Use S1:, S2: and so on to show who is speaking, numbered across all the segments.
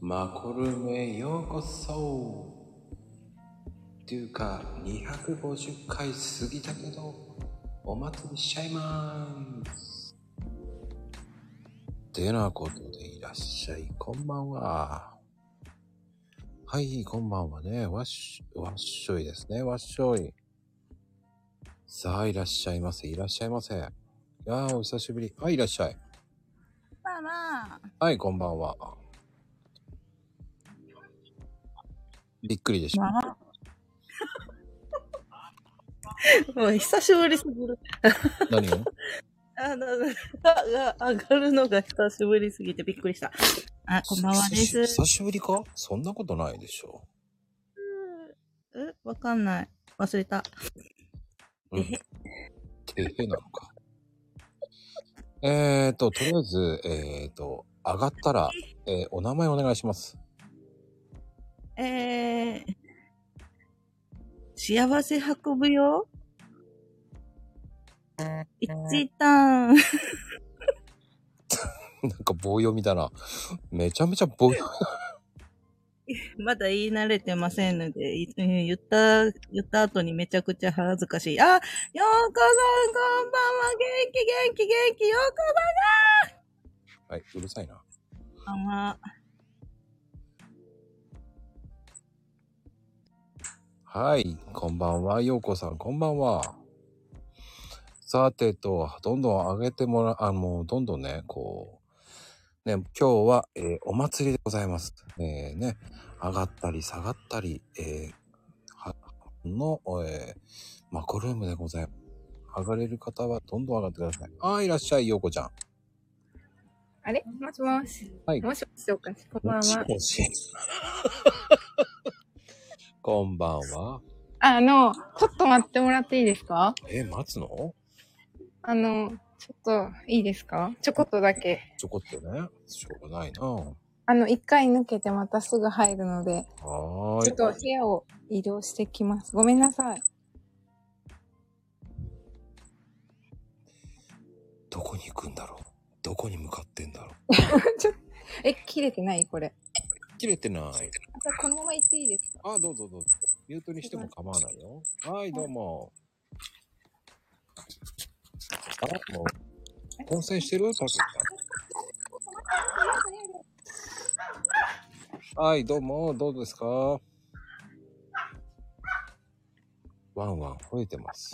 S1: マコルムへようこそっていうか、250回過ぎたけど、お祭りしちゃいまーす。てなことでいらっしゃい、こんばんは。はい、こんばんはね。わっし、わっしょいですね、わっしょい。さあ、いらっしゃいませ、いらっしゃいませ。いやー、お久しぶり。はい、いらっしゃい。
S2: まあまあ、
S1: はい、こんばんは。びっくりでしょ。
S2: もう久しぶりすぎる。
S1: 何を
S2: あの、が、が上がるのが久しぶりすぎてびっくりした。あ、こんばんは
S1: 久
S2: で
S1: し
S2: す。
S1: 久しぶりかそんなことないでしょ。
S2: え、わかんない。忘れた。
S1: うん。てへなのか。えーと、とりあえず、えーと、上がったら、えーお名前お願いします。
S2: えー、幸せ運ぶよ。一
S1: な
S2: 旦、
S1: んか棒読みだな。めちゃめちゃ棒読
S2: まだ言い慣れてませんので、い言った、言った後にめちゃくちゃ恥ずかしい。あ、ようこそ、こんばんは、元気元気元気、ようこ
S1: み。 はい、うるさいな。
S2: そ、こんばんは。
S1: はい、こんばんは、ようこさん、こんばんは。さてと、どんどん上げてもら、あ、もうどんどんね、こう、ね、今日は、えーお祭りでございます。えーね、上がったり下がったり、えーはの、えーマコルームでございます。上がれる方はどんどん上がってください。あー、いらっしゃい、ようこちゃん。
S3: あれもしもし。
S1: はい
S3: もしもし、おかし。こんばん
S1: もし
S3: は。
S1: もし こんばんは。
S3: あの、ちょっと待ってもらっていいですか
S1: えー待つの
S3: あの、ちょっと、いいですかちょこっとだけ。
S1: ちょこっとね、しょうがないなぁ。
S3: あの、一回抜けてまたすぐ入るので、
S1: はーい
S3: ちょっ。と部屋を移動してきます。ごめんなさい。
S1: どこに行くんだろうどこに向かってんだろ
S3: え、切れてないこれ。
S1: う切れてない。
S3: あじゃあこのまま行っていいですか
S1: あ、どうぞどうぞ。ミュートにしても構わないよ。はい、どうも。あ、もう、混戦してるさっきからはい、どうも、どうですかワンワン吠えてます。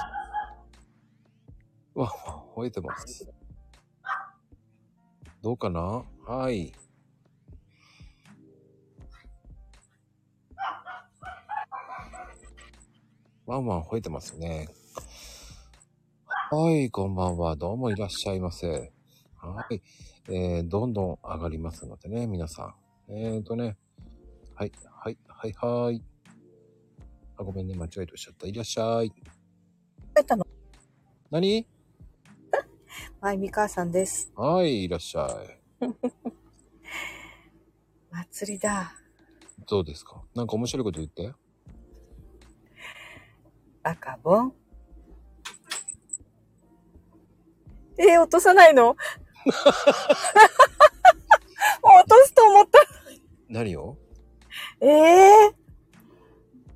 S1: ワンワン吠えてます。どうかなはい。ワンワン吠えてますね。はい、こんばんは。どうもいらっしゃいませ。はい。えー、どんどん上がりますのでね、皆さん。えーとね。はい、はい、はい、はい。あ、ごめんね、間違えておっしゃった。いらっしゃい。
S4: 帰ったの
S1: 何
S4: はい、みかんさんです。
S1: はい、いらっしゃい。
S4: 祭りだ。
S1: どうですかなんか面白いこと言って。
S4: 赤ボン。えー落とさないの落とすと思った。
S1: 何を
S4: ええ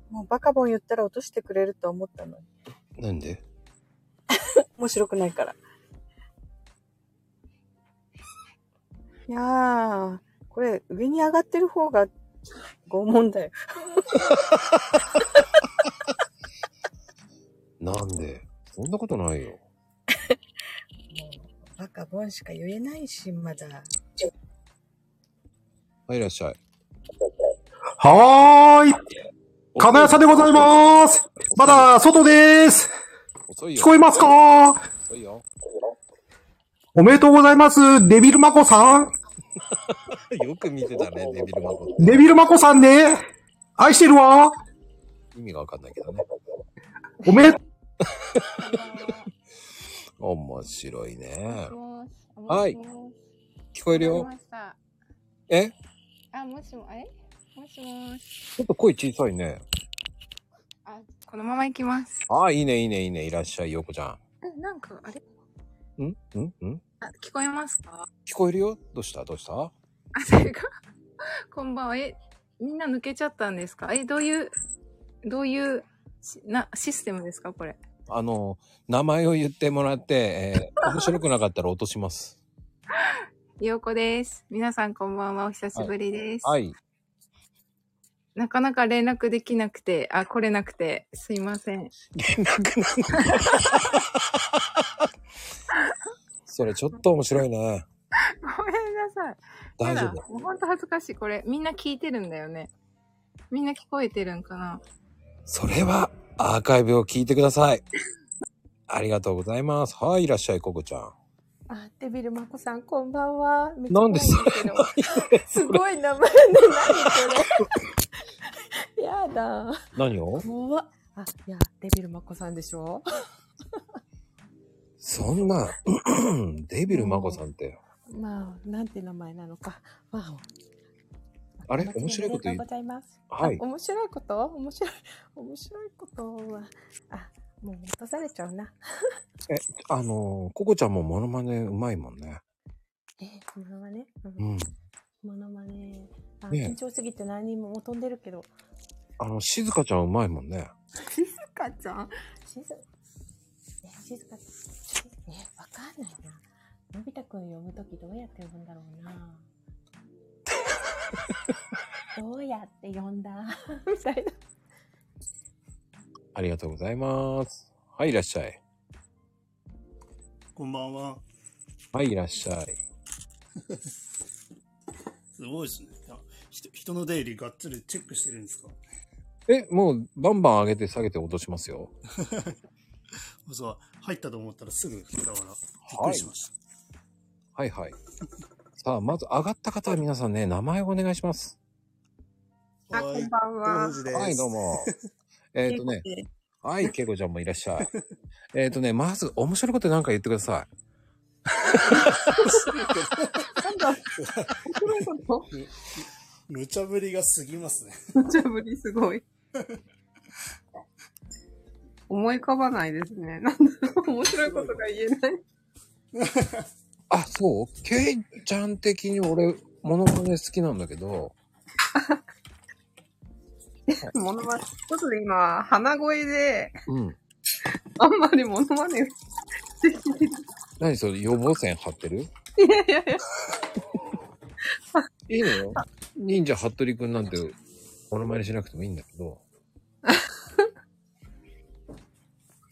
S4: もうバカボン言ったら落としてくれると思ったのに。
S1: なんで
S4: 面白くないから。いやー、これ上に上がってる方が拷問だよ。
S1: なんでそんなことないよ。
S4: バカボンしか言えないし、まだ。
S1: はい、いらっしゃい。
S5: はーい。金谷さんでございます。まだ外です。
S1: 遅いよ。
S5: 聞こえますか
S1: 遅いよ。
S5: おめでとうございます。デビルマコさん。
S1: よく見てた ね、デビルマコって。
S5: デビルマコさんね。愛してるわ。
S1: 意味がわかんないけどね。
S5: おめで、
S1: 面白いね。
S3: もしもし
S1: はい
S3: もしもし
S1: 聞こえる
S3: わ
S1: よ
S3: か。りました
S1: え
S3: あ、もしも、あれもしもし。
S1: ちょっと声小さいね。
S3: あ、このまま行きます。
S1: ああ、いいね、いいね、いいね。いらっしゃい、ようこちゃ
S3: え、なんか、あれ
S1: ん。んんん
S3: あ、聞こえますか
S1: 聞こえるよどうしたどうした
S3: あ、それが。こんばんは。え、みんな抜けちゃったんですかえ、どういう、どういう、しな、システムですかこれ。
S1: あの、名前を言ってもらって、えー面白くなかったら落とします。
S3: ようこです。皆さんこんばんは。お久しぶりです。
S1: はい。
S3: なかなか連絡できなくて、あ、来れなくて、すいません。
S5: 連絡なの
S1: それちょっと面白いね。
S3: ごめんなさい。
S1: 大
S3: や
S1: 丈
S3: だもうほんと恥ずかしい。これ、みんな聞いてるんだよね。みんな聞こえてるんかな
S1: それはアーカイブを聞いてください。ありがとうございます。はい、いらっしゃい、ココちゃん。
S6: あ、デビルマコさん、こんばんは。めっちゃ
S1: なんでそ
S6: 怖い
S1: れ
S6: すけど
S1: れ
S6: すごい名前で、何これ。やだ。
S1: 何を
S6: 怖っ。あ、いや、デビルマコさんでしょ
S1: そんな、 デビルマコさんって、
S6: まあ、なんて名前なのか。まあ。
S1: あれ面白いこと言
S6: あり
S1: う
S6: がとうございます。
S1: はい
S6: あ面白いこと面白い、面白いことは、あ、もう落とされちゃうな。
S1: あの、ココちゃんもモノマネうまいもんね。
S6: え、モノマネ
S1: う。
S6: うんモノマネ。あ、
S1: ねえ
S6: 緊張すぎて何人ももう飛んでるけど。
S1: あの、静香ちゃんうまいもんね。
S6: 静かちゃん静か、え、静か、え、わかんないな。のび太くん読むときどうやって読むんだろうな。どうやって読んだみたいな。
S1: ありがとうございます。はい、いらっしゃい。
S7: こんばんは。
S1: はい、いらっしゃい。
S7: すごいですね。いや人人の出入りがっつりチェックしてるんですか
S1: え、もう、バンバン上げて下げて落とします よ。
S7: そう、入ったと思ったらすぐ来たから、びっくりしまし
S1: はいはい。さあ、まず上がった方は皆さんね、名前をお願いします。
S7: た。
S3: あ、こ
S7: はー
S3: ん
S7: い。
S3: ばんは。
S7: 当時です。
S1: はい、どうも。えっと ね、はい、けいこちゃんもいらっしゃい。えっとね、まず、面白いことなんか言ってください。
S7: 無茶ぶりが過ぎますね。
S3: 無茶ぶりすごい。思い浮かばないですね。なんだろう、面白いことが言えない。
S1: あ、そうけいちゃん的に俺、モノマネ好きなんだけど、
S3: モノマネ、ちょっと今、鼻声で、
S1: うん。
S3: あんまりモノマネ、
S1: 何それ、予防線張ってる
S3: いやいやいや、
S1: いいのよ。忍者服部くんなんて、モノマネしなくてもいいんだけど、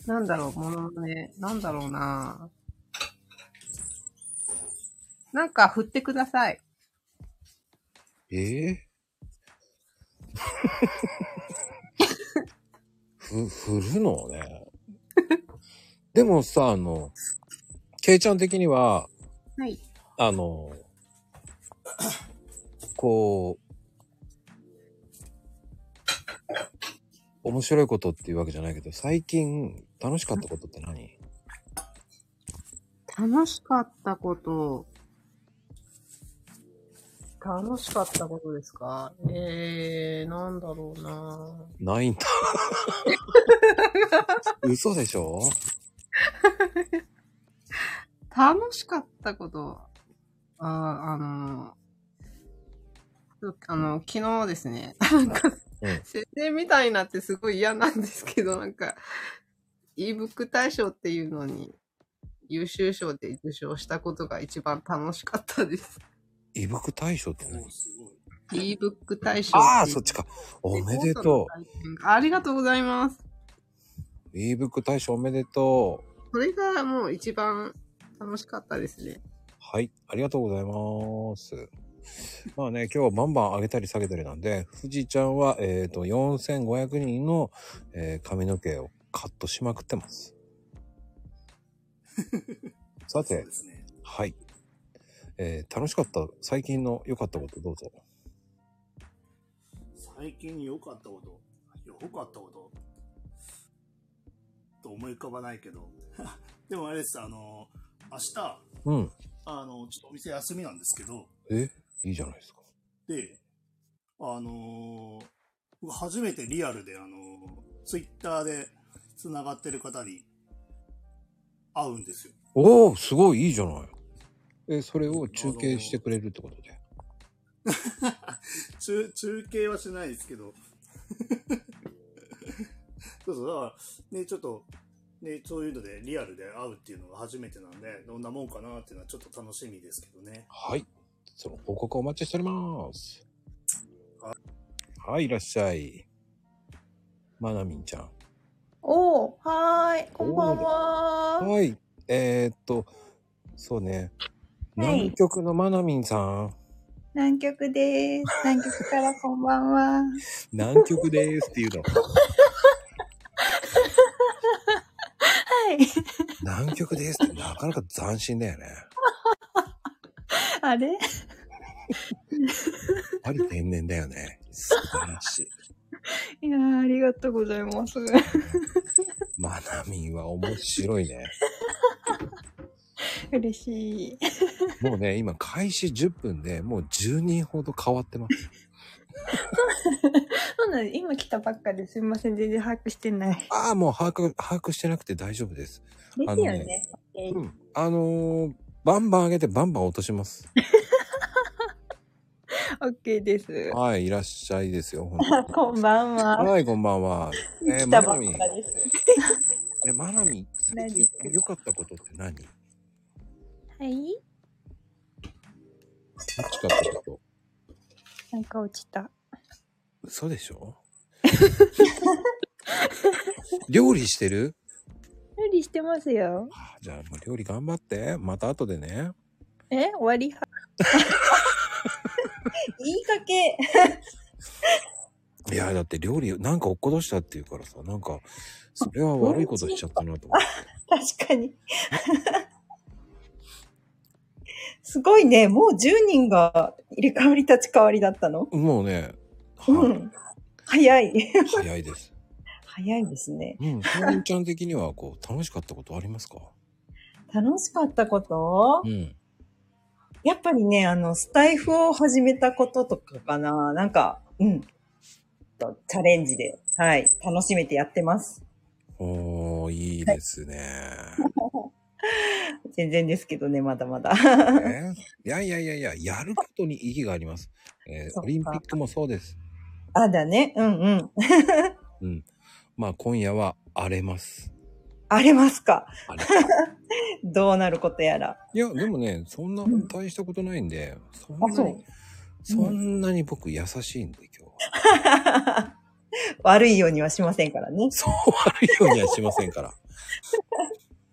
S3: なんだろう、モノ マネ、なんだろうななんか振ってください。
S1: ええふ、振るの ね。でもさ、あの、ケイちゃん的には、
S3: はい。
S1: あの、こう、面白いことっていうわけじゃないけど、最近楽しかったことって何
S3: 楽しかったこと、楽しかったことですかえー、なんだろうな
S1: な いんだ。嘘でしょ
S3: 楽しかったこと、あーあのー、あの、昨日ですね、 なんか
S1: うん、
S3: 宣伝みたいになってすごい嫌なんですけど、なんか、ebook 大賞っていうのに優秀賞で受賞したことが一番楽しかったです。
S1: 異物大賞って
S7: お
S1: 何
S7: ーすごい。
S3: ebook 大賞
S1: ああ、
S3: ていう
S1: そっちか。おめでとう。
S3: ありがとうございます。
S1: ebook 大賞おめでとう。
S3: それがもう一番楽しかったですね。
S1: はい、ありがとうございます。まあね、今日はバンバン上げたり下げたりなんで、富士ちゃんは、えっ、と、4500人の、えー髪の毛をカットしまくってます。さ
S7: そう
S1: て
S7: で、すね。
S1: はい。えー楽しかった、最近の良かったことどうぞ。
S7: 最近良かったこと、良かったこと、と思い浮かばないけど。 でもあれです、あの、明日、
S1: うん。
S7: あの、ちょっとお店休みなんですけど、
S1: えいいじゃないですか。
S7: で、あのー僕初めてリアルで、あのツイッター Twitter で繋がってる方に会うんですよ。
S1: おおすごいいいじゃない。え、それを中継してくれるってことで。
S7: 中、中継はしないですけど。 そうそう、だから、ね、ちょっと、ね、そういうのでリアルで会うっていうのが初めてなんで、どんなもんかなっていうのはちょっと楽しみですけどね。
S1: はい。その報告お待ちしております。はい、いらっしゃい。まなみんちゃん。
S8: おー、はーい、こんばんは。
S1: はい。えー、っと、そうね。
S8: はい
S1: 南極のまなみんさん。
S8: 南極です。南極からこんばんは。
S1: 南極でーすって言うの。
S8: はい。
S1: 南極でーすってなかなか斬新だよね。
S8: あれ
S1: あり天然だよね。素晴らしい。
S8: いやー、ありがとうございます。
S1: まなみんは面白いね。
S8: 嬉しい。
S1: もうね、今開始10分でもう10人ほど変わってます。
S8: そうなんです。今来たばっかですいません。全然把握してない。
S1: ああ、もう把握、把握してなくて大丈夫です。
S8: ですよね。
S1: うん。あのー、バンバン上げてバンバン落とします。
S8: オッケーです。
S1: はい、いらっしゃいですよ。本
S8: こんばん
S1: 当に
S8: は。
S1: はい、こんばんは。えー、
S8: 来た
S1: ま
S8: ば
S1: な
S8: っ
S1: みん
S8: か、です。
S1: え、まなみん、
S8: 同じ
S1: 最近良かったことって何どっ
S8: はい。
S1: ちかってこと。
S8: なんか落ちた。
S1: 嘘でし ょ料理してる
S8: 無理してますよ。
S1: あじゃあ、もう料理頑張って。また後でね。
S8: え終わり は言いかけ。
S1: いや、だって料理、なんか落っことしたって言うからさ、なんか、それは悪いことしちゃったなと思って。
S8: 確か に。すごいね。もう10人が入れ替わり立ち替わりだったの
S1: もうね、は
S8: うん。早い。
S1: 早いです。
S8: 早いですね。
S1: うん、かおりちゃん的には、こう、楽しかったことありますか
S8: 楽しかったこと
S1: うん。
S8: やっぱりね、あの、スタイフを始めたこととかかな。なんか、うん。とチャレンジで、はい。楽しめてやってます。
S1: おー、いいですね。
S8: 全然ですけどね、まだまだ。
S1: ねいやいやいやいや、やることに意義があります。えー
S8: そっか
S1: オリンピックもそうです。
S8: あ、だね。うんうん。
S1: うん。まあ、今夜は荒れます。
S8: 荒れますか。
S1: 荒れ
S8: どうなることやら。
S1: いや、でもね、そんな
S8: うん
S1: 大したことないんで、そん
S8: あ、
S1: な
S8: そ
S1: に
S8: う。
S1: そんなに僕優しいんで、今日は。
S8: 悪いようにはしませんからね。
S1: そう、悪いようにはしませんから。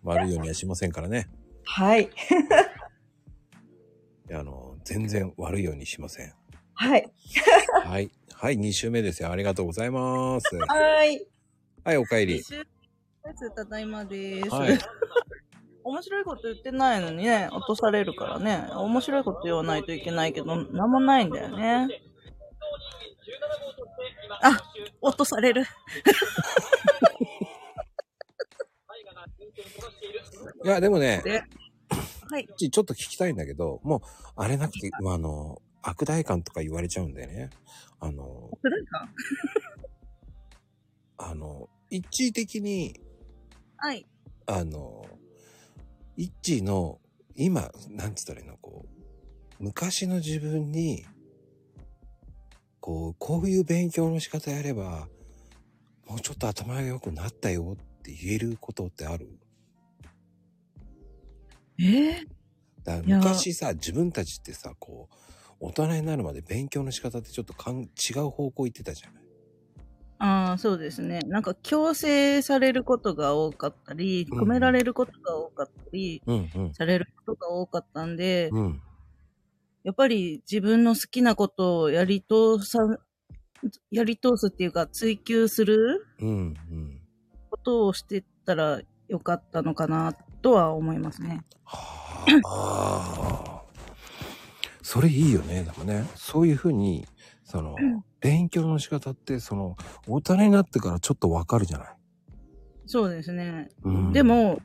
S1: 悪いようにはしませんからね。
S8: はい。
S1: いやあの、全然悪いようにしません。
S8: はい。
S1: はい。はい、2週目ですよ。ありがとうございます。
S8: はい。
S1: はい、お帰り。
S2: ただいまです。
S1: はい。
S2: 面白いこと言ってないのにね、落とされるからね、面白いこと言わないといけないけど、なんもないんだよね。あ、落とさ れる。
S1: いや、でもね、
S2: で、はい。
S1: ちょっと聞きたいんだけど、もう、あれなくて、まあ、あの、悪代官とか言われちゃうんだよね。あの、
S2: それか
S1: あの、一時的に、
S2: はい。
S1: あの、一時の、今、なんつったらいいの、こう、昔の自分に、こう、こういう勉強の仕方やれば、もうちょっと頭が良くなったよって言えることってある
S2: えー、
S1: だ
S2: いや
S1: 昔さ、自分たちってさ、こう、大人になるまで勉強の仕方ってちょっとかん違う方向行ってたじゃない
S2: ああ、そうですね。なんか強制されることが多かったり、
S1: うん
S2: 褒められることが多かったり、
S1: うんうん。
S2: されることが多かったんで、
S1: うん。
S2: やっぱり自分の好きなことをやり通さ、やり通すっていうか追求する
S1: うんうん。
S2: ことをしてったらよかったのかなとは思いますね。
S1: はあ。それいいよね。でもね、そういうふうに、その、勉強の仕方って、その、大人になってからちょっとわかるじゃない。
S2: そうですね。
S1: うん
S2: で、も、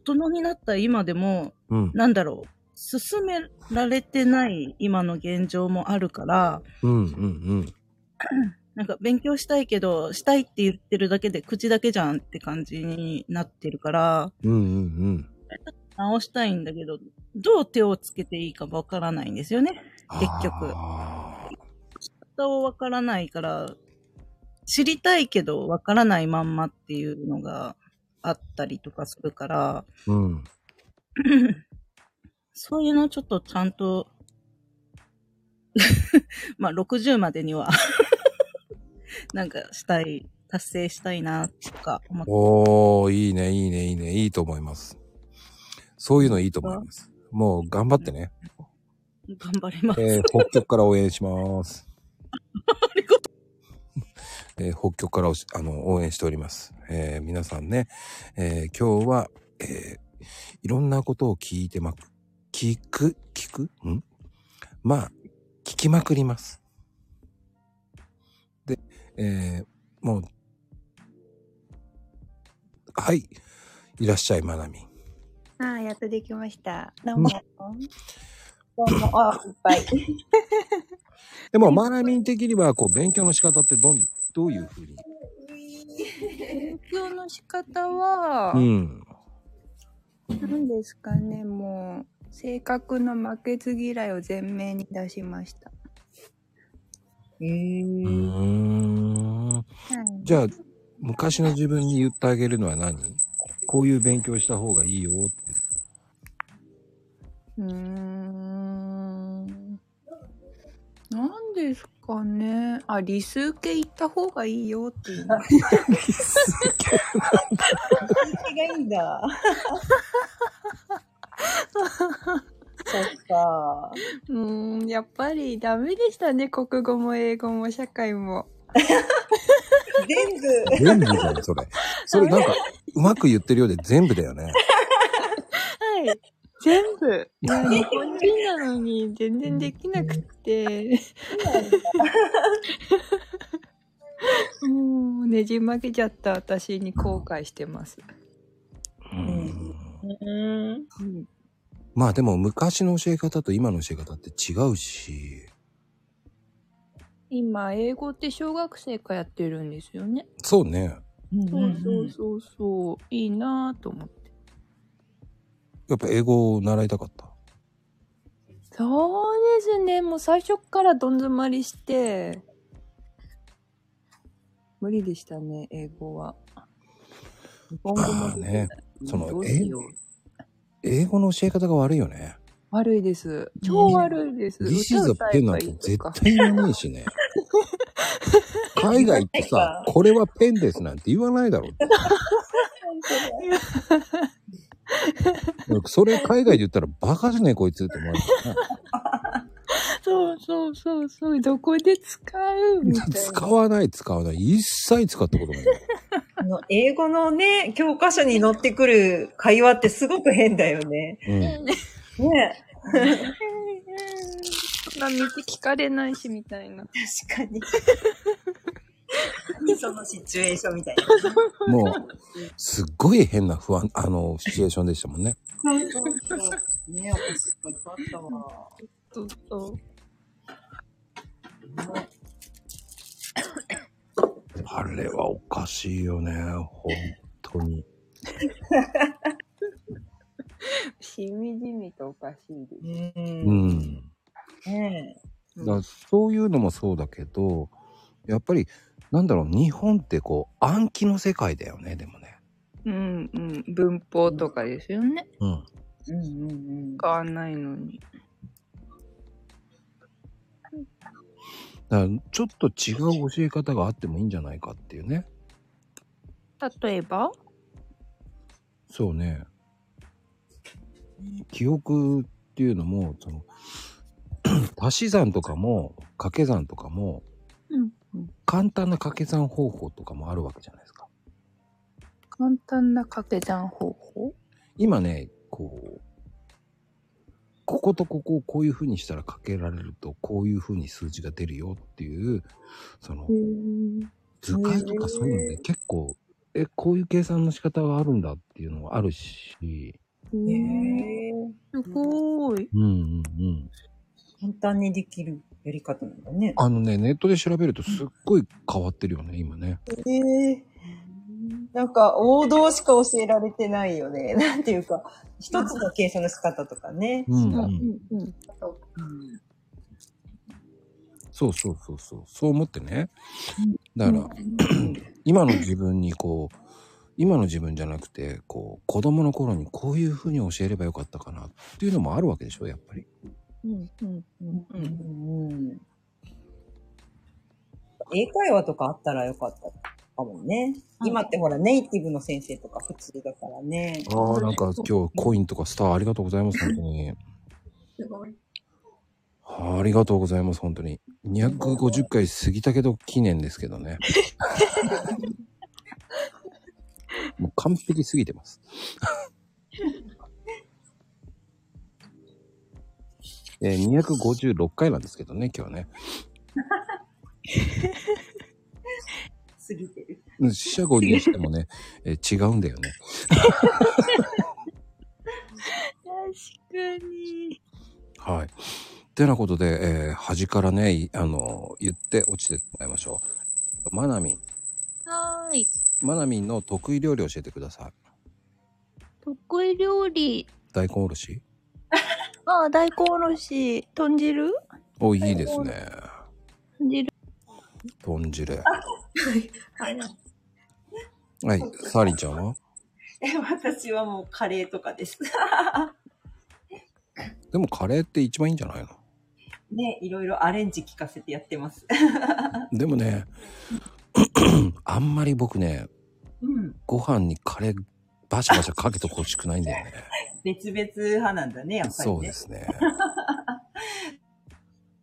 S2: 大人になった今でも、
S1: うん。
S2: なんだろう、進められてない今の現状もあるから、
S1: うんうんうん。
S2: なんか勉強したいけど、したいって言ってるだけで口だけじゃんって感じになってるから、
S1: うんうんうん。
S2: 直したいんだけど、どう手をつけていいかわからないんですよね。結局。方をわからないから、知りたいけどわからないまんまっていうのがあったりとかするから、
S1: うん。
S2: そういうのちょっとちゃんと、 まあ60までには、 なんかしたい、達成したいな、とか思 って。
S1: おー、いいね、いいね、いいね、いいと思います。そういうのいいと思います。もう頑張ってね。
S2: 頑張ります。
S1: えー北極から応援し ます。えー北極からおしあの応援しております。えー皆さんね、えー今日は、えーいろんなことを聞いてまく、聞く、聞くんまあ、聞きまくります。で、えーもう、はい、いらっしゃい、まなみ。
S9: ああ、やっとできました。どうも。
S8: どうも、あ、いっぱい。
S1: でも、マーラミン的には、こう、勉強の仕方ってどん、どういうふうに
S9: 勉強の仕方は、
S1: うん。
S9: 何ですかね、もう、性格の負けず嫌いを前面に出しました。
S8: え
S1: う
S8: ー、
S1: ーん。
S9: はい。
S1: じゃあ、昔の自分に言ってあげるのは何こういう勉強した方がいいよって。
S9: うーん。何ですかね。あ、理数系行った方がいいよっていう。
S8: 気がいいんだ。そっか。
S9: うーん、やっぱりダメでしたね。国語も英語も社会も。
S8: 全部。
S1: 全部じゃん、そ れ。それなんか、うまく言ってるようで全部だよね。
S9: はい。全部。いや日本人なのに全然できなくて。もうねじ曲げちゃった私に後悔してます。
S1: うん。
S9: うん。
S1: まあでも、昔の教え方と今の教え方って違うし、
S9: 今、英語って小学生からやってるんですよね。
S1: そうね。
S9: そうそうそうそう。いいなぁと思って。
S1: やっぱ英語を習いたかった。
S9: そうですね。もう最初からどん詰まりして、無理でしたね、英語は。日本語
S1: あ
S9: も
S1: あね。その
S9: どうしよう
S1: 英語の教え方が悪いよね。
S9: 悪いです。超悪いです。
S1: This is
S9: 歌
S1: a
S9: 歌
S1: pen
S9: え
S1: なん
S9: ばい
S1: て
S9: い
S1: 絶
S9: とか。
S1: 対言わないし ね。海外ってさ、これはペンですなんて言わないだろう。それ海外で言ったらバカじゃねえこいつって思われるよね
S9: そうそうそうそう。どこで使う みたいな。
S1: 使わない使わない。一切使ったことない。
S8: あの、英語のね、教科書に載ってくる会話ってすごく変だよね。
S1: うん。
S8: ね
S9: そんな道聞かれないしみたいな。
S8: 確かに。何そのシチュエーションみたいな。
S1: もう、すっごい変な不安、あの、シチュエーションでしたもんね。
S8: そうそうそう。ね私もいっぱいあったわ。
S9: そうそう。
S1: あれはおかしいよね。本当に。
S9: しみじみとおかしいです。
S8: う。
S1: うんん。
S8: ね
S1: だからそういうのもそうだけどやっぱりなんだろう日本ってこう暗記の世界だよねでもね。
S9: うんうん。文法とかですよね。
S1: うん、
S8: うんうんうん。
S9: 変わんないのに。
S1: だからちょっと違う教え方があってもいいんじゃないかっていうね。
S9: 例えば
S1: そうね。記憶っていうのもその 足し算とかも掛け算とかも
S9: うん。
S1: 簡単な掛け算方法とかもあるわけじゃないですか。
S9: 簡単な掛け算方法
S1: 今ねこうこことここをこういうふうにしたらかけられるとこういうふうに数字が出るよっていうその図解とかそういうのね結構えこういう計算の仕方があるんだっていうのはあるし
S8: へー
S9: すごーい。
S1: うんうんうん
S8: 簡単にできるやり方なんだね。
S1: あのねネットで調べるとすっごい変わってるよね今ね
S8: ええなんか王道しか教えられてないよね。 なんていうか、一つの計算の仕方とかね。
S1: うんうん
S8: うんうん
S1: そうそうそうそう。そう思ってね。だから、 今の自分にこう、今の自分じゃなくて、こう、子供の頃にこういうふうに教えればよかったかなっていうのもあるわけでしょ、やっぱり。
S8: うんうんうんうん英会話とかあったらよかったかもね。今ってほら、ネイティブの先生とか普通だからね。
S1: ああ、なんか今日コインとかスターありがとうございます、本当に。
S3: すごい。
S1: ありがとうございます、本当に。250回過ぎたけど記念ですけどね。もう完璧すぎてます。 えー256回なんですけどね、今日はね。
S8: 過ぎてる。
S1: うん四捨五入してもね、えー違うんだよね。
S2: 確かに。
S1: はい。てなことで、えー端からね、いあの、言って落ちてもらいましょう。マナミン。
S10: はーい。
S1: マナミンの得意料理教えてください。
S10: 得意料理。
S1: 大根おろし
S10: ああ、大根おろし、豚汁
S1: お、いいですね。
S10: 豚汁。
S1: 豚汁。
S8: はい。
S1: はい。サーリンちゃんは
S8: え、私はもうカレーとかです。
S1: でもカレーって一番いいんじゃないの
S8: ね、いろいろアレンジ聞かせてやって ます。
S1: でもね、あんまり僕ね、
S8: うん。
S1: ご飯にカレーバシャバシャかけてほしくないんだよね。
S8: 別々派なんだね、やっぱり、ね。
S1: そうです ね。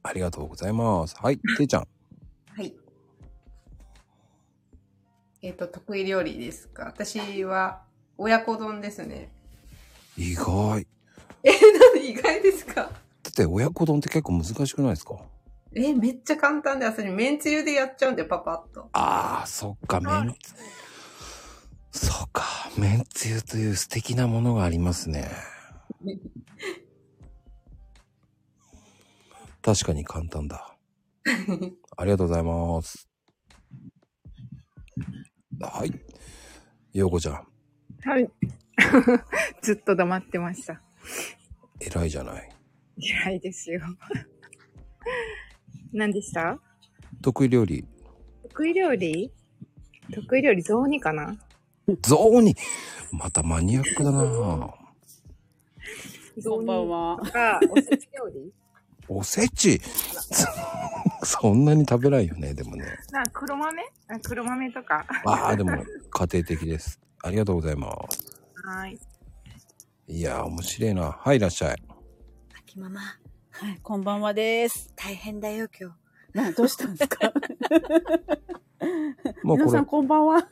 S1: ありがとうございます。はい、ていちゃん。
S3: はい。えっ、と、得意料理ですか。私は、親子丼ですね。
S1: 意外。
S3: え、なんで意外ですか
S1: だって親子丼って結構難しくないですか
S3: え、めっちゃ簡単で、私、めんつゆでやっちゃうんで、パパッと。
S1: ああ、そっか、めんつ、そうか、めんつゆという素敵なものがありますね。確かに簡単だ。ありがとうございます。はい。ようこちゃん、
S9: はい。 ずっと黙ってました。
S1: 偉いじゃない。
S9: 嫌いですよ。 何でした
S1: 得意料理、
S9: 得意料理得意料理雑煮かな
S1: ゾーンに、またマニアックだな
S9: こんばんは。とか、おせち 料理
S1: おせち、 そんなに食べないよね、でもね。
S9: な、黒豆あ黒豆とか。
S1: ああ、でも家庭的です。ありがとうございます。
S9: はい。
S1: いやー、面白いな。はい、いらっしゃい。
S11: きママ。はい、こんばんはです。大変だよ、今日。な、どうしたんで すか
S1: もうこれ
S11: 皆さん、こんばんは。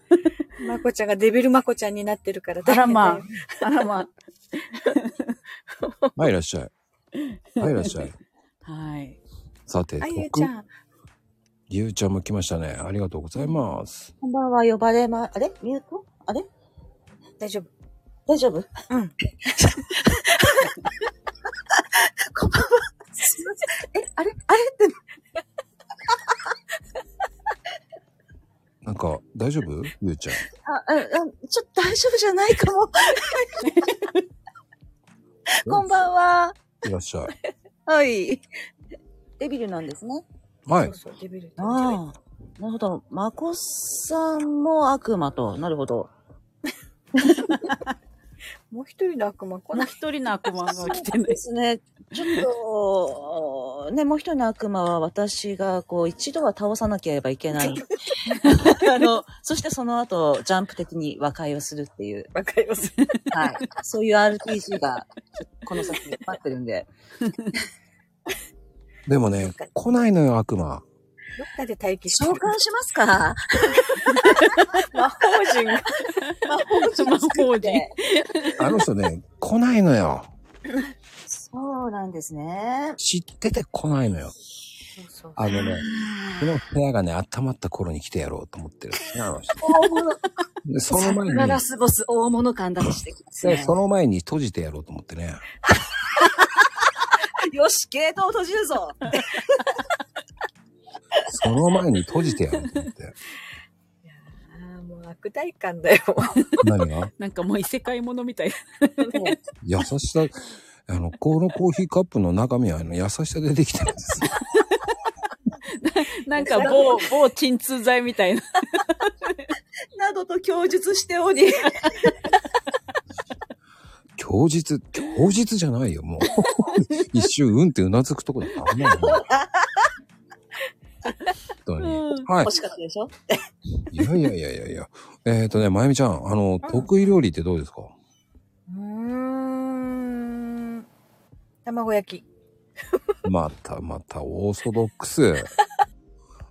S11: まこちゃんがデビルまこちゃんになってるから大変だよ。あらまあ。あらま
S1: はい、いらっしゃい。はい、いらっしゃい。
S11: はい。
S1: さて、
S11: あゆう
S1: 徳
S11: ちゃん。
S1: ゆうちゃんも来ましたね。ありがとうございます。
S11: こんばんは、呼ばれま、あれミュートあれ大丈夫。大丈 夫うん。こんばんは。すいませ ん。え、あれあれって。
S1: なんか、大丈夫ゆうちゃん。
S11: あ、あ、あちょっと大丈夫じゃないかも。こんばんは。
S1: いらっしゃい。
S11: はい。デビルなんですね。
S1: はい。
S11: そう、デビル。ああ。なるほど。マコさんも悪魔と。なるほど。
S4: もう一人の悪魔こ
S11: もう一人の悪魔が来てないですね。ちょっと、ね、もう一人の悪魔は私が、こう、一度は倒さなければいけ ない。あの、そしてその後、ジャンプ的に和解をするっていう。和解をする。はい。そういう RPG が、この先待ってるんで。
S1: でもね、来ないのよ、悪魔。
S11: どっかで待機召喚します か魔法人が。魔法人。
S1: あの人 ね、来ないのよ。
S11: そうなんですね。
S1: 知ってて来ないのよ。あのね、この部屋がね、温まった頃に来てやろうと思ってるんですね、あの人。
S11: 大物。
S1: でその前に
S11: ラスボス大物感出してきます
S1: で、
S11: ね。
S1: その前に閉じてやろうと思ってね。
S11: よし、ゲートを閉じるぞ。
S1: その前に閉じてやろうと思って。
S11: ああ、もう
S12: 悪代感 だよ。
S1: 何が
S12: なんかもう異世界ものみたい。
S1: 優しさ、 あの、このコーヒーカップの中身はあの優しさでできてるんです。
S12: なんか 某、某鎮痛剤みたいな。
S11: などと供述しており。
S1: 供述、供述じゃないよ、もう。 一瞬、うんってうなずくとこだった。危ないな本当にはい
S11: 欲しかったでしょ
S1: いやいやいやいやいや。えっ、とね、まゆみちゃん、あの、得意料理ってどうですか
S12: うーん。卵焼き。
S1: またまた、オーソドックス。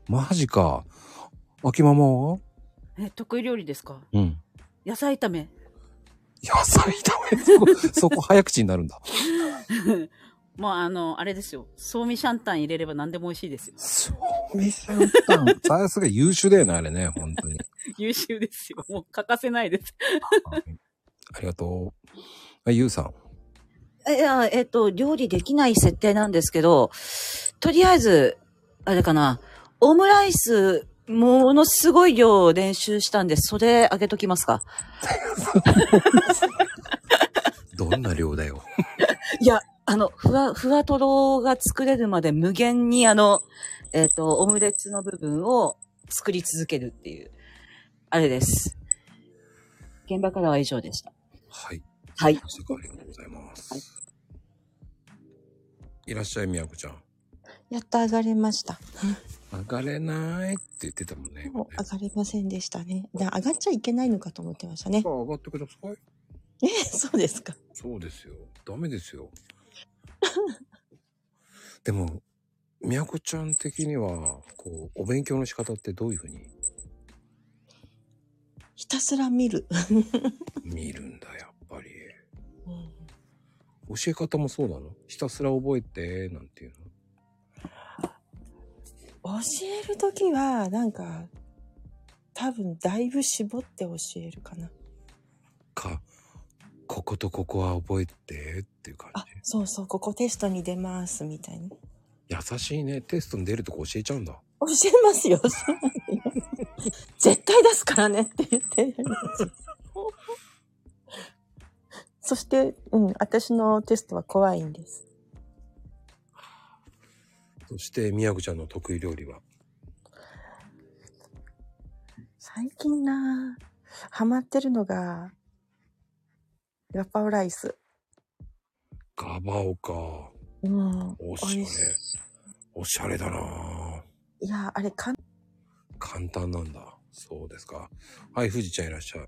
S1: マジか。秋ママは
S12: え、得意料理ですか
S1: うん。
S12: 野菜炒め。
S1: 野菜炒めそこ、そこ早口になるん だ。
S12: もうあの、あれですよ。ソーミシャンタン入れれば何でも美味しいですよ。
S1: お店のパンさすが優秀だよね、あれね、本当に。
S12: 優秀ですよ。もう欠かせない です。
S1: ありがとう。あゆうさん。
S11: え、いやえっ、と、料理できない設定なんですけど、とりあえず、あれかな、オムライス、ものすごい量練習したんで、それあげときま すか。
S1: どんな量だよ。
S11: いや、あの、ふわ、ふわとろが作れるまで無限にあの、えっ、と、オムレツの部分を作り続けるっていう、あれです。現場からは以上でした。
S1: はい。
S11: はい。あ
S1: りがとうございます。いらっしゃい、みやこちゃん。
S13: やっと上がれました。
S1: 上がれないって言ってたもんね。
S13: もう上がれませんでしたね。だ上がっちゃいけないのかと思ってました ね。
S1: 上がってください。
S13: え、そうですか。
S1: そうですよ。ダメですよ。でも、みやこちゃん的には、こう、お勉強の仕方ってどういうふうに
S13: ひたすら見る。
S1: 見るんだ、やっぱり。教え方もそうなのひたすら覚えて、なんていうの
S13: 教えるときは、なんか、多分だいぶ絞って教えるかな。
S1: か、こことここは覚えてっていうか、
S13: あ、そうそう、ここテストに出ます、みたいな。
S1: 優しいね。テストに出るとこ教えちゃうんだ。
S13: 教えますよ、 そうなんよ絶対出すからねって言ってやります。 そして、うん、私のテストは怖いんです。
S1: そして、みやこちゃんの得意料理は
S13: 最近なぁハマってるのが、ガパオライス。
S1: ガバオか。
S13: うん。
S1: おしゃ
S13: 美
S1: れ
S13: 味し。
S1: おしゃれだなぁ
S13: いいや、あれ、かん、
S1: 簡単なんだ。そうですか。はい、富士ちゃんいらっしゃい。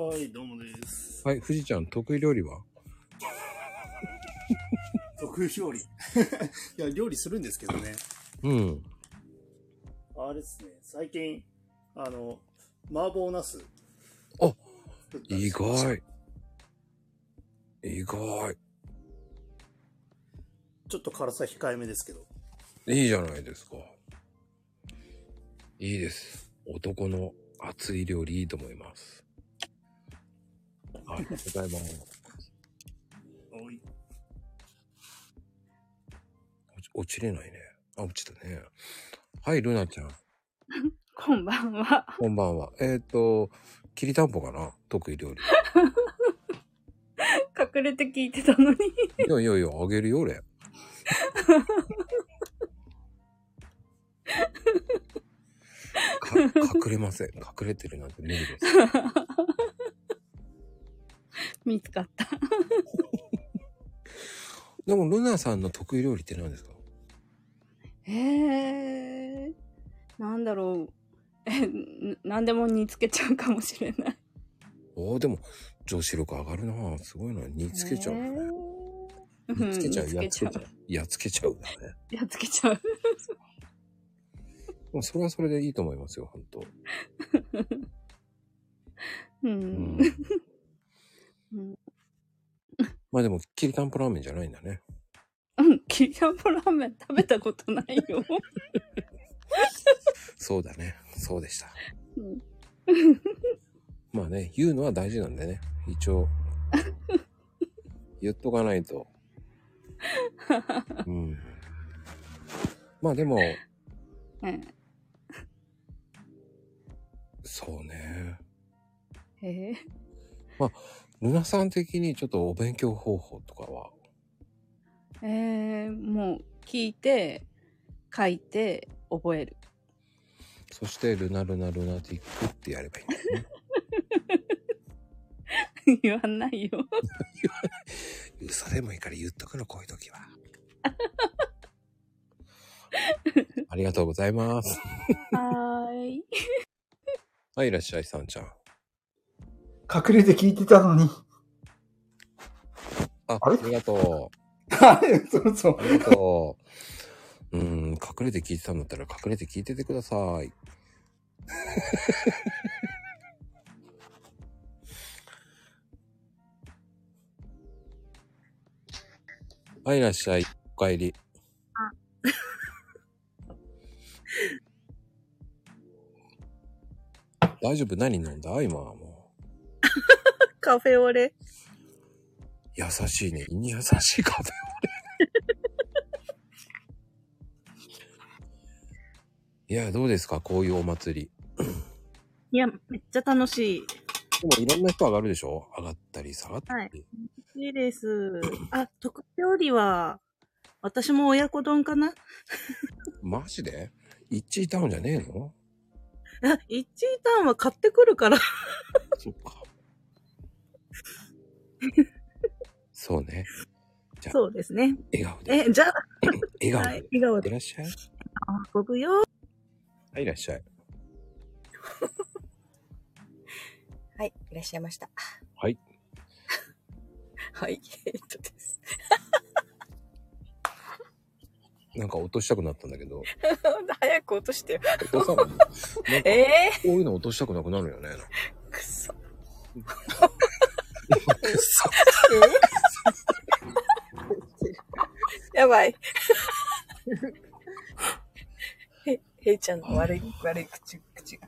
S7: はい、どうもです。
S1: はい、富士ちゃん得意料理は
S7: 得意料 理。いや、料理するんですけどね。
S1: うん。
S7: あれですね、最近、あの、麻婆茄子。
S1: 意外。意外。
S7: ちょっと辛さ控えめですけど。
S1: いいじゃないですか。いいです。男の熱い料理いいと思います。ありがとうござい ます。
S7: はい。
S1: 落ち落ちれないね。あ、落ちたね。はい、ルナちゃん。
S14: こんばんは。
S1: こんばんは。えっ、と、きりたんぽかな得意料理。
S14: 隠れて聞いてたのに。
S1: いやいやいや、あげるよ、俺。か隠れま せん。隠れてるなんて無理です。
S14: 見つかった。
S1: でも、ルナさんの得意料理って何ですか
S14: えー、なんだろう。え、なんでも煮つけちゃうかもしれない。
S1: おー、でも、女子力上がるなすごいな。煮つけちゃう。
S14: ねえ
S1: 煮つけちゃう。
S14: うん
S1: やっ
S14: 煮
S1: つ
S14: つ
S1: け
S14: け
S1: ちゃ
S14: ちゃ
S1: う。やっつけちゃうだね。
S14: う。やっつけちゃう。
S1: もうそれはそれでいいと思いますよ、本当
S14: うん。うん。
S1: まあでも、きりたんぽラーメンじゃないんだね。
S14: うん。キリヤンポラーメン食べたことないよ。
S1: そうだね。そうでした。
S14: うん
S1: まあね、言うのは大事なんでね。一応。言っとかないと。うん。まあでも、
S14: うん
S1: そうね。
S14: へえ。
S1: まあ、ルナさん的にちょっとお勉強方法とかは、
S14: えー、もう聞いて、書いて、覚える。
S1: そしてルナルナルナティックってやればいいんだよね。
S14: 言わないよ。
S1: 嘘でもいいから言っとくの、こういう時は。ありがとうございます。
S14: はーい。
S1: はい、いらっしゃい、さんちゃん。
S8: 隠れて聞いてたのに。
S1: あ、ありがとう。
S8: そうそう。
S1: ありがとう。うん、隠れて聞いてたんだったら隠れて聞いててく ださい。はい、いらっしゃい。お帰り。大丈夫何飲んだ今はも
S2: カフェオレ。
S1: う。優しいね。胃に優しいカフェオレ。いや、どうですかこういうお祭り。
S2: いや、めっちゃ楽しい。
S1: でもいろんな人上がるでしょ上がったり下がったり。
S2: はい。楽しいです。あ、特料理は、私も親子丼かな
S1: マジで一致いたんじゃねえの
S2: あ、一チータンは買ってくるから。
S1: そっか。そうね。じゃあ
S2: そうですね。
S1: 笑顔
S2: え、じゃあ、
S1: 笑顔
S2: はい笑顔
S1: で。いらっしゃい。
S2: あ遊ぶよ。
S1: はい、いらっしゃい。
S15: はい、いらっしゃいました。
S1: はい。
S15: はい、えっとです。
S1: なんか落としたくなったんだけど。
S15: 早く落としてよ。
S1: 落とさないのなんか
S15: え
S1: こういうの落としたくなくなるよね。
S15: ー、くそ。
S1: くそ。
S15: えー、やばい。へ、へいちゃんの悪い、悪い口、口が。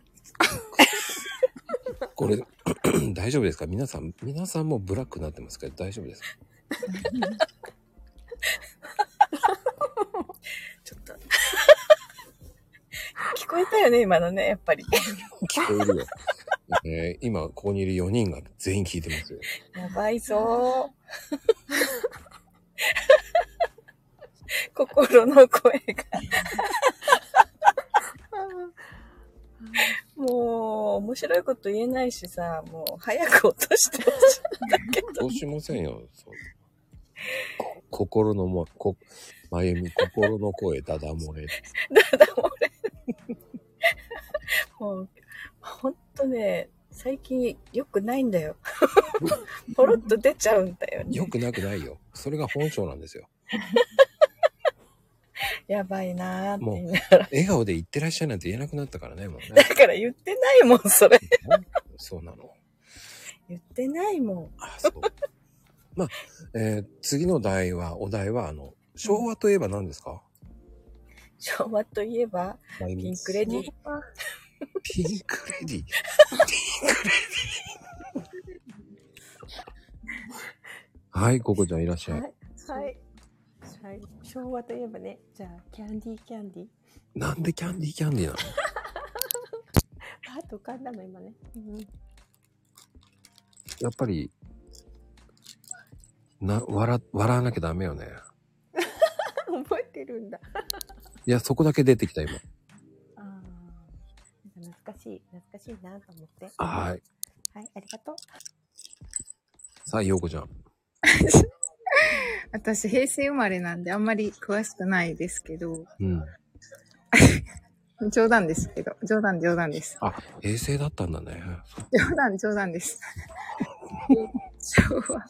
S1: これ、 大丈夫ですか皆さん、皆さんもうブラックになってますけど大丈夫ですか
S15: ちょっと。聞こえたよね、今のね、やっぱり。
S1: 聞こえ るよ。えー今、ここにいる4人が全員聞いてますよ。
S15: やばいぞ ー。心の声が。もう、面白いこと言えないしさ、もう、早く落としてほしいんだけ
S1: どうしませんよ。そうこ心のも、こ、まゆみ、心の声、ダダ漏れ。
S15: ど。だ、俺。もう、ほんとね、最近良くないん だよ。ポロッと出ちゃうんだよね。
S1: よくなくないよ。それが本性なんですよ。
S15: やばいなーって
S1: も
S15: 言いうなが、
S1: 笑顔で言ってらっしゃいなんて言えなくなったからね、もう
S15: ら。
S1: ね。
S15: だから言ってないもん、それ。
S1: そうなの。
S15: 言ってないも
S1: まあ、えー次の題は、お題は、あの、昭和といえば何ですか、
S15: ん。昭和といえば、
S1: まゆみ
S15: ピンクレディー。
S1: ピンクレディー。 はい、ココちゃんいらっしゃい。
S9: はい。はい。昭和といえばね、じゃあ、キャンディーキャンディー。
S1: なんでキャンディーキャンディーなの
S9: パッと浮かんだの、今ね。うん
S1: やっぱり、な、笑、笑わなきゃダメよね。
S9: 覚えてるんだ。
S1: いや、そこだけ出てきた、今。
S9: ああ。なんか懐かしい、懐かしいなと思って。
S1: はい。
S9: はい、ありがとう。
S1: さあ、ようこちゃん。
S3: 私、平成生まれなんであんまり詳しくないですけど、
S1: うん。
S3: 冗談ですけど、冗談冗談です。
S1: あ、平成だったんだね。
S3: 冗談冗談です。昭和。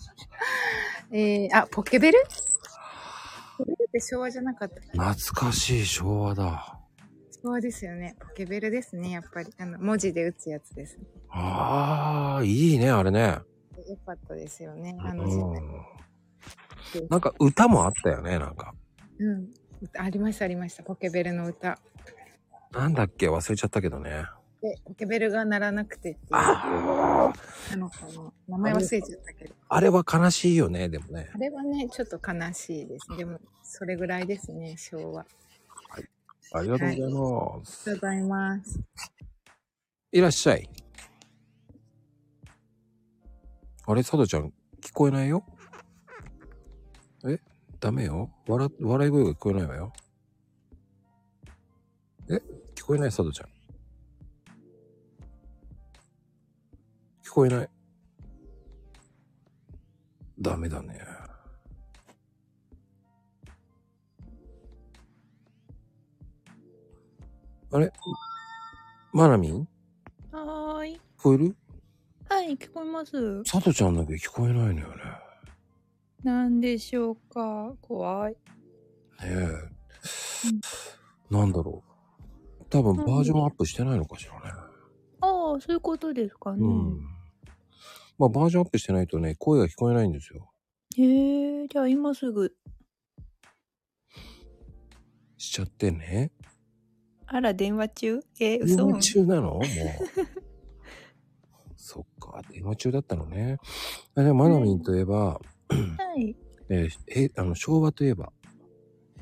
S3: えー、あ、ポケベルポケベルって昭和じゃなかった。
S1: 懐かしい昭和だ。
S3: 昭和ですよね。ポケベルですね、やっぱり。あの、文字で打つやつです。
S1: ああ、いいね、あれね。
S3: よかったですよね。あの時代。
S1: うん。なんか歌もあったよね、なんか。
S3: うん。ありました、ありました。ポケベルの歌。
S1: なんだっけ、忘れちゃったけどね。
S3: で、ポケベルが鳴らなくてっていう。
S1: あ
S3: あの子の名前忘れちゃったけど。
S1: あれは悲しいよね、でもね。
S3: あれはね、ちょっと悲しいです。でも、それぐらいですね、昭和。あ
S1: ありがとうございます。
S3: りがとうございます。
S1: いらっしゃい。あれ、佐藤ちゃん、聞こえないよえダメよ笑、笑い声が聞こえないわよ。え聞こえない佐藤ちゃん。聞こえない。ダメだね。あれマナミン
S10: はーい。
S1: 聞こえる
S10: はい、聞こえます。
S1: 佐藤ちゃんだけ聞こえないのよね。
S9: なんでしょうか怖い。
S1: ねえ。なんだろう。多分バージョンアップしてないのかしらね。
S10: ああ、そういうことですかね。
S1: うん。まあバージョンアップしてないとね、声が聞こえないんですよ。
S10: へえ、じゃあ今すぐ。
S1: しちゃってね。
S9: あら、電話中え、
S1: 電
S9: 嘘
S1: 話中なの もう。そっか、電話中だったのね。あれ、マナミンといえば、
S9: はい。
S1: えーへあの昭和といえば、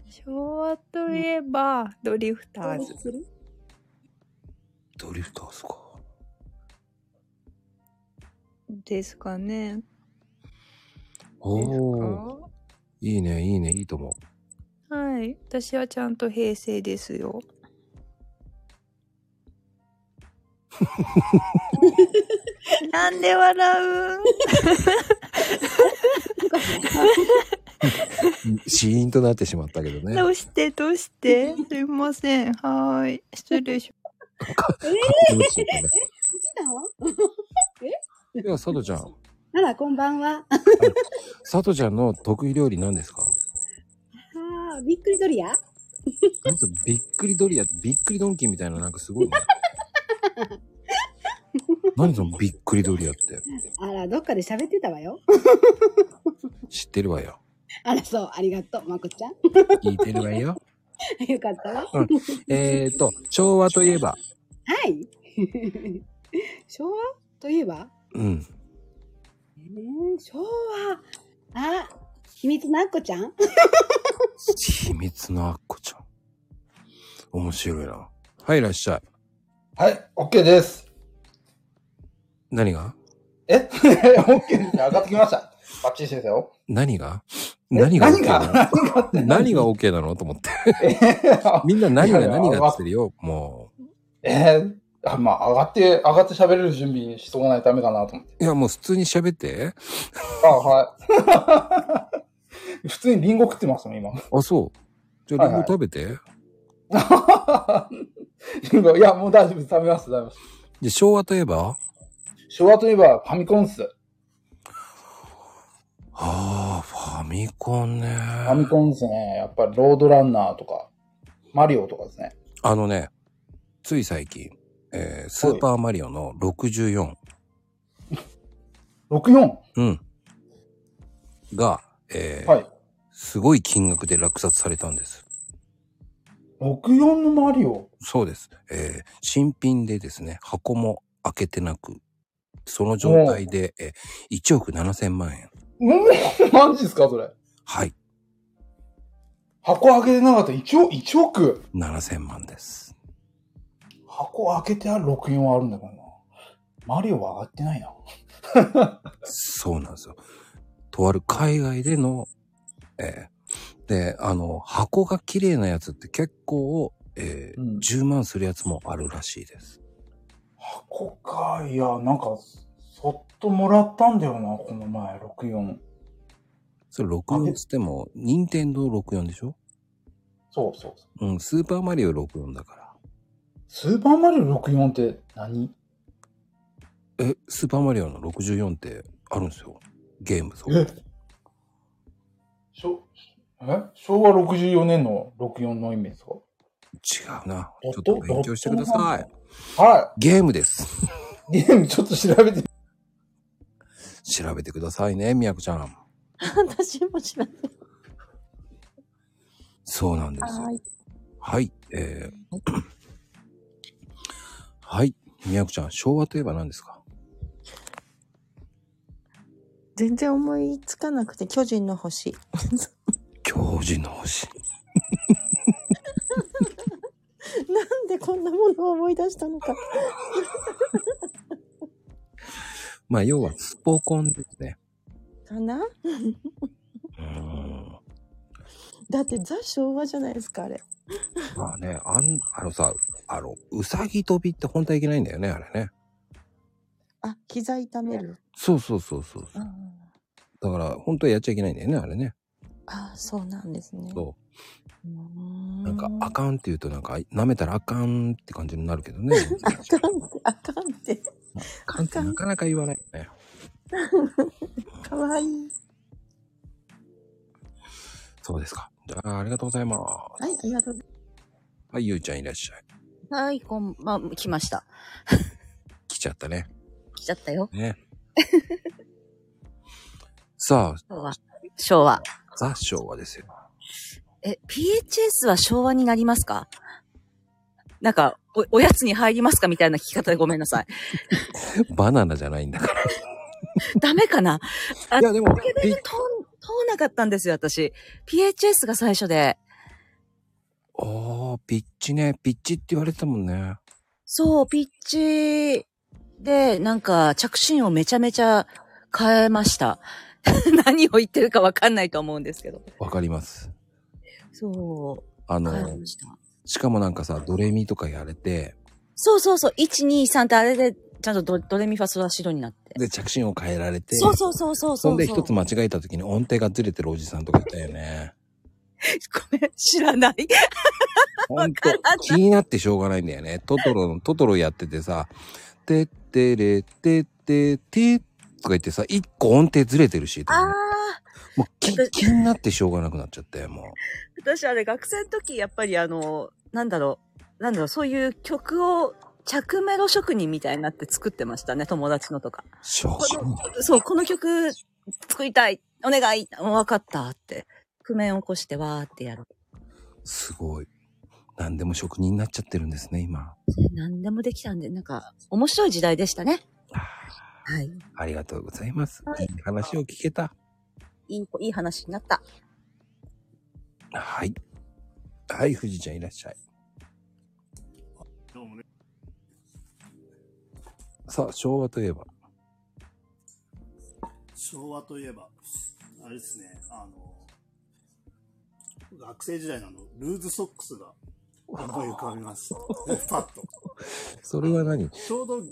S9: 昭和といえば、ドリフターズ。
S1: ドリフターズか。
S9: ですかね。
S1: おお。いいね、いいね、いいと思う。
S9: はい。私はちゃんと平成ですよ。
S10: なんで笑う
S1: シーンとなってしまったけどね。
S9: どうしてどうして すいません。はーい。失礼
S1: え
S9: し
S16: え
S1: どうしようかな
S16: うちだわえ
S1: では、佐藤ちゃん。
S16: あら、こんばんは。
S1: 佐藤ちゃんの得意料理何ですか
S16: あーびっくりドリア
S1: なんつうのびっくりドリアってびっくりドンキーみたいななんかすごいね。何そのびっくりドリアって
S16: あら、どっかで喋ってたわよ。
S1: 知ってるわよ。
S16: あら、そう、ありがとう、まこちゃん。
S1: 聞いてるわよ。
S16: よかったわ。
S1: う
S16: は
S1: ん、えっと、昭和といえば、
S16: い。 昭和といえば、
S1: うん。
S16: えー、昭和。あ、秘密のあっこちゃん
S1: 秘密のあっこちゃん。面白いな。はい、いらっしゃい。
S17: はい、OK です。
S1: 何が
S17: え ?OK ですね。上がってきました。バッチリですよ。
S1: 何が何が OK なの何が OK なのと思って。みんな何が何がっつってるよ。も
S17: えー、あまあ、上がって、上がって喋れる準備しとかないとダメだなと思って。
S1: う。いや、もう普通に喋って。
S17: あはい。普通にリンゴ食ってますもん、今。
S1: あ、そう。じゃあ、リン
S17: はいはい
S1: ゴ食 べて。
S17: リンゴいや、もう大丈夫です。食べます、食べます。
S1: で、昭和といえば
S17: 昭和といえばファミコンっす。
S1: ああ、ファミコンね。
S17: ファミコンですね。やっぱりロードランナーとか、マリオとかですね。
S1: あのね、つい最近、えースーパーマリオの64。
S17: 64?
S1: うん。が、えー
S17: はい
S1: すごい金額で落札されたんです。
S17: 64のマリオ
S1: そうです。えー新品でですね、箱も開けてなく、その状態で、えー1億7千万円。
S17: うん マジですか、それ。
S1: はい。
S17: 箱開けてなかった。1億、1億
S1: 7千万です。
S17: 箱開けてある64はあるんだからな。 マリオは上がってないな。
S1: そうなんですよ。とある海外での、えーで、あの、箱が綺麗なやつって結構、えー10万するやつもあるらしいです。
S17: こっか、いや、なんか、そっともらったんだよな、この前、64。
S1: それ64つっても、任天堂64でしょ
S17: そうそうそう。
S1: うん、スーパーマリオ64だから。
S17: スーパーマリオ64って何
S1: え、スーパーマリオの64ってあるんですよ。ゲームそう。
S17: しょえ昭和64年の64の意味ですか
S1: 違うな。
S17: ちょっ
S1: と勉強してください。
S17: は
S1: ゲームです。
S17: い。ゲームちょっと調べて。
S1: 調べてくださいね、みやこちゃん。
S11: 私も知らない。
S1: そうなんです。
S11: はい。
S1: はい。えー、はい。みやこちゃん、昭和といえば何ですか
S13: 全然思いつかなくて、巨人の 星。
S1: 巨人の星。
S13: なんでこんなものを思い出したのか。
S1: まあ、要は、スポコンですね。
S13: かなだってザ昭和じゃないですか、あれ。
S1: まあね、あん、あのさ、あの、うさぎ飛びって本当はいけないんだよね、あれね。
S13: あ、膝痛める。
S1: そうそうそうそう。だから、本当はやっちゃいけないんだよね、あれね。
S13: ああ、そうなんです ね。
S1: そう。なんか、あかんって言うと、なんか、舐めたらあかんって感じになるけどね。
S13: あかんって、あかんって。
S1: あかんってなかなか言わないよね。
S13: かわいい。
S1: そうですか。じゃあ、ありがとうございます。
S13: はい、ありがとうござい
S1: はい、ゆうちゃんいらっしゃい。
S11: はい、こん、まあ、来ました。
S1: 来ちゃったね。
S11: 来ちゃったよ。
S1: ね。さあ、
S11: 昭和。昭和。
S1: ザ昭和ですよ。
S11: え、PHS は昭和になりますかなんか、お、おやつに入りますかみたいな聞き方でごめんなさい。
S1: バナナじゃないんだから。
S11: ダメかない
S1: や、でも、
S11: ポケベル通ん、通んなかったんですよ、私。PHS が最初で。
S1: おー、ピッチね。ピッチって言われてたもんね。
S11: そう、ピッチで、なんか、着信をめちゃめちゃ変えました。 何を言ってるかわかんないと思うんですけど。
S1: わかります。
S11: そう。
S1: あの、
S11: 変えました。
S1: しかもなんかさ、ドレミとかやれて、
S11: そうそうそう、1、2、3ってあれで、ちゃんとドドレミファソラシドになって。
S1: で、着信を変えられて、
S11: そうそうそうそうそう。
S1: そんで一つ間違えた時に音程がずれてるおじさんとかいたよね。
S11: ごめん、知らない。
S1: ほんと、気になってしょうがないんだよね。トトロの、トトロやっててさ、てってれてっててとか言ってさ、一個音程ずれてるし、
S11: ああ、
S1: もう気気になってしょうがなくなっちゃって、もう。
S11: 私あれ学生の時、やっぱりあの、なんだろう、なんだろう、そういう曲を、着メロ職人みたいになって作ってましたね、友達のとか。
S1: そう
S11: そう、この曲作りたい、お願い、わかったって。譜面を起こしてわーってやる。
S1: すごい。何でも職人になっちゃってるんですね、今。
S11: 何でもできたんで、なんか、面白い時代でしたね。はい。
S1: ありがとうございます。いい話を聞けた。
S11: いい、いい話になった。
S1: はい。はい、富士ちゃんいらっしゃい。
S7: どうもね。
S1: さあ、昭和といえば。
S7: 昭和といえば、あれですね、あの、学生時代のあの、ルーズソックスが、思い浮かびます。 パッと。
S1: それは何
S7: ちょうど、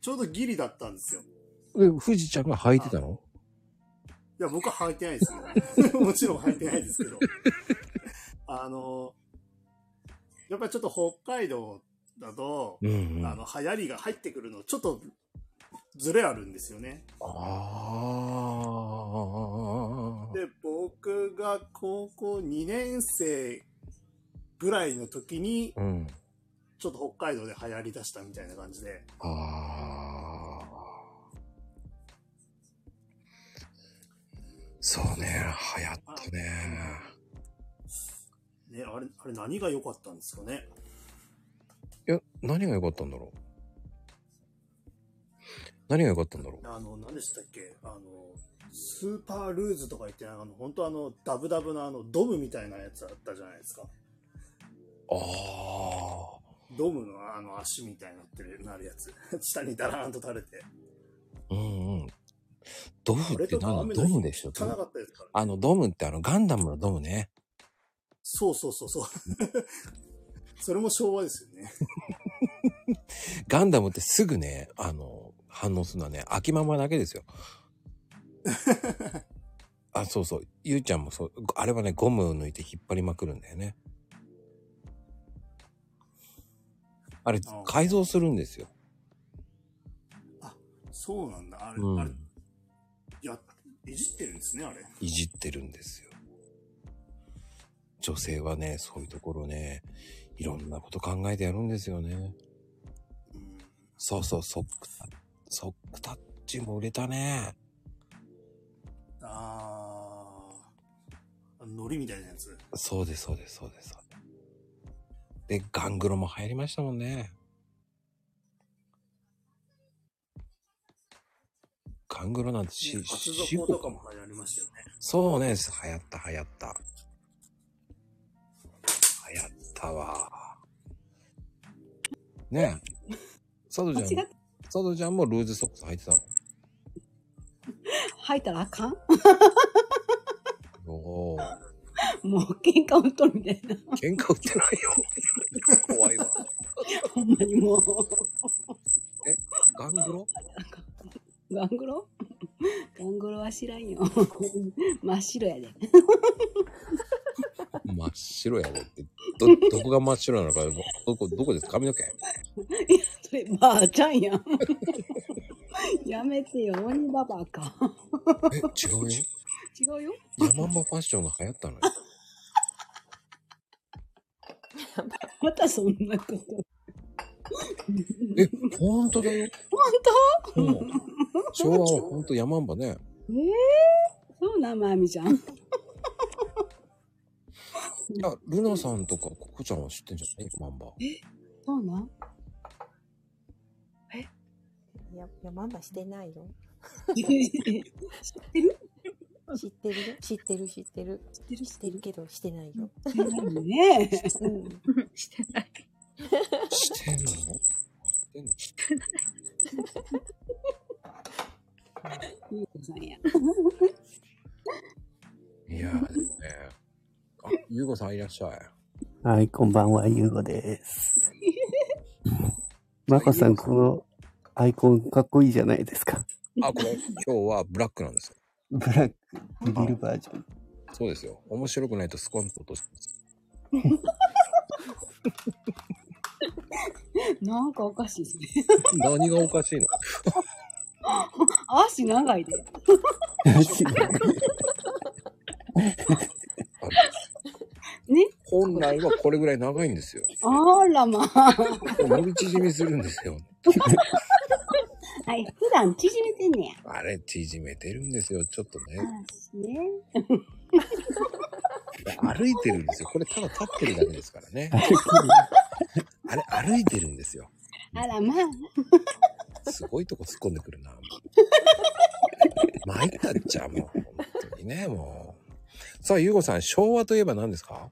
S7: ちょうどギリだったんですよ。
S1: え富士ちゃんが履いてたの
S7: いや、僕は履いてないですよ。 もちろん履いてないですけど。あの、やっぱりちょっと北海道だと、
S1: うんうん
S7: あの、流行りが入ってくるの、ちょっと、ずれあるんですよね。
S1: あ
S7: で、僕が高校2年生ぐらいの時に、
S1: あ。うん。
S7: ちょっと北海道で流行り出したみたいな感じで。
S1: そうね、流行ったね。
S7: ね、あれ、あれ何が良かったんですかね。
S1: いや、何が良かったんだろう。何が良かったんだろ
S7: あの、何でしたっけあの、スーパールーズとか言って、あの、本当あの、ダブダブのあの、ドムみたいなやつあったじゃないですか。
S1: ああ。
S7: ドムのあの足みたいになってる、なるやつ。 下にダラーンと垂れて。
S1: う。うんうん。ドムって
S7: あ
S1: 何
S7: れとか雨の
S1: ド
S7: 日
S1: ムでしょ
S7: 聞かなかったですか
S1: あの、ドムってあの、ガンダムのドムね。
S7: そうそうそう そう。それも昭和ですよね。
S1: ガンダムってすぐね、あの、反応するのはね、秋ママだけで すよ。あ、そうそう。ゆうちゃんもそう。あれはね、ゴムを抜いて引っ張りまくるんだよね。あれ、改造するんですよ。
S7: そうなんだ。あれ、
S1: うん
S7: あれ、や、いじってるんですね、あれ。
S1: いじってるんですよ。女性はね、そういうところね、いろんなこと考えてやるんですよね。そうそう、ソックタッチ、ソックタッチも売れたね。
S7: あー。ノリみたいなやつ。
S1: そうです、そうです、そうです。そうですで、ガングロも流行りましたもんね。ガングロなんてし、
S7: 厚
S1: し
S7: 底とかも流行りましたよね。
S1: そうね、流行った、流行った。流行ったわ。ねえ。佐藤ちゃん、佐藤ちゃんもルーズソックス履いてたの
S15: 入ったらあかん
S1: おー
S15: もう喧嘩売っとるみたいな。
S1: 喧嘩売ってないよ。怖いわ。
S15: ほんまにもう。
S1: え、ガングロ
S15: ガングロガングロは知らんよ。真っ白やで。
S1: 真っ白やねって。ど、どこが真っ白なのか、どこ、どこですか髪の毛
S15: いや、それ、ばあちゃんやん。 やめてよ、鬼ババアか。
S1: え、違うよ。
S15: 違うよ。
S1: 山マファッションが流行った のよ。
S15: またそんなこと。
S1: え、ほんとだよ。
S15: 本当、
S1: うん昭和はほんと山んばね。
S15: ええそうなん、まゆみちゃん。
S1: いや、ルナさんとかココちゃんは知ってんじゃないマンバ。
S15: え、そうなん
S9: いや、いや、ママしてないよ。
S15: 知ってる
S9: 知ってるよ知ってる、知ってる。
S15: 知ってる、
S9: 知ってるけど、してないよ。
S15: ねえ。
S9: してない。
S1: してんのしてんの
S15: ゆうこさんや。
S1: いやーでもね。あ、ゆうこさんいらっしゃい。
S7: はい、こんばんは、ゆうごです。まこさん、このアイコンかっこいいじゃないですか。
S1: あ、これ今日はブラックなんですよ。
S7: ブラック、ビビるバージョン。
S1: そうですよ。面白くないとスコンと落としてます。
S15: なんかおかしいですね。
S1: 何がおかしいの
S15: 足長いで。ね
S1: 本来はこれぐらい長いんですよ。
S15: あらまあ。
S1: 伸び縮みするんですよ。
S15: はい、普段縮めてんねや。
S1: あれ、縮めてるんですよ。ちょっとね。
S15: ね。
S1: 歩いてるんですよ。これただ立ってるだけですからね。あれ、歩いてるんですよ。
S15: あらまあ。
S1: すごいとこ突っ込んでくるな。参ったっちゃもう。本当にね、もう。さあ、ゆうごさん、昭和といえば何ですか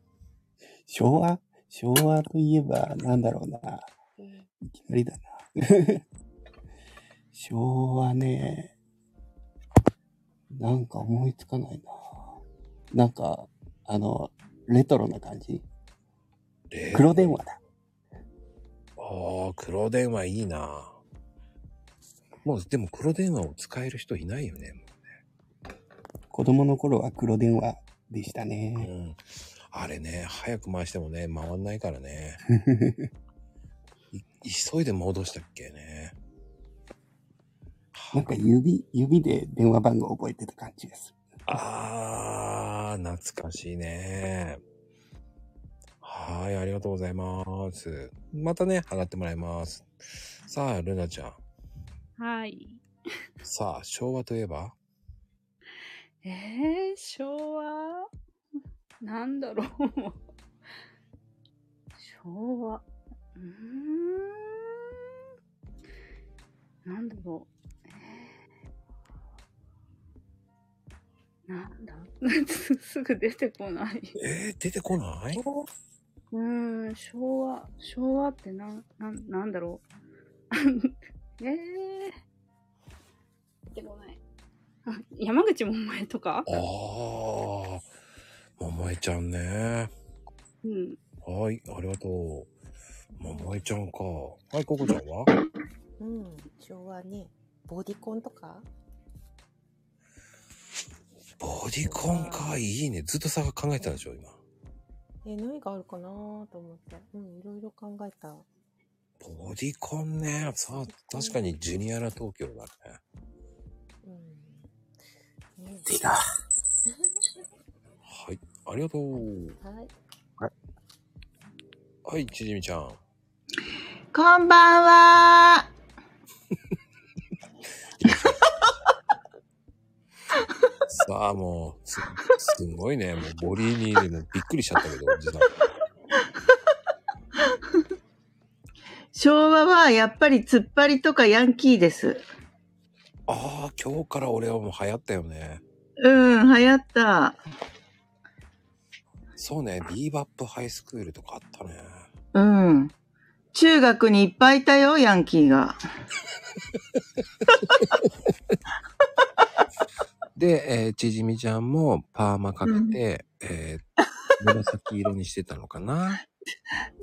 S7: 昭和昭和といえば、なんだろうな。いきな りだな。昭和ね。なんか思いつかないな。なんか、あの、レトロな感じ。黒電話だ。
S1: ああ、黒電話いいな。もう、でも黒電話を使える人いないよね。
S7: 子供の頃は黒電話でしたね。
S1: あれね、早く回してもね、回んないからね。急いで戻したっけね。
S7: なんか指、指で電話番号覚えてた感じです。
S1: あー、懐かしいね。はい、ありがとうございます。またね、上がってもらいます。さあ、ルナちゃん。
S18: はい。
S1: さあ、昭和といえば
S14: えー、昭和なんだろう。昭和。うーん。なんだろう。えーなんだ すぐ出てこない。
S1: えー、出てこないう
S14: ーん、昭和、昭和ってなん、なん、なんだろう。 ええー。でもない。あ山口百恵とか
S1: あー、桃江ちゃんね。
S14: うん。
S1: はい、ありがとう。桃江ちゃんか。はい、ココちゃんは
S9: うん、昭和ね。ボディコンとか
S1: ボディコンか、いいね。ずっとさ、考えてたんでしょ、今。
S9: え、何があるかなーと思って。うん、いろいろ考えた。
S1: ボディコンね。さあ、確かにジュニアな東京だね。
S9: できた。
S1: はい、ありがとう。
S9: はい。
S1: はい、ちじみちゃん。
S19: こんばんは。
S1: さあ、もう、す、すごいね。もう、ボリーニーでもびっくりしちゃったけど、おじさん。
S19: 昭和はやっぱり突っ張りとかヤンキーです。
S1: ああ、今日から俺はもう流行ったよね。
S19: うん、流行った。
S1: そうね、ビーバップハイスクールとかあったね。
S19: うん。中学にいっぱいいたよ、ヤンキーが。
S1: で、えーちじみちゃんもパーマかけて、えー紫色にしてたのかな。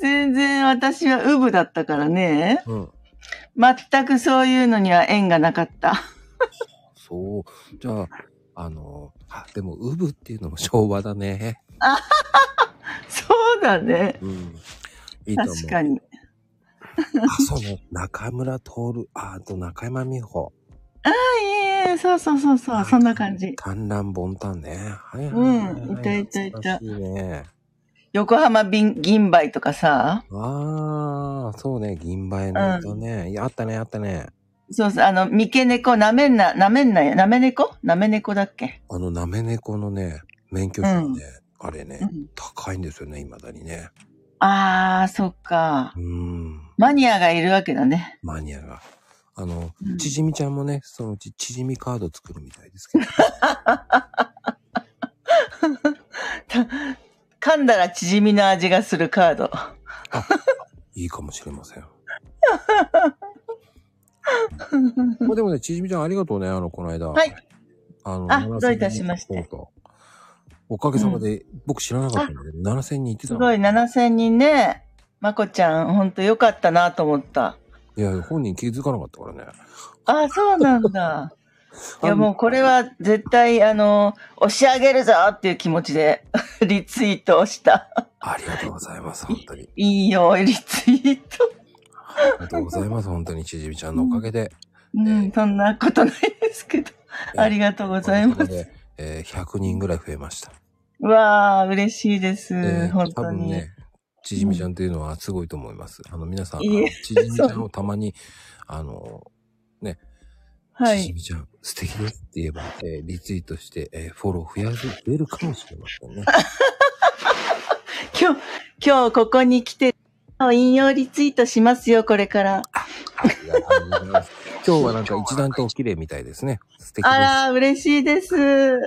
S19: 全然私はウブだったからね。
S1: うん。
S19: 全くそういうのには縁がなかった。
S1: そう。じゃあ、あの、あでも、ウブっていうのも昭和だね。
S19: あはははそうだね。
S1: うん。いいと思う。
S19: 確かに。
S1: あ、そうね。中村徹、ああと中山美穂、
S19: ああ、いえいえ、そうそうそうそう、そんな感じ。
S1: 観覧ボンタンね。はいはいはい、
S19: うん、いたいたいた
S1: い。いね。
S19: 横浜銀銀杯とかさ、
S1: ああ、そうね。銀杯の歌ね。いやあったね、あったね。
S19: そうそう、あの、三毛猫、なめんな、なめんなや、なめ猫なめ猫だっけ
S1: あの、なめ猫のね、免許証ね、あれね、高いんですよね、未だにね。
S19: ああ、そっか。
S1: うん。
S19: マニアがいるわけだね。
S1: マニアが。あの、ちじみちゃんもね、そのうちちじみカード作るみたいですけど。
S19: 噛んだら縮みの味がするカード。
S1: いいかもしれま せん。まあでもね、ちじみちゃんありがとうね、あの、この間。
S19: はい。
S1: あの、
S19: あ
S1: 7000
S19: どういたしまして
S1: 人の方と。おかげさまで、僕知らなかったんだけど、7000人行ってた
S19: す
S1: の
S19: ごい、7000人ね。まこちゃん、ほんとよかったなと思った。
S1: いや、本人気づかなかったからね。
S19: ああ、そうなん だ。いや、もうこれは絶対、あの、押し上げるぞっていう気持ちでリツイートをした。
S1: ありがとうございます、本 当に。
S19: いいよ、リツイート。
S1: ありがとうございます、本当に、ちじみちゃんのおかげで、
S19: うん、そんなことないですけど。ありがとうございます。
S1: えー100人ぐらい増えました。
S19: うわあ、嬉しいです。
S1: えー
S19: 本
S1: 多
S19: 当
S1: 分
S19: に。
S1: ね、ちじみちゃんというのはすごいと思います。あの、皆さん、あ
S19: いえ
S1: のちじみちゃんをたまに、あの、ね、
S19: はい
S1: ちじみちゃん、素敵ですって言えば、えーリツイートして、えーフォロー増やす、増えるかもしれませんね。
S19: 今日、今日ここに来て、引用リツイートしますよ、これから。
S1: 今日はなんか一段とお綺麗みたいですね。素敵です。
S19: あら、嬉しいです。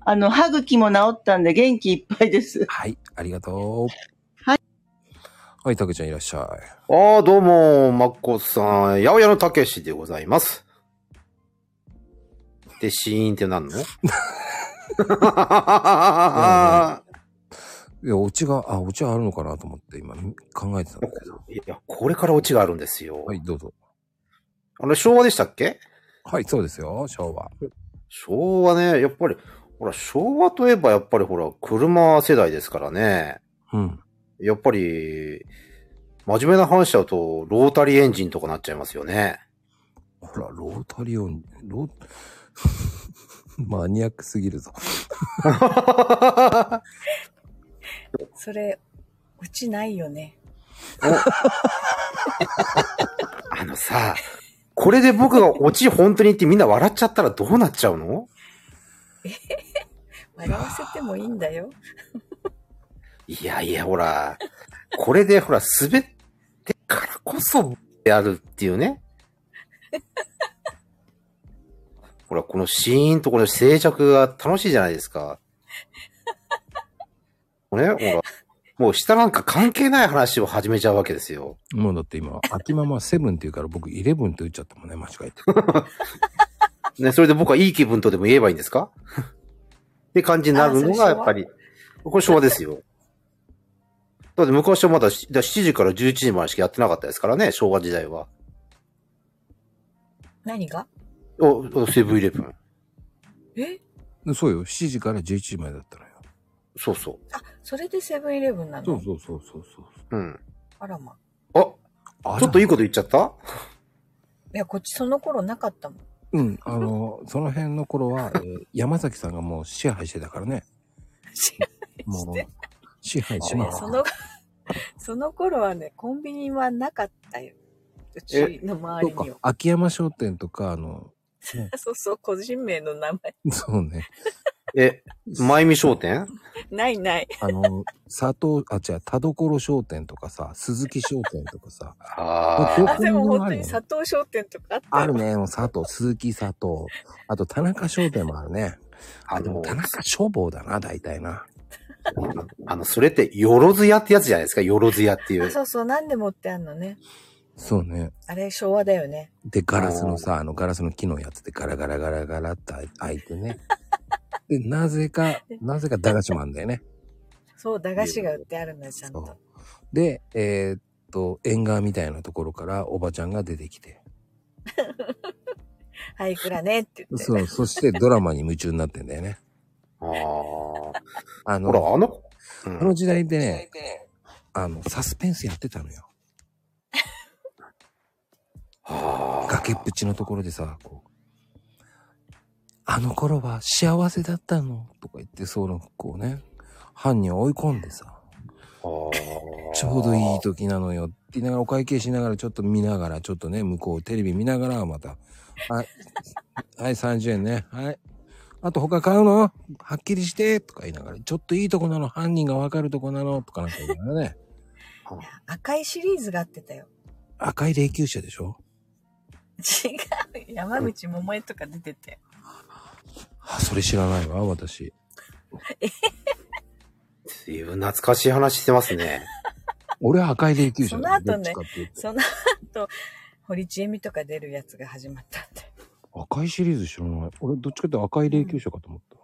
S19: あの、歯茎も治ったんで元気いっぱいです。
S1: はい。ありがとう。
S19: はい。
S1: はい、たけちゃんいらっしゃい。
S20: ああ、どうも、まっこさん、八百屋のたけしでございます。で、シーンってなん の
S1: いや、オチが、あ、オチはあるのかなと思って今考えてたんだけど。
S20: いや、これからオチがあるんですよ。
S1: はい、どうぞ。
S20: あれ、昭和でしたっけ
S1: はい、そうですよ、昭和。
S20: 昭和ね、やっぱり、ほら、昭和といえばやっぱりほら、車世代ですからね。
S1: うん。
S20: やっぱり、真面目な話しちゃうと、ロータリーエンジンとかなっちゃいますよね。
S1: ほら、ロータリーエンジン、ロー、 マニアックすぎるぞ。
S15: それ、落ちないよね。
S20: あのさ、これで僕がオチ本当に言ってみんな笑っちゃったらどうなっちゃうの
S15: 笑わせてもいいんだよ。
S20: いやいや、ほら、これでほら、滑ってからこそやるっていうね。ほら、このシーンとこの静寂が楽しいじゃないですか。ね、ほら、もう下なんか関係ない話を始めちゃうわけですよ。
S1: もうだって今、秋ママセブンって言うから僕イレブンって打っちゃったもんね、間違えて。
S20: ね、それで僕はいい気分とでも言えばいいんです かって感じになるのが、やっぱり、これ昭和ですよ。だって昔はまだしだ7時から11時までしかやってなかったですからね、昭和時代は。
S15: 何が
S20: お、おセブンイレブン。
S15: え
S1: そうよ、7時から11時までだったのよ。
S20: そうそ
S15: それでセブンイレブンなの
S1: そうそうそうそ
S20: う。
S1: う
S20: うん。
S15: あらま。
S20: あ、ちょっといいこと言っちゃった
S15: いや、こっちその頃なかったもん。
S1: うん、あの、その辺の頃は、えー山崎さんがもう支配してたから ね。もう、支配しま
S15: いや
S1: す
S15: そ。の、 その頃はね、コンビニはなかったよ。う
S1: え
S15: ちの周りには。
S1: 秋山商店とか、あの、ね
S15: そうそう、個人名の名前。
S1: そうね。
S20: え、まゆみ商店
S15: ないない。
S1: あの、佐藤、あ、違う、田所商店とかさ、鈴木商店とかさ。
S20: あ
S1: どこ
S15: あ、でも
S1: も
S15: 本
S1: あ
S15: 当
S1: る
S15: に
S1: ね
S15: 佐藤商店とかあった
S1: あ
S15: よ
S1: るね、もう佐藤、鈴木佐藤。あと、田中商店もあるね。
S20: あ、で
S1: も、田中消防だな、大体な。
S20: あの、それって、よろずやってやつじゃないですか、よろずやってい
S15: あ
S20: う。
S15: そうそう、何でも売ってあんのね。
S1: そうね。
S15: あれ、昭和だよね。
S1: で、ガラスのさ、あのガラスの木のやつでガラガラガラガラって開いてね。で、な ぜか、なぜか駄菓子もあんだよね。
S15: そう、駄菓子が売ってあるんだよ、ちゃんと。
S1: で、えーっと、縁側みたいなところからおばちゃんが出てきて。
S15: はい、いくらねって言って。
S1: そう、そしてドラマに夢中になってんだよね。
S20: あ
S1: あ。あ
S20: ほ
S1: の、
S20: らあの、
S1: あの時代ってね、あの、サスペンスやってたのよ。崖っぷちのところでさ、こう、あの頃は幸せだったのとか言って、そうの、こうね、犯人を追い込んでさ、ちょうどいい時なのよって言いながら、お会計しながら、ちょっと見ながら、ちょっとね、向こうテレビ見ながら、また、はい、 はい、30円ね、はい。あと他買うのはっきりしてとか言いながら、ちょっといいとこなの、犯人がわかるとこなのとかなんか言いながらね、
S15: 赤いシリーズがあってたよ。
S1: 赤い霊柩車でしょ
S15: 違う。山口百恵とか出てたよ。
S1: あ、それ知らないわ、私。
S20: 随分懐かしい話してますね。
S1: 俺は赤い霊柩
S15: そ
S1: 車
S15: の
S1: だよど
S15: 後ね
S1: っちかっていう、と
S15: その後、堀ちえみとか出るやつが始まったんだよ。
S1: 赤いシリーズ知らない。俺、どっちかっていうと赤い霊柩車かと思った。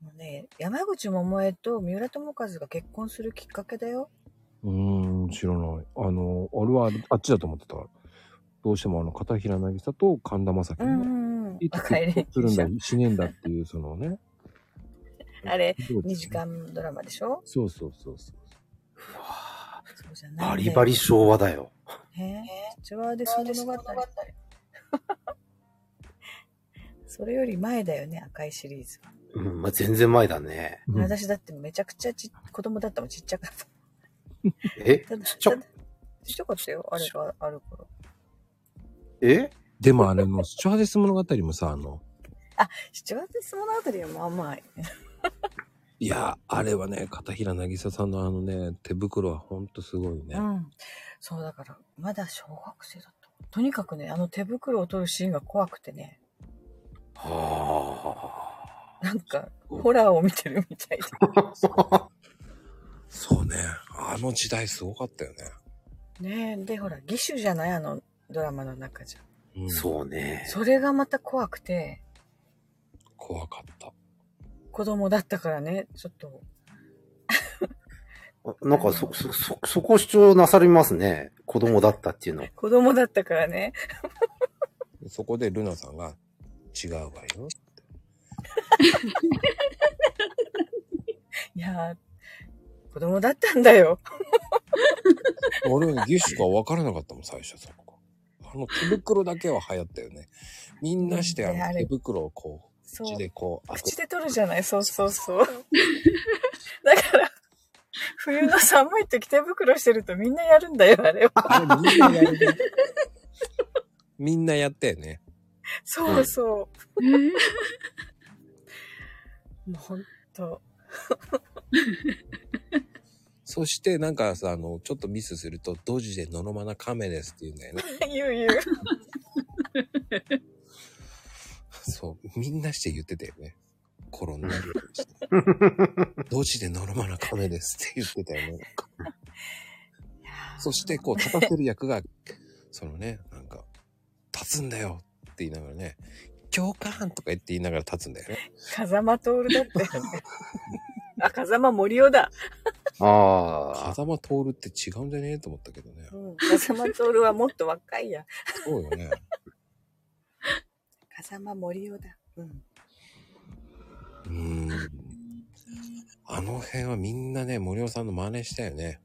S15: もうね、山口百恵と三浦友和が結婚するきっかけだよ。
S1: うーん、知らない。あの、俺はあっちだと思ってた。どうしてもあの、片平渚と神田正輝
S15: うんう
S1: が、
S15: んうん。
S1: いつ
S15: 赤い
S1: 結
S15: ね
S1: 婚するんだ、死ねんだっていう、そのね。
S15: あれ、
S1: そうです
S15: 2時間ドラマでしょ
S1: そうそうそうそう。
S15: そうじゃない。
S20: バリバリ昭和だよ。
S15: へえ。それはです物語。それより前だよね、赤いシリーズは。
S20: うん、まあ、全然前だね。
S15: 私だってめちゃくちゃち子供だったもん、ちっちゃかった。
S20: え
S15: ただちっちゃちっちゃかったよ、あれがある頃。
S20: え
S1: でもあれの、スチュワーデス物語もさ、あの、
S15: あ、7月そのあたりはまあまあ。
S1: いや、あれはね、片平渚さんのあのね、手袋はほんとすごいね。
S15: うん。そうだから、まだ小学生だった。とにかくね、あの手袋を取るシーンが怖くてね、
S1: は
S15: なんか、ホラーを見てるみたいで。
S1: あ。そうね。あの時代すごかったよね。
S15: ねえ、で、ほら、義手じゃないあのドラマの中じゃ。
S20: そうね。
S15: それがまた怖くて、
S1: 怖かった。
S15: 子供だったからね、ちょっと、
S20: なんかそ、そ、そ、そこ主張なさりますね。子供だったっていうの。
S15: 子供だったからね。
S1: そこでルナさんが、違うわよ。
S15: いやー、子供だったんだよ。
S1: 俺は義手か分からなかったもん、最初そこ。あの手袋だけは流行ったよね。みんなしてあ
S15: ねあ
S1: の
S15: れ
S1: 手袋をこう、
S15: そう
S1: 口でこう、
S15: 口で取るじゃないそうそうそう。 だから、冬の寒い時手袋してるとみんなやるんだよ、あれ
S1: は。みんなや
S15: る。
S1: みんなやったよね。
S15: そうそう。もうほんと。
S1: そしてなんかさ、あの、ちょっとミスすると、ドジでのろまなカメですって言うん だよね。
S15: ゆうゆう。
S1: そう、みんなして言ってたよね。転んだりして。ドジでのろまなカメですって言ってたよね。そして、こう、立たせる役が、そのね、なんか、立つんだよって言いながらね、共感とか言って言いながら立つんだよね。
S15: 風間徹だったよね。あ、風間森夫だ。
S20: あ
S1: あ。風間徹って違うんじゃねえと思ったけどね。
S15: うん、風間徹はもっと若いや。
S1: そうよね。
S15: 風間森夫だ。うん。
S1: うーん。あの辺はみんなね、森尾さんの真似したよね。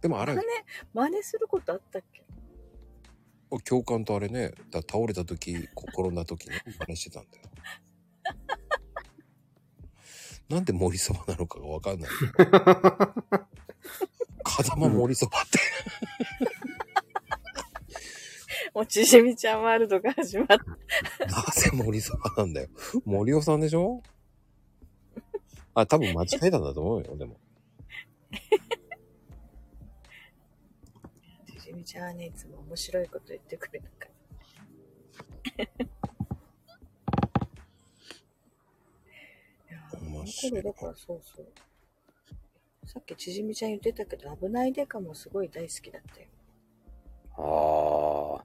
S1: でもあ
S15: 真
S1: れ
S15: 似、、真似することあったっけ
S1: 教官とあれね、だ倒れた時、こ転んだ時に真似してたんだよ。なんで森そばなのかがわかんない。風間森そばって。
S15: おちしみちゃんワールドが始まった。
S1: なぜ森そばなんだよ。森尾さんでしょあ、多分間違えたんだと思うよ、でも。
S15: おちしみちゃんはね、いつも面白いこと言ってくれるから。いやーあの頃だからそうそう。
S16: さっきちじみちゃん言ってたけど、危ないデカもすごい大好きだったよ。
S20: ああ。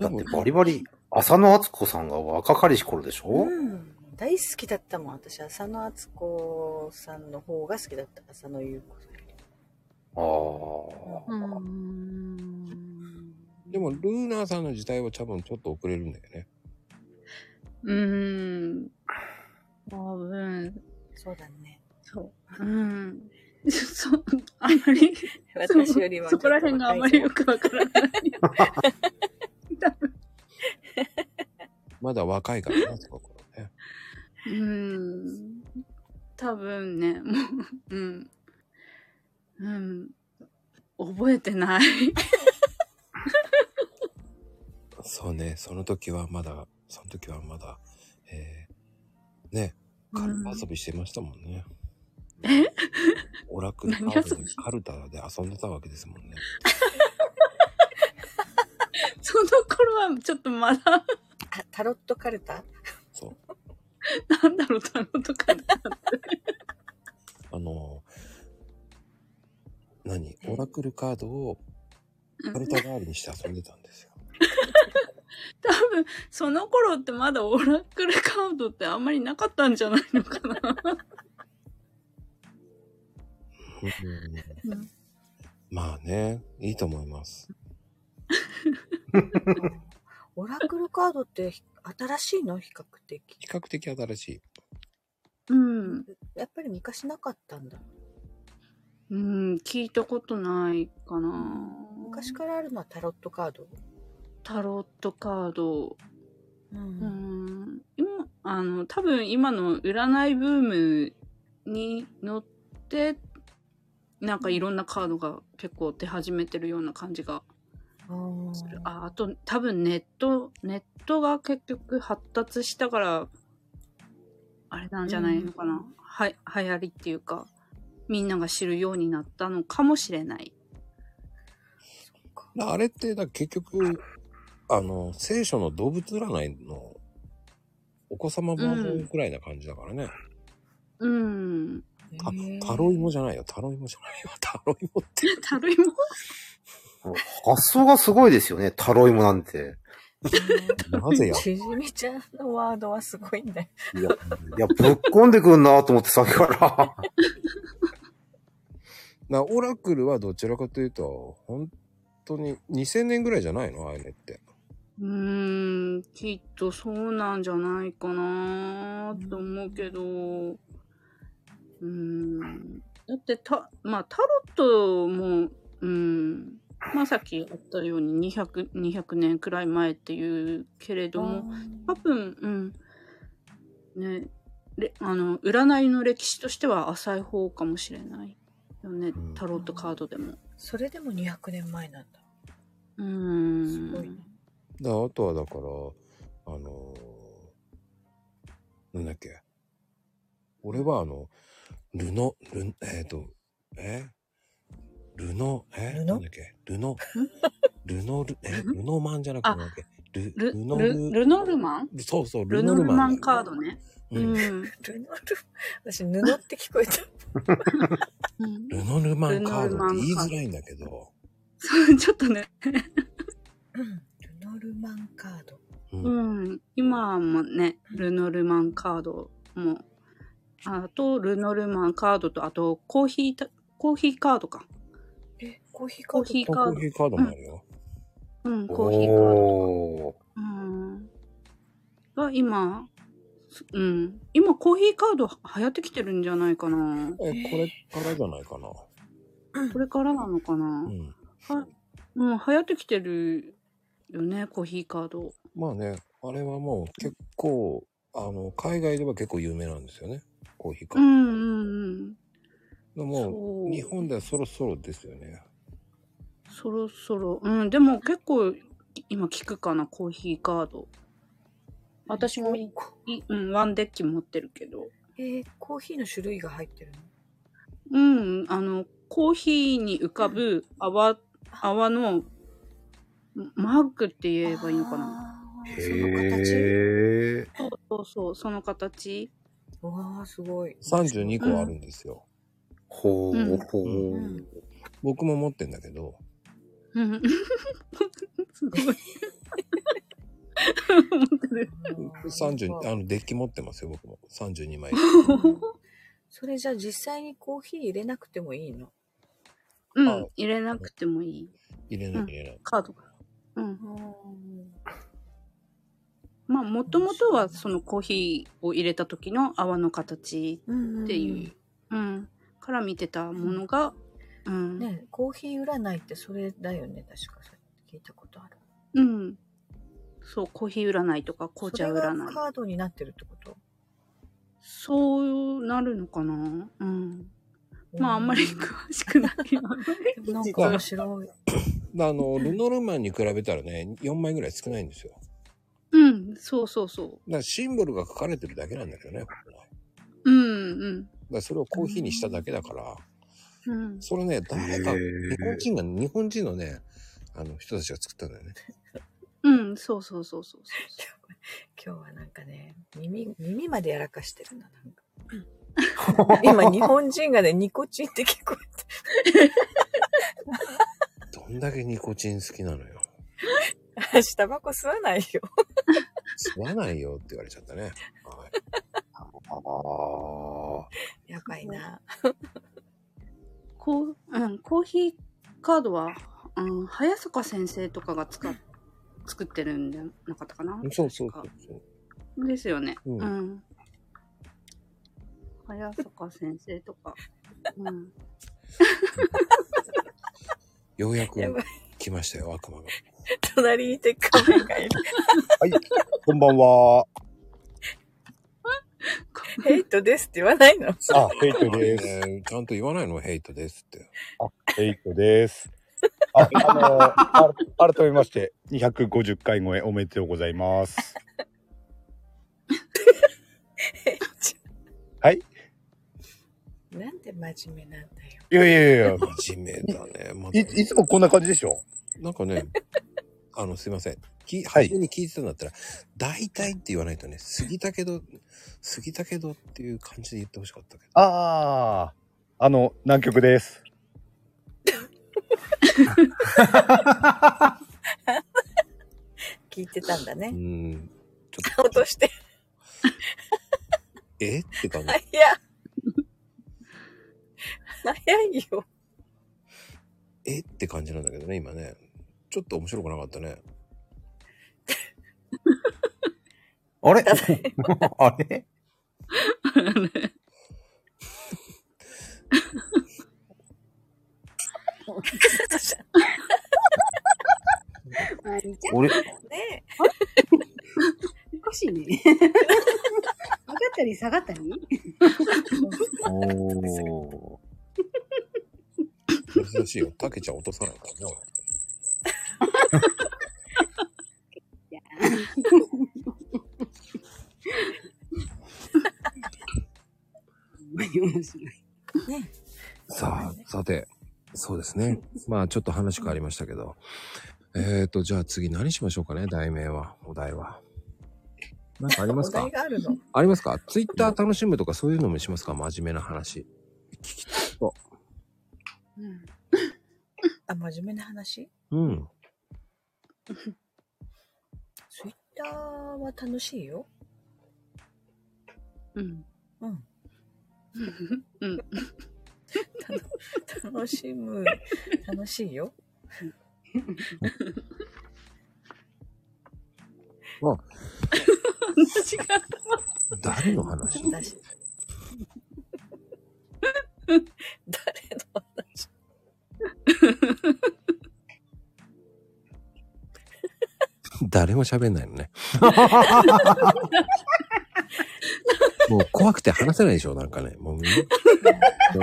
S20: だってバリバリ、浅野敦子さんが若かりし頃でしょ
S16: うん。大好きだったもん。私、浅野敦子さんの方が好きだった。浅野ゆう子さん。
S20: ああ。
S1: でも、ルーナーさんの時代は多分ちょっと遅れるんだよね。
S14: うーん。多分。
S16: そうだね。
S14: そう。うん。そ、あんまり。
S16: 私よりは
S14: そこら辺があんまりよくわからない。
S1: まだ若いからね、そこね。
S14: うーん。多分ね、もう、うん。うん。覚えて ない。
S1: そうね、その時はまだ、その時はまだ、えー、ね、カルタ遊びしてましたもん ね。
S14: え
S1: オラクルカ
S14: 何
S1: ー
S14: 遊
S1: ドでカルタで遊んでたわけですもんね。
S14: その頃はちょっとまだ。
S16: タロットカルタ
S1: そう。
S14: なんだろう、タロットカルタ
S1: あのー、何オラクルカードをカルタ代わりにして遊んでたんですよ。
S14: 多分、その頃ってまだオラクルカードってあんまりなかったんじゃないのかな。
S1: まあね、いいと思います。
S16: オラクルカードってひ新しいの比較的。
S1: 比較的新しい。
S14: うん。
S16: やっぱり昔なかったんだ。
S14: うん、聞いたことないかな。
S16: 昔からあるのはタロットカード
S14: タロットカー
S16: う
S14: ド。うん。今、あの、多分今の占いブームに乗って、なんかいろんなカードが結構出始めてるような感じがする。あ、あと多分ネット、ネットが結局発達したから、あれなんじゃないのかな。は、流行りっていうか、みんなが知るようになったのかもしれない。
S1: あれって、だから結局、あの、聖書の動物占いのお子様バージョンくらいな感じだからね。
S14: うん。
S1: あ、タロイモじゃないよ。タロイモじゃないよ。 タロイモって。
S14: タロイモ
S20: 発想がすごいですよね、タロイモなん て。な ぜや、
S16: ちじみちゃんのワードはすごいんだよ。
S20: いや、いやぶっこんでくんなと思ってさっきから。
S1: なオラクルはどちらかというと、本当に2000年ぐらいじゃないのああいうのって。
S14: うーん、きっとそうなんじゃないかなーと思うけど、うーん、だってた、まあタロットも、うん、まあさっきあったように200、200年くらい前っていうけれども、多分、うん、ね、れあの、占いの歴史としては浅い方かもしれないよね、タロットカードでも。
S16: それでも200年前なんだ。
S14: うーん。すごい
S1: だあとはだから、あのーなんだっけ。俺はあの、ルノ、ル、えっ、と、えルノ、えなんだっけルノ、ルノル、えルノマンじゃなくてなんだっけル、
S14: ル、
S1: ルノ
S14: ル、
S1: ル、
S14: ルノルマン
S1: そうそう、
S14: ル
S1: ル
S14: ノ
S1: ノ
S14: ル
S1: ル
S14: マ
S1: マ
S14: ン
S1: ン。
S14: カードね。う。
S1: うんん
S16: ルノル、私、布って聞こえた。
S1: ルノルマンカードって言いづらいんだけど、
S14: そう、 ちょっとね。
S16: ルノルマンカード。
S14: うん。今もね、ルノルマンカードも、あと、ルノルマンカードと、あと、コーヒーた、コーヒーカードか。
S16: え、コーヒー
S14: カードコーヒーカード。
S1: コーヒーカードもあるよ。
S14: うん、コーヒーカード。
S20: おー。
S14: うん。が今、すうん。今、コーヒーカード流行ってきてるんじゃないかな。
S1: え、これからじゃないかな。
S14: これからなのかな。
S1: うん。
S14: はうん、流行ってきてるよね、コーヒーカード。
S1: まあね、あれはもう結構、あの、海外では結構有名なんですよね。コーヒーカー
S14: う
S1: ド。
S14: んうんうん。
S1: で
S14: そ
S1: も
S14: う
S1: 日本ではそろそろですよね。
S14: そろそろ、うん、でも結構今聞くかな、コーヒーカード。私もい、いうん、ワンデッキ持ってるけど。
S16: えー、コーヒーの種類が入ってるの
S14: うん、あの、コーヒーに浮かぶ泡、泡の、マークって言えばいいのかな。
S20: へえ。
S14: そうそうそう、その形
S21: わあ、すごい。
S1: 32個あるんですよ。
S20: ほ
S21: う
S20: ほう
S1: 僕も持ってんだけど、
S14: うん。 すごい。
S1: 30、あの、デッキ持ってますよ、僕も。32枚。
S15: それじゃあ実際にコーヒー入れなくてもいいの
S14: うん、入れなくてもいい。
S1: 入れ
S14: う
S1: なんきゃいけない。
S14: カードが。うん。まあ、もともとはそのコーヒーを入れた時の泡の形っていう、うん、から見てたものが、うん。
S15: ねコーヒー占いってそれだよね、確か。それ聞いたことある。
S14: うん。そう、コーヒー占いとか紅茶
S15: それが
S14: 占い。
S15: カードになってるってこと
S14: そうなるのかなうん。まあ、あんまり詳しくない。
S15: なん
S1: か
S15: 面白い。
S1: あの、ルノルマンに比べたらね、4枚ぐらい少ないんですよ。
S14: うん、そうそう
S1: だ
S14: そ
S1: からシンボルが書かれてるだけなんだけどね。だか
S14: う。うん、うん。
S1: らそれをコーヒーにしただけだから、
S14: うん、
S1: それね、誰か、日本人が、日本人のね、あの人たちが作ったんだよね。
S14: うん、そうそうそうそう
S15: 今日はなんかね、耳、耳までやらかしてるな、 なんか。今、日本人がね、ニコチンって聞こ
S1: どんだけニコチン好きなのよ。
S15: えた。私、タバコ吸わないよ。
S1: 吸わないよって言われちゃったね。はい、
S15: やばいな。
S14: こう、うん、コーヒーカードは、うん、早坂先生とかが使っ作ってるんじゃなかったかな
S1: ああ。そうそうそうそう。
S14: ですよね。
S1: うん
S14: うん。早坂先生とか。うん。
S1: ようやく来ましたよ、悪魔が。
S15: 隣にいてカメがいる。
S1: はい、こんばんは。
S15: ヘイトですって言わないの
S1: あ、ヘイト です。ちゃんと言わないのヘイトですって。あ、ヘイト です。
S8: あ、あのーあ改めまして、250回超えおめでとうございます。はい
S15: なんて真面目なんだ
S8: い
S15: よ。
S8: やいやいや。
S1: 真面目だね。ま
S8: いいつもこんな感じでしょ
S1: なんか ね、あの、すいません。き、初めに聞いてたんだったら、大体って言わないとね、過ぎたけど、過ぎたけどっていう感じで言ってほしかったけど。
S8: ああ、あの、南極です。
S15: 聞いてたんだね。
S1: うん。
S15: 落として。
S1: えって感じ
S15: 早。っ。早いよ。
S1: えって感じなんだけどね、今ね。ちょっと面白くなかったね。
S8: あ れあれ
S22: 俺
S8: 俺
S22: ねえ。おかしいね。 上がったり下がったり
S1: お ー。珍しいよ。たけちゃん落とさないからね。さあ、さて、そうです ね。まあ、ちょっと話変わりましたけど。えーと、じゃあ次何しましょうかね、題名は、お題は。なんかありますか
S15: お題があるの。
S1: ありますかツイッター楽しむとかそういうのもしますか真面目な話。聞きたいこと。
S15: あ、真面目な話
S1: うん。
S15: ツイッターは楽しいよ。
S14: うん。
S15: うん。
S14: うん。
S15: 楽しむ。楽しい よ。
S1: あ、
S14: 話が。
S1: 誰の話
S15: 誰の 話
S1: 誰も喋んないのね。もう怖くて話せないでしょなんかね。もうみんな。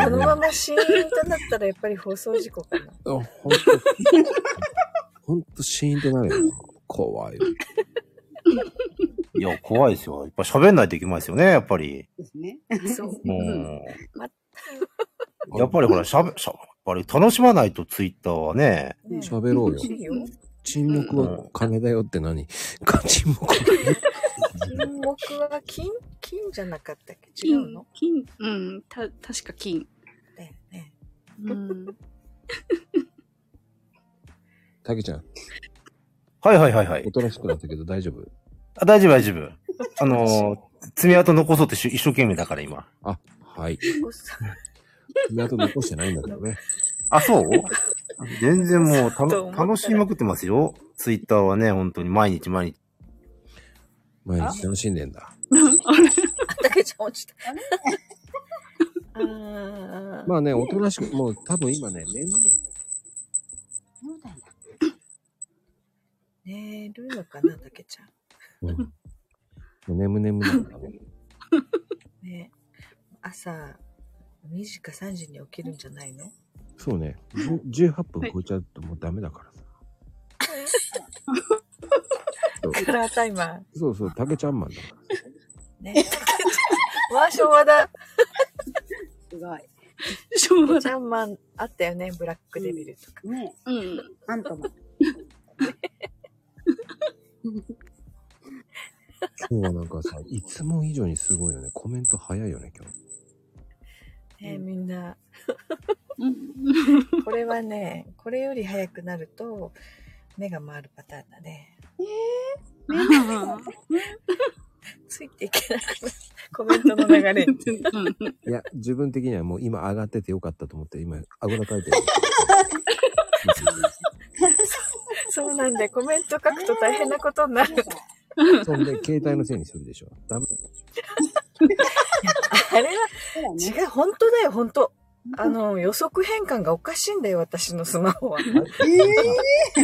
S15: このままシーンとなったらやっぱり放送事故かな。
S1: ほんと、ほんとシーンとなるよな。怖い。
S20: いや、怖いですよ。やっぱ喋んないといけないですよね、やっぱり。
S22: ですね。
S15: そう。
S20: も
S15: ま
S20: う、やっぱりほら、しゃべ、しゃ、やっぱり楽しまないとツイッターはね。
S1: 喋ろうよ。沈黙は金だよって何沈黙
S15: 沈黙は金金じゃなかったっけ違う
S14: 金
S15: の、
S14: 金、うん、た、確か金。
S15: だよね。
S14: うん。
S1: たけちゃん。
S20: はいはいはいはい。
S1: おとなしくなったけど大丈夫
S20: あ大丈夫大丈夫。あのー、爪痕残そうってし一生懸命だから今。
S1: あ、はい。
S15: おっさん
S1: 爪痕残してないんだけどね。
S20: あ、そう 全然もうたの、楽しみまくってますよ。ツイッターはね、本当に毎日毎日。
S1: 毎日楽しんでんだ。
S15: だけじゃん落ちた。 あー
S1: まあね、おとなしく、もう多分今ね、眠い。
S15: 寝るのかな、だけちゃん。
S1: うん、もう眠眠だからね。
S15: ね朝2時か3時に起きるんじゃないの
S1: そうね、じゅ18分超えちゃうともうダメだからさ。そう
S15: カラータイマー。
S1: そうそう、たけちゃんマンだから。
S15: ね。わあ、昭和だ。
S23: すごい。
S15: 昭和だ。ジャンマンあったよね、ブラックデビルとか。
S23: ね
S14: うん。
S23: アントマン。
S1: 今日はなんかさ、いつも以上にすごいよね。コメント早いよね、今日。
S15: ねみんな。これはね、これより早くなると、目が回るパターンだね。えー、 ついていけなくなる。コメントの流れに。
S1: いや、自分的にはもう今上がっててよかったと思って、今、あぐらかいてる。
S15: そうなんで、コメント書くと大変なことになる。
S1: そんで、携帯のせいにするでしょ。ダメ。
S15: あれは、違う、本当だよ、本当。あの、予測変換がおかしいんだよ、私のスマホは。
S1: え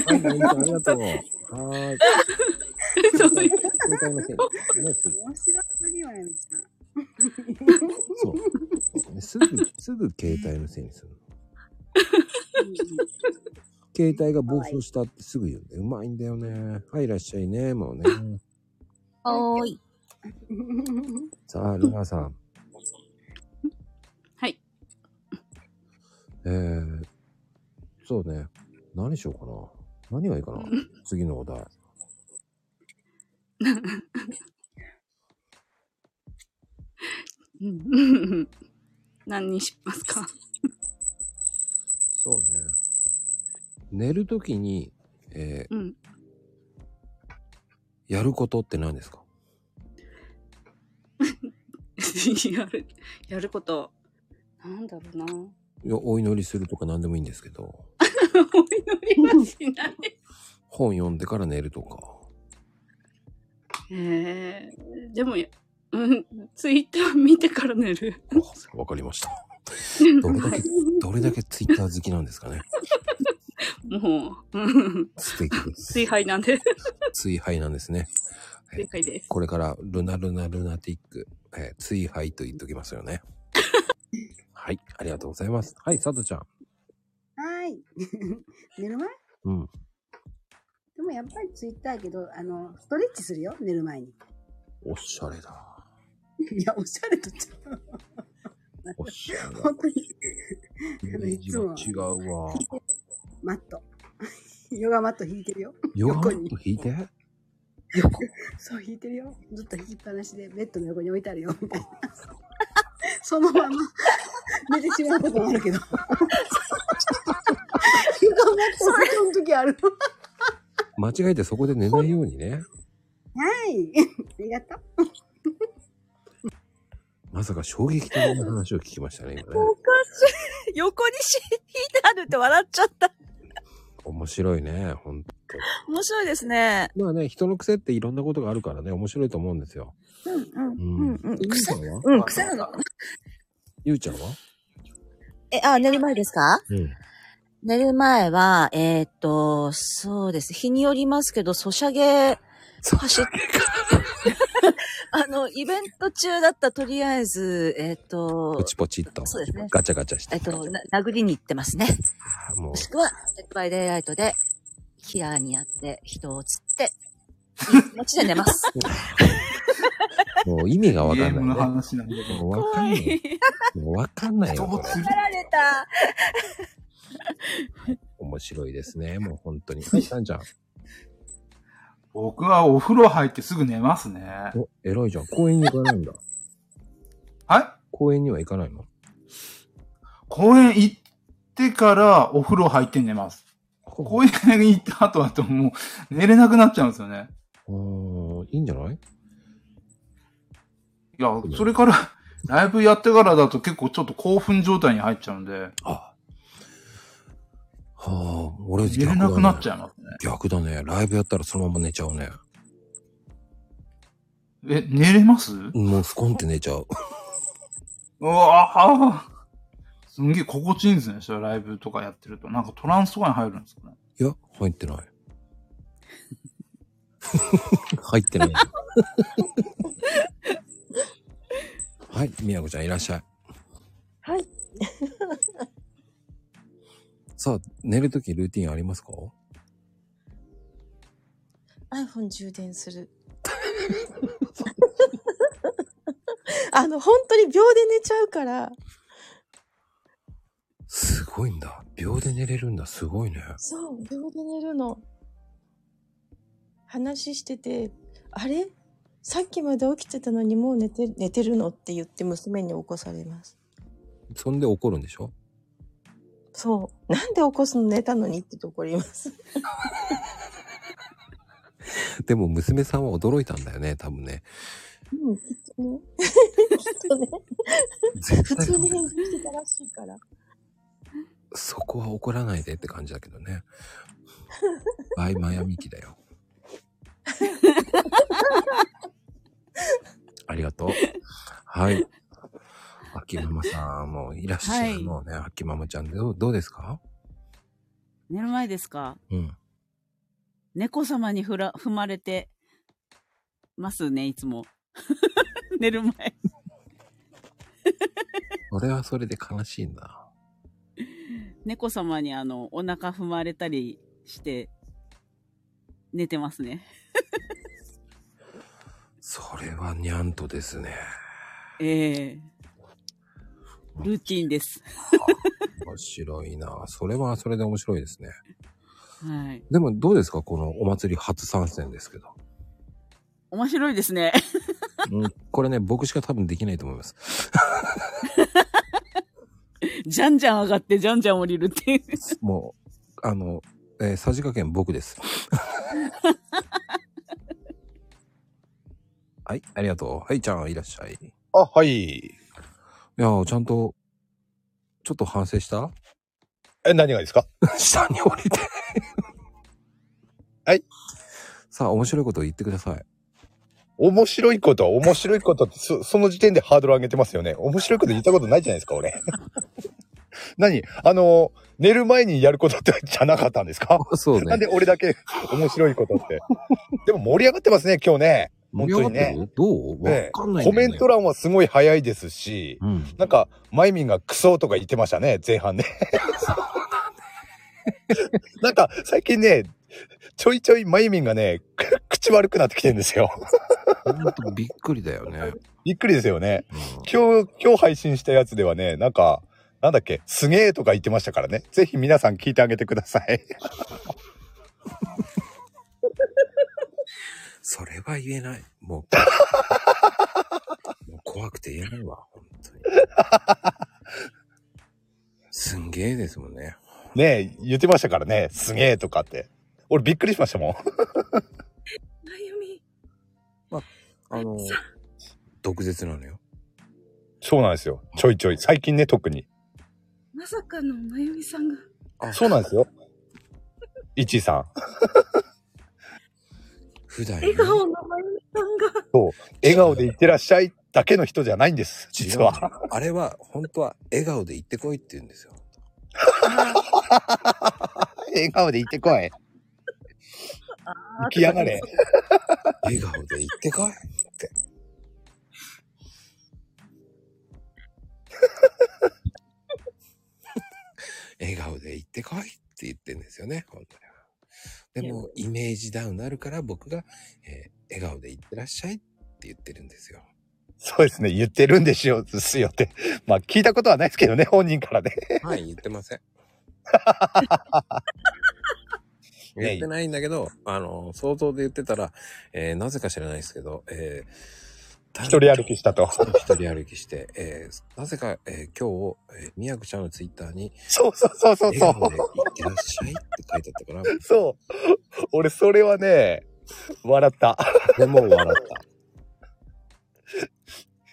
S1: はい、もういいよありがとう。は ーい。携帯のせいに。ねすぐ
S23: 面白すぎよね、みんな。
S1: そう。すぐ、すぐ携帯のせいにするの。携帯が暴走したってすぐ言うんで、うまいんだよね。はい、いらっしゃいね、もうね。
S24: おーい。
S1: さあ、ルナさん。
S24: はい。
S1: えー、そうね。何しようかな。何がいいかな。次のお題。
S14: うん何にしますか
S1: そうね。寝るときに、えー
S14: うん
S1: やることって何ですか
S14: やる、やること。なんだろうな。
S1: いやお祈りするとか何でもいいんですけど、
S14: 祈りはしない。
S1: 本読んでから寝るとか。
S14: えー、でも、うん、ツイッター見てから寝る。
S1: わかりました。どれだけ、どれだけツイッター好きなんですかね。
S14: もう、うん
S1: 素敵 です。
S14: 水杯なんで。
S1: 追敗なんですね。
S14: 正解です。
S1: これから、ルナルナルナティック、えー、追敗と言っときます よね。はい、ありがとうございます。はい、佐藤ちゃん。
S23: はーい。 寝る前
S1: うん。
S23: でもやっぱりツイッターやけど、あの、ストレッチするよ、寝る前に。
S1: おしゃれだ。
S23: いや、おしゃれとちゃう。
S1: おしゃれだ。
S23: 本当に、
S1: イメージが違うわ。
S23: マット。ヨガマット引いてるよ。
S1: ヨガマット引いて
S23: そう、引いてるよ。ずっと引きっぱなしで、ベッドの横に置いてあるよ、みたいな。 そのまま、寝てしまうこともある けど。ヨガマットをその時ある。
S1: 間違えてそこで寝ないようにね。
S23: はい。ありがとう。
S1: まさか衝撃的な話を聞きましたね、今ね。
S11: おかしい。横に敷いてあるって笑っちゃった。
S1: 面白いね、ほんと。
S11: 面白いですね。
S1: まあね、人の癖っていろんなことがあるからね、面白いと思うんですよ。
S11: うん
S1: うん
S11: うん。
S1: 癖は
S11: うん、癖なのかな
S1: ゆうちゃんは
S11: え、あ、寝る前ですか
S1: うん。
S11: 寝る前は、えーっと、そうです。日によりますけど、ソシャゲ、走っ あの、イベント中だった、とりあえず、えーっと、
S1: ポチポチっと
S11: そうですね。
S1: ガチャガチャして
S11: えっと、な殴りに行ってますね。
S1: もう
S11: もしくは、デッドバイデイライトで、キラーにやって、人を釣って、いい気持ちで寝ます。
S1: もう意味がわかんない、ね。
S25: ゲームの話なんだ
S1: けど。わかんない。もうわかんないよ。これ
S11: られた。
S1: 面白いです ね。もう本当に。はい、さんちゃん。
S25: 僕はお風呂入ってすぐ寝ますね。
S1: お、偉いじゃん。公園に行かないんだ。はい公園には行かないの
S20: 公園行ってからお風呂入って寝ます。公園に行った後だともう寝れなくなっちゃうんですよね。
S1: うん、いいんじゃない
S20: いや、それから、ライブやってからだと結構ちょっと興奮状態に入っちゃうんで、
S1: はあ、俺
S20: 寝
S1: 逆
S20: れ
S1: だ、ね、
S20: なくなっちゃいますね。
S1: 逆だね。ライブやったらそのまま寝ちゃうね。
S20: え、寝れます
S1: もうスコンって寝ちゃう。
S20: うわあすんげえ心地いいんですね、それライブとかやってると。なんかトランスとかに入るんですかね。
S1: いや、入ってない。 入ってない。はい、みやこちゃんいらっしゃい。
S9: はい。
S1: さあ、寝るときルーティンありますか
S9: iPhone 充電す る。あの、本当に秒で寝ちゃうから、
S1: すごいんだ。秒で寝れるんだ。すごいね。
S9: そう、秒で寝るの。話してて、あれさっきまで起きてたのにもう寝て、寝てるのって言って娘に起こされます。
S1: そんで怒るんでしょ
S9: そう。なんで起こすの寝たのにってとこります。
S1: でも娘さんは驚いたんだよね、多分ね。
S9: うん、きっ とね。きっとね。普通に返事してたらしいから。
S1: そこは怒らないでって感じだけどね。バイマヤミキだよ。ありがとう。はい。秋ママさん、もういらっしゃ
S14: はい
S1: い。もうね、秋ママちゃんどう、どうですか
S14: 寝る前ですか
S1: うん。
S14: 猫様にふら踏まれてますね、いつも。 寝る前。
S1: それはそれで悲しいんだ。
S14: 猫様にあの、お腹踏まれたりして、寝てますね。
S1: それはにゃんとですね。
S14: ええルーティンです。
S1: 面白いな。それはそれで面白いですね。
S14: はい。
S1: でもどうですかこのお祭り初参戦ですけど。
S14: 面白いですね。
S1: うん、これね、僕しか多分できないと思います。
S14: じゃんじゃん上がって、じゃんじゃん降りるっていう。
S1: もう、あの、えーさじ加減僕です。はい、ありがとう。はい、ちゃん、いらっしゃい。
S8: あ、はい。い
S1: やー、ちゃんと、ちょっと反省した
S8: え、何がですか
S1: 下に降りて。
S8: はい。
S1: さあ、面白いことを言ってください。
S8: 面白いことは面白いことってそ、その時点でハードル上げてますよね。面白いこと言ったことないじゃないですか、俺。 何あの、寝る前にやることってじゃなかったんですか
S1: そうね
S8: なんで俺だけ面白いことって。でも盛り上がってますね、今日ね。本当にね。
S1: どうわ
S8: ね
S1: かんないん
S8: コ
S1: だよね
S8: メント欄はすごい早いですし、なんか、マイミンがクソとか言ってましたね、前半ね。なんか、最近ね、ちょいちょいマイミンがね、 く口悪くなってきてるんですよ。
S1: 本当びっくりだよね。
S8: びっくりですよね。今日、今日配信したやつではね、なんか、なんだっけ、すげえとか言ってましたからね。ぜひ皆さん聞いてあげてください。
S1: それは言えない。も う。もう怖くて言えないわ、本当に。すんげえですもんね。
S8: ねえ、言ってましたからね、すげえとかって。俺びっくりしましたもん。
S1: あの、毒舌なのよ。
S8: そうなんですよ。ちょいちょい。最近ね、特に。
S15: まさかのまゆみさんが。
S8: そうなんですよ。いちさん。
S1: 普段
S15: 笑顔のまゆみさんが。
S8: そう。笑顔でいってらっしゃいだけの人じゃないんです、実は。
S1: あれは、本当は笑顔で行ってこいって言うんですよ。
S8: 笑顔で行ってこい。浮き上がれ。
S1: 笑顔で行ってこい。笑顔で行ってこいって言ってんですよね、本当に。でも、イメージダウンなるから僕が、えー笑顔で行ってらっしゃいって言ってるんですよ。
S8: そうですね。言ってるんですよ、ですよって。まあ、聞いたことはないですけどね、本人からね。
S1: はい、言って ません。言ってないんだけど、あの、想像で言ってたら、えーなぜか知らないですけど、えー
S8: 一人歩きしたと。
S1: 一人歩きして、えーなぜか、えー今日、えー、みやこちゃんのツイッターに、
S8: そうそうそうそうそう
S1: 笑顔で行ってらっしゃいって書いてあったから、
S8: そう。俺、それはね、笑った。
S1: でも笑った。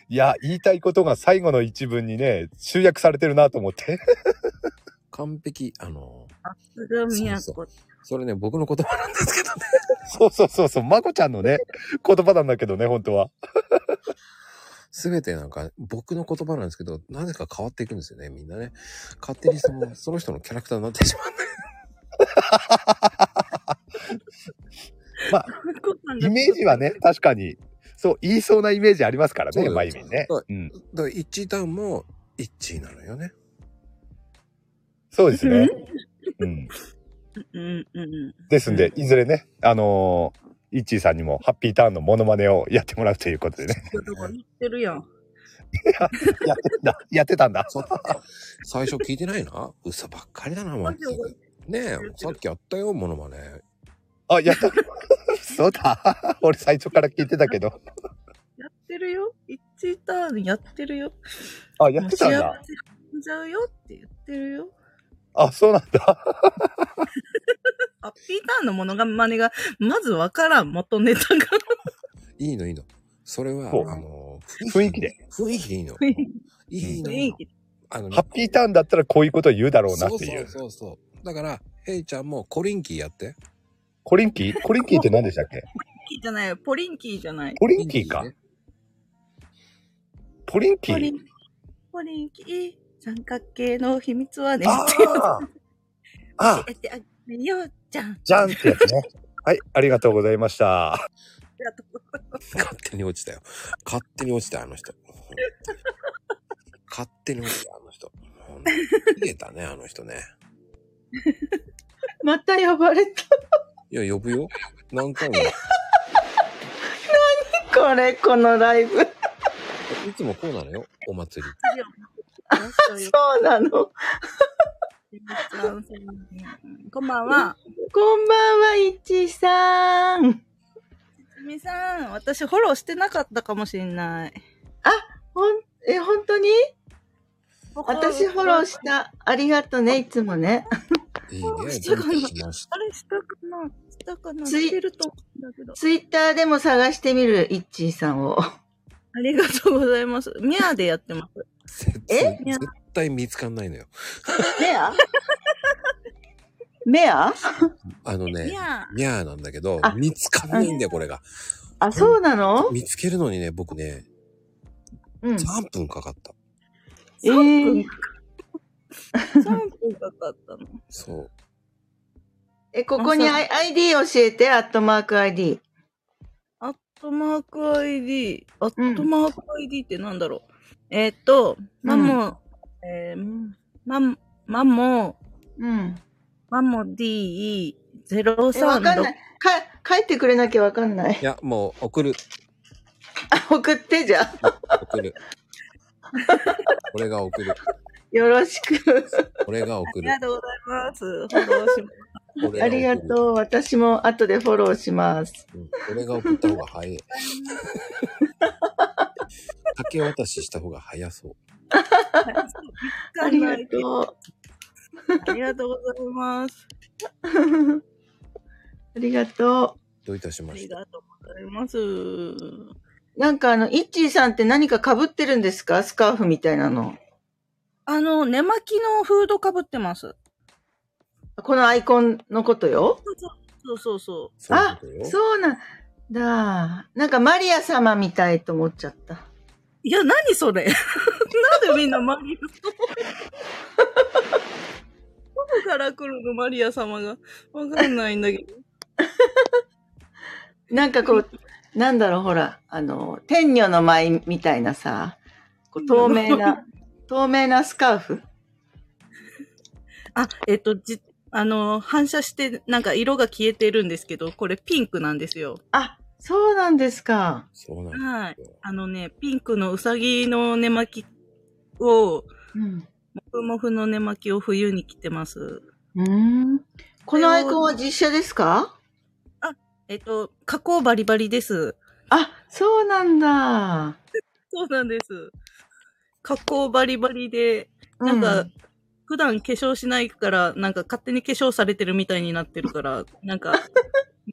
S8: いや、言いたいことが最後の一文にね、集約されてるなと思って。
S1: 完璧、あの、
S2: すぐ宮子。
S1: それね、僕の言葉なんですけどね。
S8: そうそうそうそう、まこちゃんのね、言葉なんだけどね、本当は。
S1: すべてなんか僕の言葉なんですけど、なぜか変わっていくんですよね、みんなね。勝手にその、その人のキャラクターになってしまうね。
S8: まあ、イメージはね、確かに。そう、言いそうなイメージありますから
S1: そうだ
S8: ね、
S1: よ
S8: まゆみんね。うん。
S1: だから、イッチータウンも、イッチーなのよね。
S8: そうですね。うん。
S2: うんうん。
S8: ですんで、いずれね、あのー、イッチーさんにもハッピーターンのモノマネをやってもらうということでね。
S2: 言葉言ってるやん。
S8: やってた、やってたんだ。
S1: 最初聞いてないな。嘘ばっかりだな、もう。ねえ、さっきやったよ、モノマネ。
S8: あ、やった。そうだ。俺最初から聞いてたけど。
S2: やってるよ。1ターンやってるよ。
S8: あ、やってたん
S2: もう
S8: だ
S2: 幸。せ踏んじゃうよって言ってるよ。
S8: あ、そうなんだ。
S2: ハッピーターンのものが真似が、まずわからん、元ネタが。
S1: いいの、いいの。それは、
S8: そう
S1: あの、
S8: 雰囲気で。
S1: 雰囲気でいいの。いいの。いいのあのね
S8: ハッピーターンだったらこういうこと言うだろうなっていう。
S1: そうそうそうそう。だから、ヘイちゃんもコリンキーやって。
S8: コリンキーコリンキーって何でしたっけ
S2: キーじゃないよ。ポリンキーじゃない。
S8: ポリンキーか。ポリンキ
S2: ポリ
S8: ー
S2: ンポリンキー、三角形の秘密はね、
S8: あーあ
S2: 教えてあげようじゃん。
S8: じゃんってやつね。はい、ありがとうございました。
S1: 勝手に落ちたよ。勝手に落ちた、あの人。勝手に落ちた、あの人。逃げたね、あの人ね。
S19: また呼ばれた。
S1: いや、呼ぶよ。何回も。
S19: これ、このライブ。
S1: いつもこうなのよ、お祭り。
S19: そうなの。
S2: こんばんは。
S19: こんばんは、いっちーさん。
S2: すみさん、私フォローしてなかったかもしれない。
S19: ほん、え、本当に私フォローした。ありがとね、いつもね。
S1: いいね。
S19: したかな
S2: あれしたかなしたかな
S19: ツイ
S2: してると思うんだけど。
S19: ツイッターでも探してみる、いっちーさんを。
S2: ありがとうございます。ミャーでやってます。
S1: え絶対見つかんないのよ。
S19: メアメア
S1: あのね
S19: ミャ、
S1: ミャーなんだけど
S19: あ、
S1: 見つかんないんだよ、これが。
S19: あ、そうなの
S1: 見つけるのにね、僕ね、
S19: うん。
S1: 3分かかった。
S19: えー、
S2: 3分かかったの。
S1: そう。
S19: え、ここに
S2: あ
S19: I- ID 教えて、アットマーク ID。
S2: アットマーク ID。アットマーク ID ってなんだろう。えーっと、マモ、えー、マン、マモ、
S19: うん。
S2: マモ DE03 の。
S19: え、わかんない。か、帰ってくれなきゃわかんない。
S1: いや、もう送る、
S19: あ送ってじゃあ。
S1: 送る。俺が送る。
S19: よろしく。
S1: 俺が送る。
S2: ありがとうございます。フォローします。
S1: 俺
S19: あ
S1: が
S19: りがとう。私も後でフォローします。
S1: 俺が送った方が 早い。竹渡しした方が早そう。
S19: ありがと
S2: ありがとうござい ます。
S19: う。ありがと
S1: どういたしま
S2: あ
S1: し
S2: り
S1: て。
S2: がとうございます。
S19: う。なんかあの、イッチーさんって何か被ってるんですかスカーフみたいなの。
S2: あの、寝巻きのフードかぶってます。
S19: このアイコンのことよ。
S2: そうそうそう。
S19: あ、そうなんだ。なんかマリア様みたいと思っちゃった。
S2: いや、何それ なんでみんなマリア 様どこから来るのマリア様が。わかんないんだけど。
S19: なんかこう、なんだろう、ほら、あの、天女の舞みたいなさ、こう透明な、透明なスカーフ
S2: あ、えっと、じ、あの、反射して、なんか色が消えてるんですけど、これピンクなんですよ。
S19: あ、そうなんですか。
S1: そうなん
S2: はい。あのね、ピンクのうさぎの寝巻きを、
S19: うん。
S2: もふもふの寝巻きを冬に着てます。
S19: うん。このアイコンは実写ですか
S2: あ、えっと、加工バリバリです。
S19: あ、そうなんだ。
S2: そうなんです。加工バリバリで、なんか、普段化粧しないから、なんか勝手に化粧されてるみたいになってるから、なん か、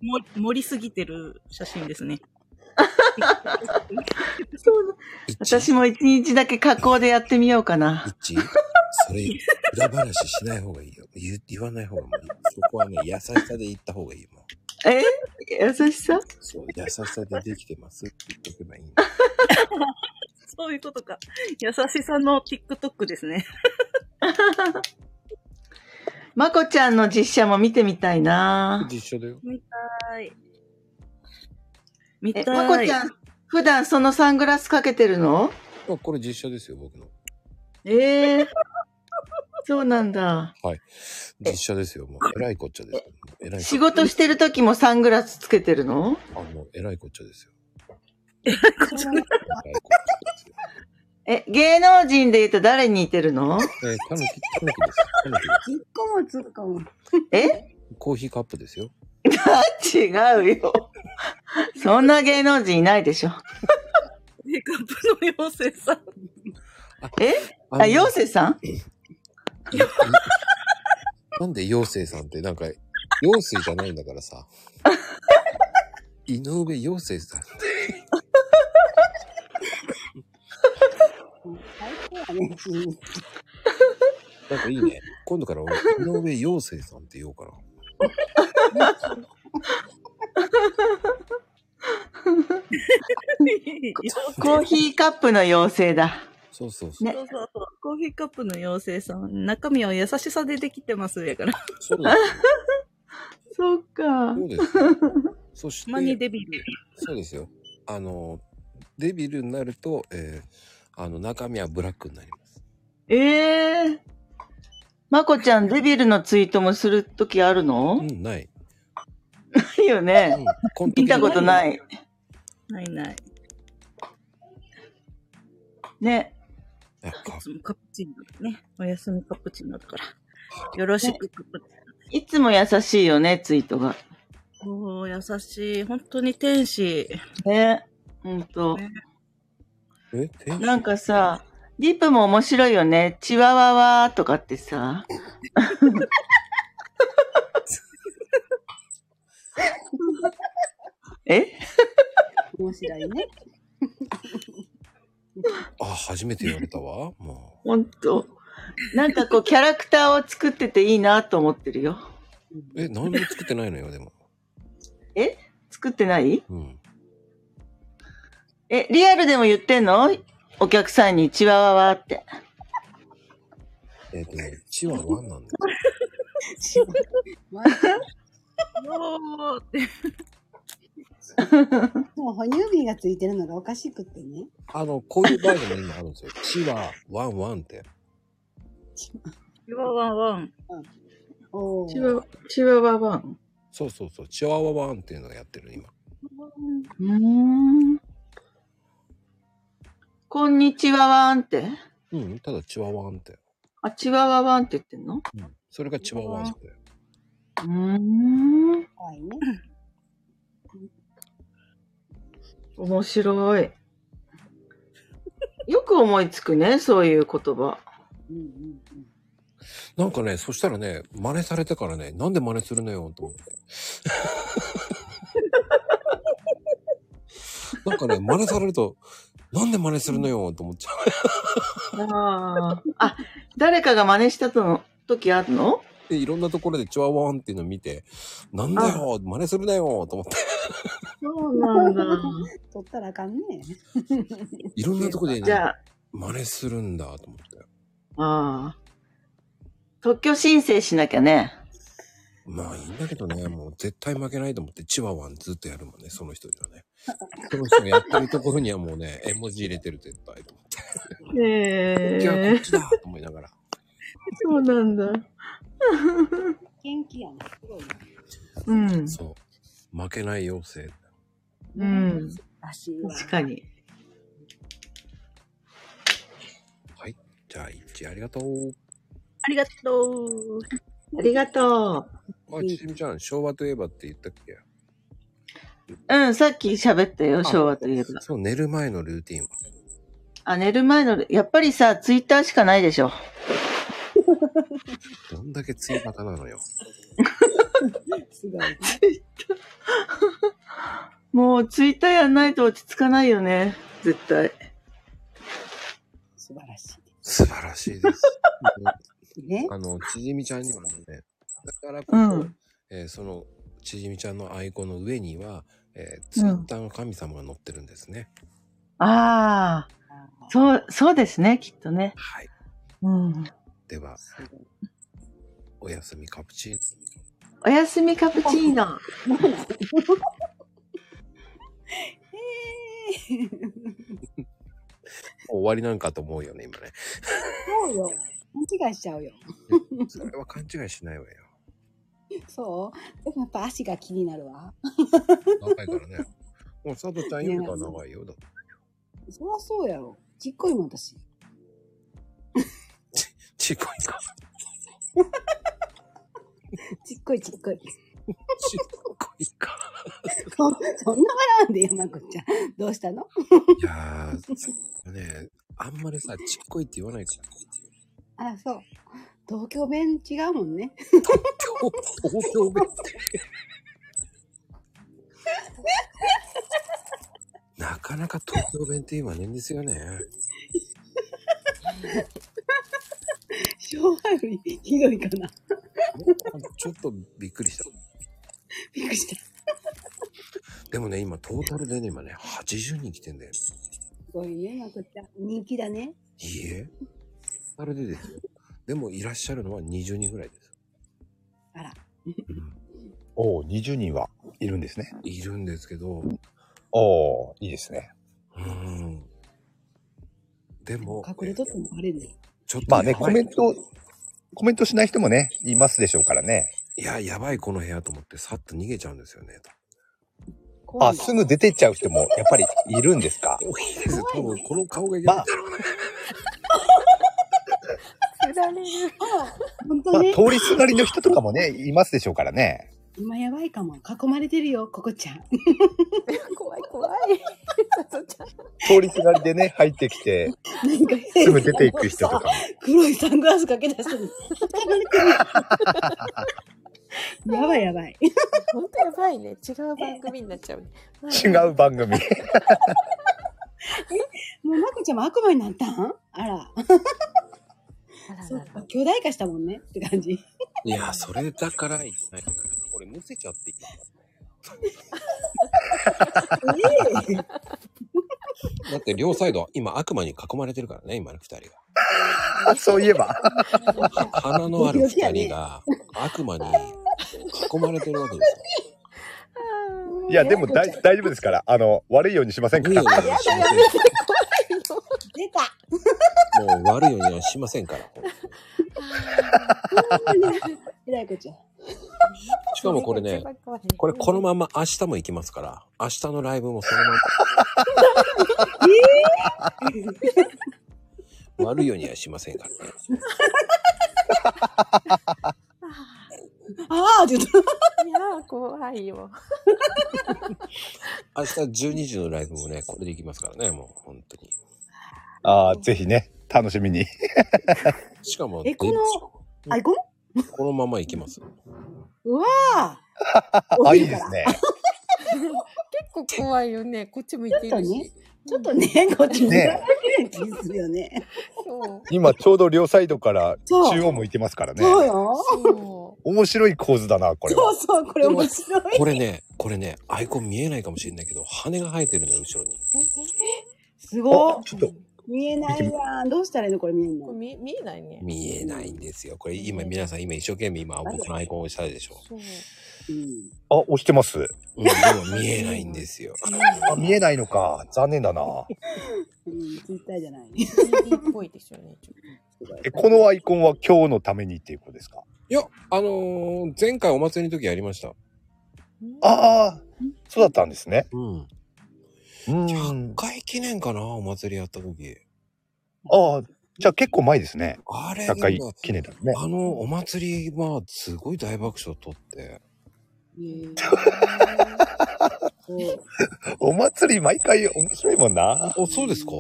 S2: も盛りすぎてる写真ですね。
S19: 私も一日だけ加工でやってみようかな。
S1: 一それ、裏話しない方がいいよ。言言わない方がいい。そこはね、優しさで言った方がいいよ。
S19: え優しさ
S1: そう、優しさでできてますって言っておけばいいんだ。
S2: そういうことか。優しさの TikTok ですね。
S19: まこちゃんの実写も見てみたいな。
S1: 実写だよ。
S2: 見た い。見
S19: た
S2: た
S19: い。
S2: い
S19: まこちゃん、普段そのサングラスかけてるの
S1: あこれ実写ですよ、僕の。
S19: ええ そうなんだ。
S1: はい。実写ですよ。もう、えらいこっちゃですよ。もうえらいこっちゃ
S19: 仕事してる時もサングラスつけてるの
S1: あ、もう、えらいこっちゃですよ。
S19: え、芸能人で言うと誰に似てる
S1: え
S19: の
S1: ー、たぬき、たぬきです。たぬきです。
S19: 一個もつっこえ
S1: コーヒーカップですよ。
S19: 違うよ。そんな芸能人いないでしょ。
S2: メイクアップの妖精さん。
S19: え
S1: あの
S19: あ、妖精 さん
S1: なんで妖精さんってなんか、妖精じゃないんだからさ。井上妖精さんって。なんかいいね。今度から俺、井上妖精さんって言おうかな。
S19: コーヒーカップの妖精だ。
S1: そうそう
S2: そうそうそう。コーヒーカップの妖精さん。中身は優しさでできてますやから。
S1: そう
S19: そっか。
S1: そうです。そして、
S2: マニデビル。
S1: そうですよ。あの、デビルになると、えー、あの、中身はブラックになります。
S19: ええまこちゃん、デビルのツイートもするときあるの
S1: うん、ない。
S19: ないよね。見たことない。
S2: ないない。
S19: ね。
S1: い
S2: つもカプチーノだね。おやすみカプチーノだから。よろしくカプチー
S19: いつも優しいよね、ツイートが。
S2: ノ。おー、優しい。本当に天使。
S19: ね。ほんと。
S1: え
S19: なんかさ、ディープも面白いよね。チワワワとかってさ。え
S15: 面白いね。
S1: あ、初めて言われたわ。も
S19: ほんと。なんかこう、キャラクターを作ってていいなと思ってるよ。
S1: う。え、何も作ってないのよ、でも。
S19: え作ってない
S1: うん。
S19: え、リアルでも言ってんのお客さんにチワワワって。
S1: えっ、とね、チワワなんだ。
S2: おーって。
S15: もう哺乳瓶がついてるのがおかしくってね。
S1: あの、こういうバージョンも今あるんですよ。チワワンワンって。
S2: チワワワン。
S1: チワ
S19: チワワワン
S1: そうそうそう、チワワワンっていうのをやってる、今。
S19: うーん。こんにちはワンって。
S1: うん、ただチワワンって。
S19: あ、チワワワンって言ってんの
S1: それがチワワンって。
S19: うーん。
S15: 怖いね。
S19: 面白い。よく思いつくね、そういう言葉。
S1: なんかね、そしたらね、真似されてからね、なんで真似するのよ、と 思って。なんかね、真似されると、なんで真似するのよ、と思っちゃ
S19: あー あ、誰かが真似したとの時あるの
S1: う。で、いろんなところでチワワンっていうのを見て、なんだよ、真似するなよ、と思って。
S19: そうなんだ。
S15: 取ったらあかんね。
S1: いろんなところで、
S19: じゃあ、
S1: 真似するんだ、と思って。
S19: ああ。特許申請しなきゃね。
S1: まあいいんだけどね、もう絶対負けないと思って、チワワンずっとやるもんね、その人には ね。その人がやってるところにはもうね、絵文字入れてる絶対と思って。
S19: え
S1: 今日はこっちだと思いながら。
S19: そうなんだ。
S15: 元気やね。すごいね。
S19: うん。
S1: そう。負けない妖精。
S19: うん。
S15: らしいわ
S19: 確かに。
S1: はい。じゃあ、一致ありがとう。
S2: ありがとう。
S19: ありがとう。
S1: あ、ちしみちゃん、昭和といえばって言ったっけ
S19: うん、さっき喋ったよ、昭和といえば。
S1: そう、寝る前のルーティンは。
S19: あ、寝る前の、やっぱりさ、ツイッターしかないでしょ。
S1: どんだけツイバタなのよ。
S9: すごい。
S19: もうツイッターやんないと落ち着かないよね、絶対。
S9: 素晴らしい。
S1: 素晴らしいです。あの、ちじみちゃんにはね、だからこそ、えーその、ちじみちゃんのアイコンの上には、えーツイッターの神様が載ってるんですね。
S19: ああ、そう、そうですね、きっとね。
S1: はい。
S19: うん。
S1: では、おやすみカプチーノ。
S19: おやすみカプチ ーノ。
S1: もう終わりなんかと思うよね、今 ね。
S15: そうよ。勘違いしちゃうよ。
S1: それは勘違いしないわよ。
S15: そうでもやっぱ足が気になるわ。
S1: 長いからね。もう佐藤ちゃんよりかは長い よ。だって
S15: そりゃそうやろ。ちっこいもん私。
S1: ちっこいか。
S15: ちっこいちっこい。ちっ
S1: こいか。
S15: そんな笑わんでよ、まこちゃん。どうしたの
S1: いやー、ねあんまりさ、ちっこいって言わないから。
S15: あ、そう。東京弁違うもんね。
S1: 東京弁なかなか東京弁って今ねんですよね。
S15: 昭和よりひどいかな。
S1: ちょっとびっくりした。
S15: びっくりした。
S1: でもね、今トータルでね、今ね、80人来てんだよ。
S15: すごいね、まこちゃん。人気だね。
S1: いいえ。それでですよ。でもいらっしゃるのは20人ぐらいです。
S15: あら。
S1: おお、20人はいるんですね。いるんですけど。
S8: おおいいですね。
S1: うん。でも、
S15: 隠れとってもあれね。
S1: ちょっと
S8: まあね、
S1: やば
S8: コ
S1: い
S8: メント、コメントしない人もね、いますでしょうからね。
S1: いや、やばい、この部屋と思って、さっと逃げちゃうんですよね。
S8: あ、すぐ出てっちゃう人も、やっぱりいるんですか
S1: 多いですよ多分この顔がいけない。
S15: くだれる。あ、本
S8: ま
S15: 当
S8: あ、
S15: ね。
S8: 通りすがりの人とかもね、いますでしょうからね。
S15: 今やばいかも。囲まれてるよ、ここちゃん。 怖い怖い。
S8: 通りすがりでね、入ってきて、すぐ出ていく人とかも。
S15: 黒いサングラスかけた人に囲まれてるよ。やばいやばい。
S9: 本当やばいね。違う番組になっちゃうね。
S8: 違う番 組。
S15: もうまこちゃんも悪魔になったんあら。そうか、巨大化したもんねって感じ。
S1: いや、それだからいけない。俺、むせちゃっていい。
S15: ええ
S1: だって、両サイド、今、悪魔に囲まれてるからね、今の二人が。
S8: あそういえば。
S1: 鼻のある二人が、悪魔に囲まれてるわけですよ。
S8: いや、でも大大丈夫ですから。あの、悪いようにしませんから。
S15: 出た。
S1: もう悪いようにはしませんから。
S15: えらい こちゃん。
S1: しかもこれね、これこのまま明日も行きますから、明日のライブもそのまま。悪いようにはしませんからね。
S15: ああ、ちょっと。
S9: いやー、怖いよ。
S1: 明日12時のライブもね、これで行きますからね、もう本当に。
S8: ああ、ぜひね、楽しみに。
S1: しかも、
S15: え、こ
S1: で
S15: の、アイコン
S1: このまま行きます。
S15: うわあ
S1: あ、いいですね。
S9: 結構怖いよね。こっち向いてるし。
S15: ちょっとね、こっち向いて
S8: ね
S15: る気するよね。
S9: そう。
S8: 今ちょうど両サイドから
S15: そう
S8: 中央向いてますからね。
S15: そうよ。
S8: 面白い構図だな、これは。
S15: そうそう、これ面白い。
S1: これね、これね、アイコン見えないかもしれないけど、羽が生えてるのよ、後ろに。
S15: すごっ
S8: ちょっと。
S15: 見えないわ。どうしたらいいのこれ見えんの
S9: 見見えないね。
S1: 見えないんですよ。これ今皆さん今一生懸命今僕のアイコンを押したでしょ。
S9: そう。
S8: あ、押してます。
S1: うん、でも見えないんですよ。
S8: あ、見えないのか。残念だな。
S15: うん、ツイッターじゃ ない。
S9: 3D っぽいですよね。
S8: え、このアイコンは今日のためにっていうことですか
S1: いや、あのー前回お祭りの時やりました。
S8: ああ、そうだったんですね。
S1: うん。
S8: 100
S1: 回記念かなお祭りやった時。
S8: ああ、じゃあ結構前ですね。
S1: あれ
S8: 100回記念だね。
S1: あの、お祭りはすごい大爆笑取って。
S8: お祭り毎回面白いもんな。
S1: お、そうですか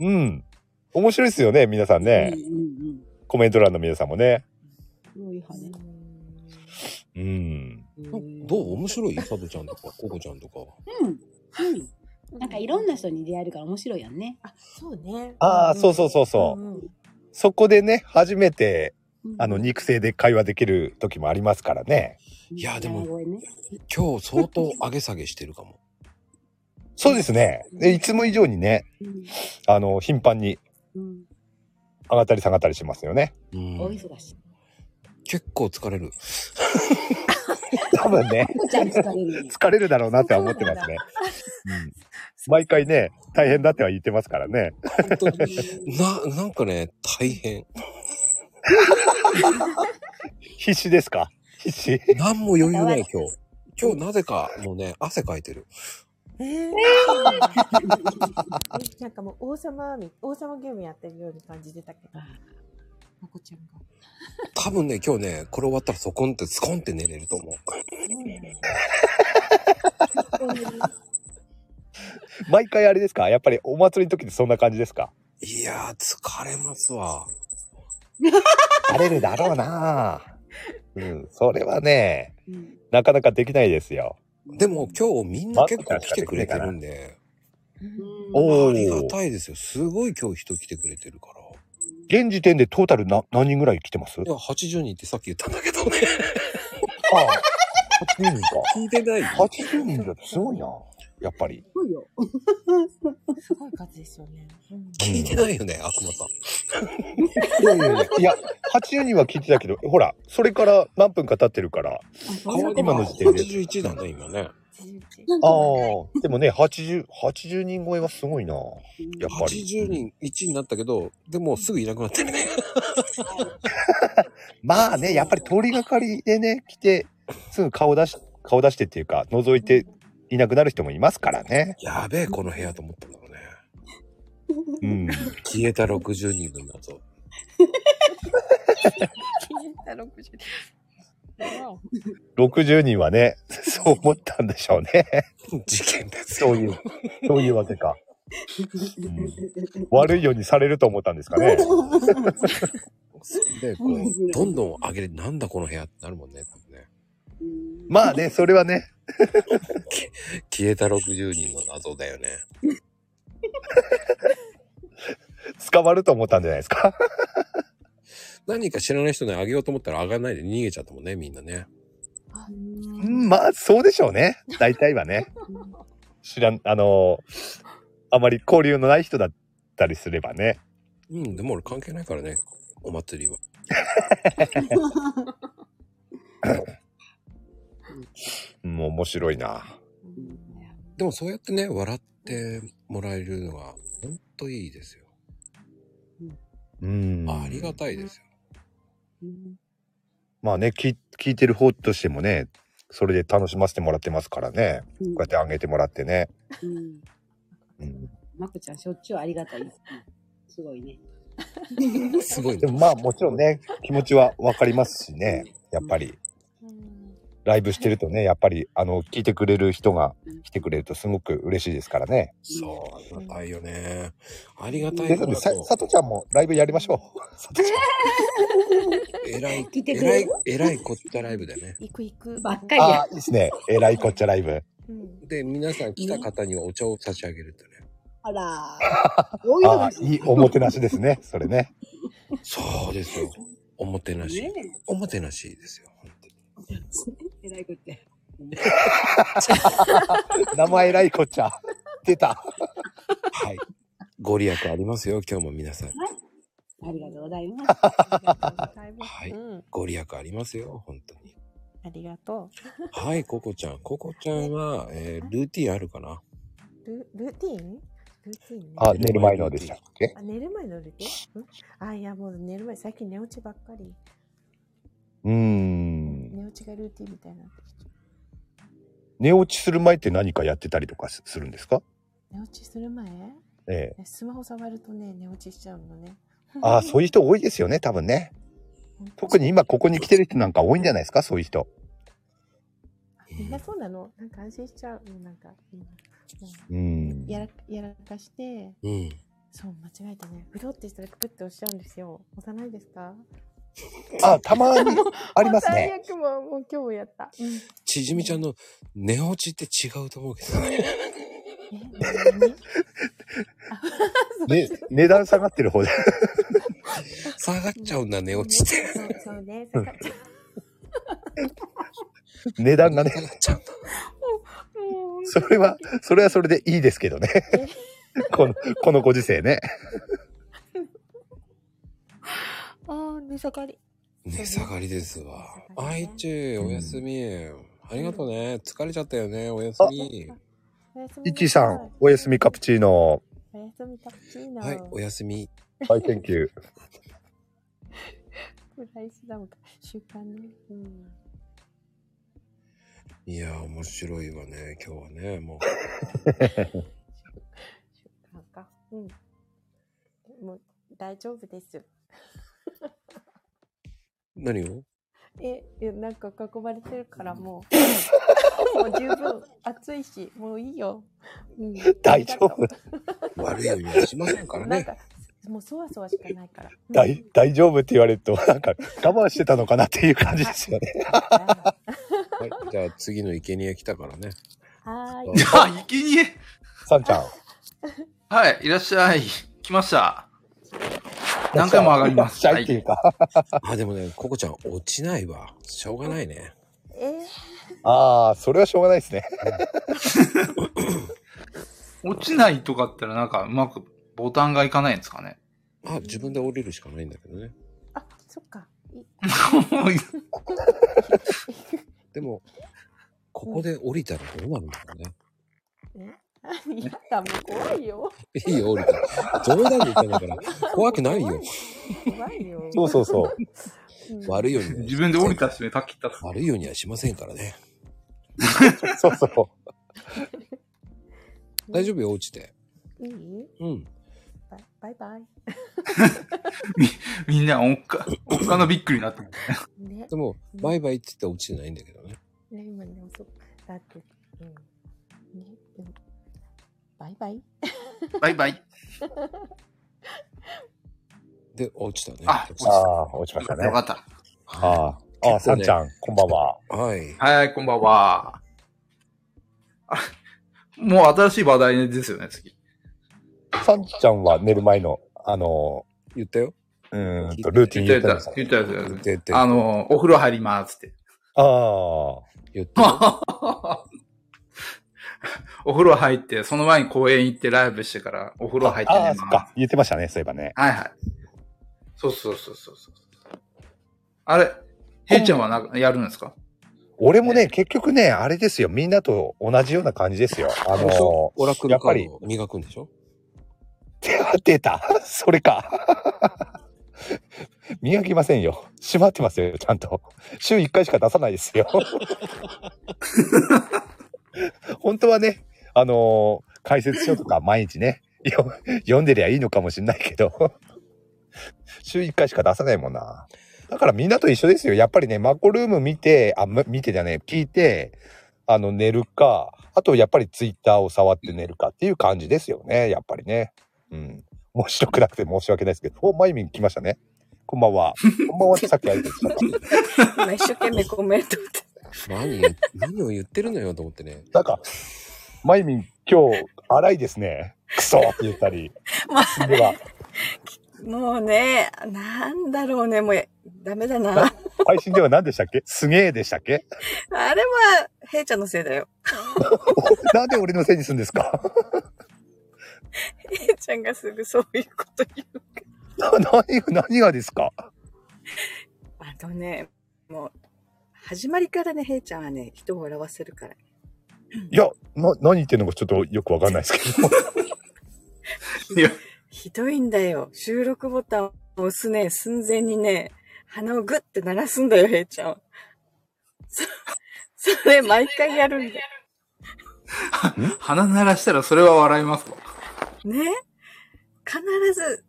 S8: うん。面白いですよね、皆さんね。コメント欄の皆さんもね。
S1: どういう羽
S8: うん。
S1: どう面白いサブちゃんとか、ココちゃんとか。
S15: うん。うん。なんかいろんな人に出会えるから面白いやんね。あ、そうね。
S8: ああ、そうそうそうそう。そこでね、初めて、あの、肉声で会話できる時もありますからね。
S1: いや、でも、今日相当上げ下げしてるかも。
S8: そうですね。でいつも以上にね、あの、頻繁に、上がったり下がったりしますよね。
S15: 大忙しい。
S1: 結構疲れる。
S8: 多分ね
S15: ココちゃん疲れるよね。
S8: 疲れるだろうなっては思ってますね。うん毎回ね、大変だっては言ってますからね。
S1: な、なんかね、大変。
S8: 必死ですか必死。
S1: 何も余裕ない、今日。今日なぜか、もうね、汗かいてる。
S9: えーなんかもう王様み王様ゲームやってるように感じてたけど。まこちゃんが。
S1: 多分ね、今日ね、これ終わったらそこんって、スコンって寝れると思う。
S8: 毎回あれですかやっぱりお祭りの時ってそんな感じですか
S1: いやー、疲れますわ。
S8: 疲れるだろうなうん、それはね、なかなかできないですよ。
S1: でも今日みんな結構来てくれてるんで。
S8: お
S1: ありがたいですよ。すごい今日人来てくれてるか
S8: 現時点でトータルな何人ぐらい来てます
S1: ら。いや、80人ってさっき言ったんだけどね。
S8: ?80 人か。
S1: 聞いてない
S8: ?80 人だとすごいな。やっぱり。
S15: すごいよ。
S9: すごい数ですよね。
S1: 聞いてないよね、悪魔さん。
S8: いやいやいやいや、80人は聞いてたけど、ほら、それから何分か経ってるから、今の時点で。
S1: 81だね、今ね。
S8: あ あ、でもね、80、80人超えはすごいな。やっぱり。
S1: 80人1になったけど、でもすぐいなくなってるね。
S8: まあね、やっぱり通りがかりでね、来て、すぐ顔出し、顔出してっていうか、覗いていなくなる人もいますからね。
S1: やべえ、この部屋と思ったんだろうね。
S8: うん。
S1: 消えた60人分だぞ。
S8: 60人はね、 そう思ったんでしょうね。
S1: 事件です
S8: そういう、そういうわけか。悪いようにされると思ったんですかね。
S1: で、こう、どんどん上げる、なんだこの部屋ってなるもんね、多分ね。
S8: まあね、それはね。
S1: 消えた60人の謎だよね。
S8: 捕まると思ったんじゃないですか。
S1: 何か知らない人にあげようと思ったら上がんないで逃げちゃったもんね、みん なね。
S8: うんまあ、そうでしょうね。大体はね。知らん、あのーあまり交流のない人だったりすればね。
S1: うん、でも俺関係ないからね、お祭りは。
S8: もう面白いな。
S1: でもそうやってね、笑ってもらえるのが、ほんといいですよ。
S8: うん。
S1: ありがたいですよ。
S8: まあね、聞い聞いてる方としてもね、それで楽しませてもらってますからね。こ
S15: うん
S8: うやってあげてもらってね。
S15: うん。まこちゃんしょっちゅうありがたい。すごいね。
S1: すごい、
S8: でもまあもちろんね、気持ちはわかりますしね。やっぱり。ライブしてるとね、やっぱり、あの、聞いてくれる人が来てくれるとすごく嬉しいですからね。
S1: そう、ありがたいよね。ありがたい
S8: ですので、さ、さとちゃんもライブやりましょ
S1: えらい、
S15: 聞いて
S1: え
S15: くれ
S1: ら
S15: る
S1: い、えらいこっちゃライブだよね。
S15: 行く行く。ばっか
S8: う。
S15: り
S8: ああ
S15: や
S8: ー、いい。ですね。えらいこっちゃライブ。
S1: で、皆さん来た方にはお茶を差し上げるってね。
S15: あら。
S8: ああ、いいおもてなしですね。それね。
S1: そうですよ。おもてなし
S15: ね。
S1: おもてなしですよ。
S15: えらいこって。
S8: 名前えらいこっちゃ。出た。
S1: はい。ご利益ありますよ、今日も皆さん。
S15: ありがとうございます。はい
S9: うん。
S1: ご利益ありますよ、本当に。
S9: ありがと
S1: はい、ココちゃん。ココちゃんは、えー、ルーティンあるかな
S9: う。ルルーティンルーティンね。
S8: あ、寝る前のでしたっけ
S9: あ寝る前のルーティンんあ、いやもう寝る前、最近寝落ちばっかり。
S8: うーん。
S9: 寝落ちがルーティンみたいな。
S8: 寝落ちする前って何かやってたりとかすするんですか
S9: 寝落ちする前
S8: ええ。
S9: スマホ触るとね、寝落ちしちゃうのね。
S8: ああ、そういう人多いですよね、多分 ね。特に今ここに来てる人なんか多いんじゃないですかそういう人。
S1: う
S9: みんなそうなのなんか安心しちゃう。もうなんか、みんな。
S8: うん
S9: やらやらかして、
S8: うん
S9: そう、間違えてね、ブロってしたらプッて押しちゃうんで すよ。押さないですか
S8: あ、たまにありますね。
S9: 最悪 も、もう今日もやった。うん
S1: ちじみちゃんの寝落ちって違うと思うけどね。
S8: ね、値段下がってる方で。
S1: 下がっちゃうんだ、寝落ちって。
S9: そうそうね、下がっちゃ う。
S8: 値段がね。それは、それはそれでいいですけどね。この、このご時世ね。
S9: ああ、値下がり。
S1: 値下がりですわ。あいちゅ、おやすみ。ありがとうね。疲れちゃったよね。おやすみ。
S9: おやすみ
S8: いっちーさん、おやすみカプチーノ。
S9: おやすみカプチーノ。
S1: はい、おやすみ。
S8: はい、Thank you。
S9: フライスダムか。習慣ね。うん。
S1: いやー、面白いわね。今日はね、もう。
S9: なんか、うん。もう、大丈夫です。
S1: 何を
S9: え、いやなんか囲まれてるからも う、もう十分暑いし、もういいよ。うん、
S8: 大丈夫
S1: 悪いようにはしませんから
S9: なん
S1: ね。
S9: か、もうそわそわしかないから。
S8: 大、大丈夫って言われると、 なんか、我慢してたのかなっていう感じですよね。
S1: はい、じゃあ次の生贄来たからね。
S9: は
S1: ー
S20: いや、生贄
S8: さんちゃん。
S20: はい、いらっしゃい。来ました。何回も上がります。はい。
S1: あ、でもね、ココちゃん落ちないわ。しょうがないね。
S9: え
S8: ああ、それはしょうがないですね。
S20: 落ちないとかってらなんかうまくボタンがいかないんですかね。
S1: あ、自分で降りるしかないんだけどね。
S9: そっか。
S1: でも、ここで降りたらどうなるんだろうね。
S9: え やだ、もう怖いよ。
S1: いいよ、降りた。冗談で言ったんだから、怖くないよ。
S9: 怖いよ。。
S1: そうそうそう
S9: ん、
S1: 悪いように。自
S20: 分で降りたしね、さっき言った。
S1: 悪いようにはしませんか らね。
S8: そうそう。
S1: 大丈夫よ、落ちて。
S9: いい
S1: うん。
S9: バイバ イバイ。
S20: みんなおっか、おっかのびっくりになってる。
S9: ね。
S1: でも、バイバイって言って落ちてないんだけどね。
S9: ね、今ね、遅く。だって、うん。ね、うん。バイバイ。
S20: バイバイ。
S1: で、落ちたね。
S20: あ
S8: ああ、落ちましたね。
S20: よかった。
S8: ああ、ああ、さんちゃん、こんばんは。
S1: はい。
S20: はい、こんばんは。あもう新しい話題ですよね、次。
S8: さんちゃんは寝る前の、あの
S1: ー、言ったよ。
S8: うーんと、ルーティン言ったんですか
S20: 言ったやつ、言ったやつ。
S1: 言った
S20: あの、お風呂入りますって。
S8: ああ。
S1: 言って。
S20: お風呂入って、その前に公園行ってライブしてから、お風呂入って寝
S8: あ
S20: ま
S8: あ、
S20: す
S8: そっ。か。言ってましたね、そういえばね。
S20: はいはい。そうそうそうそうそう。あれ、へいちゃんはなんかやるんですか
S8: 俺もね、結局ね、あれですよ。みんなと同じような感じですよ。あ
S1: でしょ
S8: の
S1: オラク
S8: や
S1: ル
S8: っ
S1: カ
S8: ぱり
S1: ード、を磨くんでしょ
S8: 出た。 それか。 磨きませんよ。閉まってますよ、ちゃんと。週1回しか出さないですよ。 本当はね、あのー解説書とか毎日ね、よ読んでりゃいいのかもしれないけど、週1回しか出さないもんな。だからみんなと一緒ですよ。やっぱりね、マコルーム見て、あ、む見てじゃねえ、聞いて、あの、寝るか、あとやっぱりツイッターを触って寝るかっていう感じですよね、やっぱりね。うん。面白くなくて申し訳ないですけど、お、まゆみん来ましたね。こんば んは。こんばんはってさっき挨拶した。
S15: 今一生懸命コメント打って。
S1: 何、何を言ってるのよと思ってね。
S8: なんか、まゆみん、今日、荒いですね。クソって言ったり。では、
S15: もうね、なんだろうね、もう、ダメだな。
S8: 配信では何でしたっけすげえでしたっけ
S15: あれは、ヘイちゃんのせいだ よ。
S8: なんで俺のせいにするんですか
S15: ヘイちゃんがすぐそういうこと言う。
S8: 何、何がですか
S15: あとね、もう、始まりからね、ヘイちゃんはね、人を笑わせるから。
S8: いや、な、何言ってんのかちょっとよくわかんないですけど。
S15: ひどいんだよ。収録ボタンを押すね、寸前にね、鼻をグッて鳴らすんだよ、ヘイちゃんは。そ、それ毎回やるんだよ。
S20: 鼻鳴らしたらそれは笑いますか
S15: ね必ず、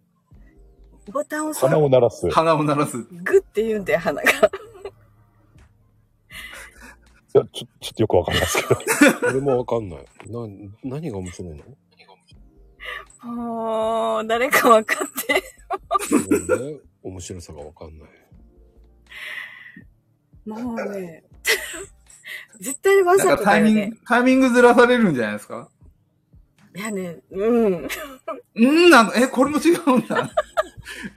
S15: ボタンを押す
S8: 鼻を鳴らす。
S20: 鼻を鳴らす。
S15: グッて言うんだよ、鼻が。
S8: やちょちょっとよくわかんないです けど。
S1: 俺もわかんない。な、何が面白いの
S15: もう、誰か分かって。
S1: ごめんね面白さがわかんない。
S15: もうね、絶対わ
S17: な
S15: ざ
S17: んか
S15: と
S17: タ
S15: だ
S17: イ
S15: よ
S17: ミン
S15: ね
S17: グ。、タイミングずらされるんじゃないですか
S15: いやね、うん。
S17: うんなの、え、これも違うんだ。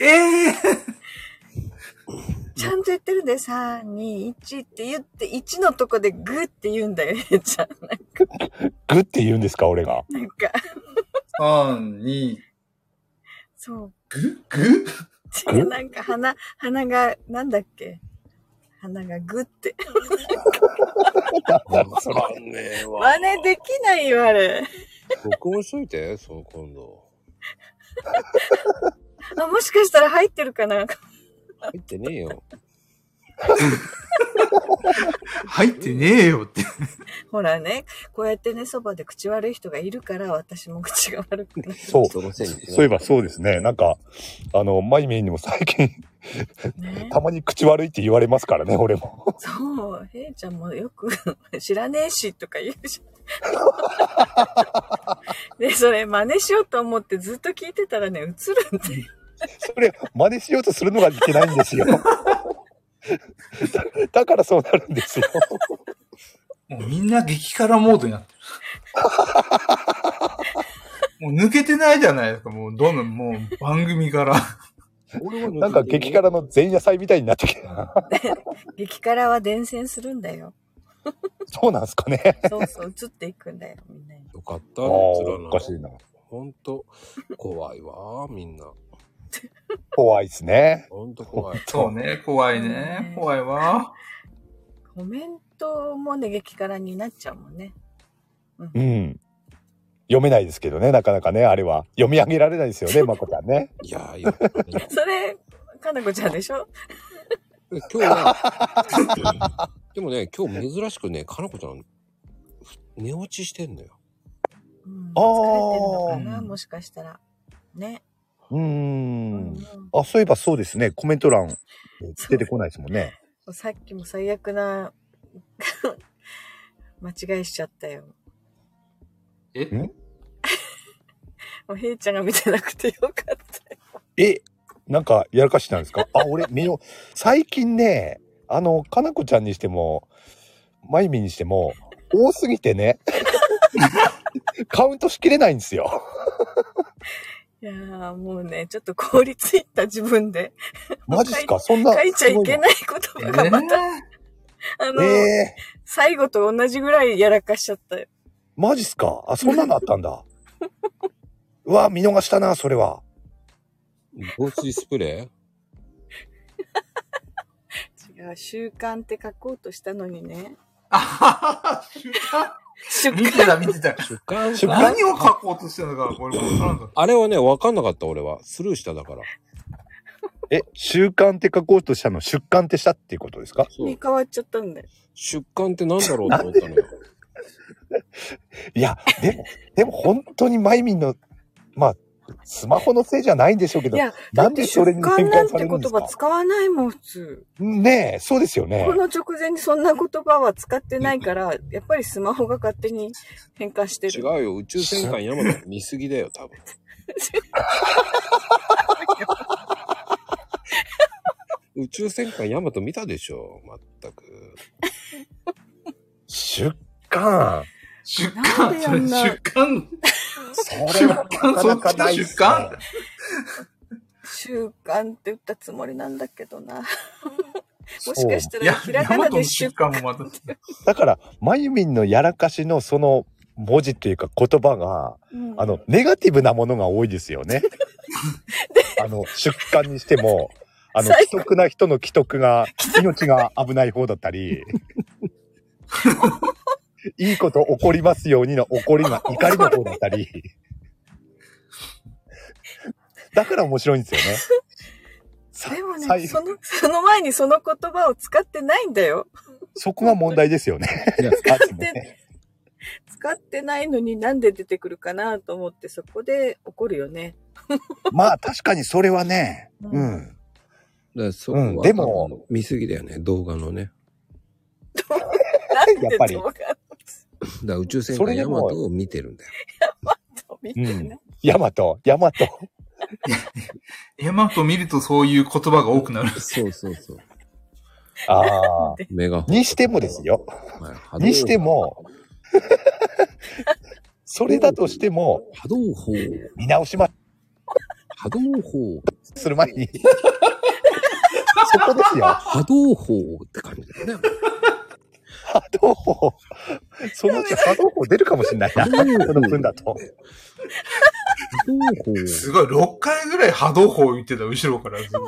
S17: ええ
S15: ちゃんと言ってるで、3、2、1って言って、1のとこでグって言うんだよね、ちゃん。
S8: グって言うんですか、俺が。
S15: なんか、
S17: !3、2、
S15: そう。
S17: グ
S15: 違うなんか鼻、鼻が、なんだっけ鼻がグって。
S1: わかんねえわ。
S15: 真似できないよ、あれ。
S1: 録音しといて、その今度。
S15: あ、もしかしたら入ってるかな
S1: 入ってねえよ。
S17: 入ってねえよって。
S15: ほらね、こうやってね、そばで口悪い人がいるから、私も口が悪くなる。
S8: そう。そういえばそうですね。なんか、あの、マイメイにも最近、たまに口悪いって言われますからね、俺も。
S15: そう、へいちゃんもよく知らねえし とか言うじゃん。で、それ真似しようと思ってずっと聞いてたらね、映るんだよ。
S8: それ、真似しようとするのがいけないんですよ。 だだからそうなるんですよ。
S17: もうみんな激辛モードになってる。もう抜けてないじゃないですか、もうどんどんもう番組から。
S8: なんか激辛の前夜祭みたいになってきた。
S15: 激辛は伝染するんだよ。
S8: そうなんですかね。
S15: そうそう、映っていくんだよ。
S1: よかった、
S8: あ
S1: ね、
S8: あ、
S1: 映ら
S8: お
S1: な
S8: かしいな。
S1: ほんと、怖いわ、みんな。
S8: 怖いですね。
S1: ほんと怖い。
S17: そうね、怖いね。怖いわ。
S15: コメントもね、激辛になっちゃうもんね。
S8: うん。読めないですけどね、なかなかね、あれは。読み上げられないですよ ね、まこちゃんね。
S1: いやいや。
S15: それ、かなこちゃんでしょ
S1: え今日は、でもね、今日珍しくね、かなこちゃん、寝落ちしてんのよ。
S15: うん、疲れてるのかなもしかしたら。ね。
S8: うーん。あ、そういえばそうですね、コメント欄出てこないですもんね。
S15: さっきも最悪な 間違いしちゃったよ。
S17: え
S15: もうへいちゃんが見てなくてよかったよ。
S8: え、なんかやらかしたんですかあ、俺、見よう。最近ね、あの、かなこちゃんにしても、まゆみにしても、多すぎて ね、カウントしきれないんですよ。
S15: いやーもうね、ちょっと凍りついた自分で。
S8: マジっす かそんな
S15: 書いちゃいけないことがまた、 あの、
S8: え
S15: 最後と同じぐらいやらかしちゃったよ。
S8: マジっすかあ、そんなのあったんだ。うわ、見逃したな、それは。
S1: 防水スプレ
S15: 違う、習慣って書こうとしたのにね。
S17: 見てた、見て た。
S1: 出荷
S17: 何を書こうとしてるのか、これもわからんかっ
S1: あれはね、わかんなかった、俺は。スルーしただから。
S8: え、習慣って書こうとしたの、出刊ってしたっていうことですか
S15: に変わっちゃったんだよ。
S1: 出刊ってなんだろうと思ったのよ。
S8: いや、でも、でも本当にマイミンの、まあ、スマホのせいじゃないんでしょうけ
S15: い
S8: ど
S15: や、、
S8: なんでそれに
S15: だって
S8: 変
S15: 習慣な
S8: 換
S15: ん
S8: され
S15: て
S8: る
S15: 言
S8: んです
S15: 葉
S8: か
S15: 使わないもん、普通。
S8: ねえ、そうですよね
S15: こ。の直前にそんな言葉は使ってないから、やっぱりスマホが勝手に変換してる。
S1: 違うよ、宇宙戦艦ヤ マト見すぎだよ、多分。宇宙戦艦ヤマト見たでしょ、まったく。
S8: 出刊
S17: 出
S8: 刊
S17: それ出刊
S8: それはなかなかないっすね
S17: 出刊
S15: 習慣って言ったつもりなんだけどな。も
S8: そ
S15: し
S8: う
S15: かした
S8: いや
S15: ら、ひらがなで習慣
S17: もまた。
S8: だから、マユミンのやらかしのその文字っていうか言葉が、
S15: うん
S8: あの、ネガティブなものが多いです よね。あの、出刊にしても、あの、
S15: 最
S8: 既
S15: 後
S8: 得な人の既得が、命が危ない方だった り、いいこと起こりますようにの怒りが怒りの方だったり、だから面白いんですよね。
S15: でも
S8: 最
S15: ね、
S8: 後
S15: その、その前にその言葉を使ってないんだよ。
S8: そこが問題ですよ ね。
S15: 使ってないのになんで出てくるかなと思って、そこで怒るよね。
S8: まあ確かにそれはね、うん。
S1: だからそこは、
S8: でも、
S1: 見すぎだよね、動画のね。
S8: やっぱり。
S1: だから宇宙戦
S8: それ
S1: 艦
S8: で
S1: ヤ
S8: も
S1: マトを見てるんだよ。
S8: うん。ヤマト、ヤマト。
S17: ヤマト見るとそういう言葉が多くなる。
S1: そうそうそう。
S8: ああ。にしてもですよ。にして も、それだとしても、
S1: 波動法
S8: 見直しま、
S1: 波動法
S8: する 前に、そこですよ。
S1: 波動法って感じだよね。
S8: 波動法。そのうち波動法出るかもしれないな。その分だと。
S17: すごい、6回ぐらい波動砲言ってた、後ろからずっと。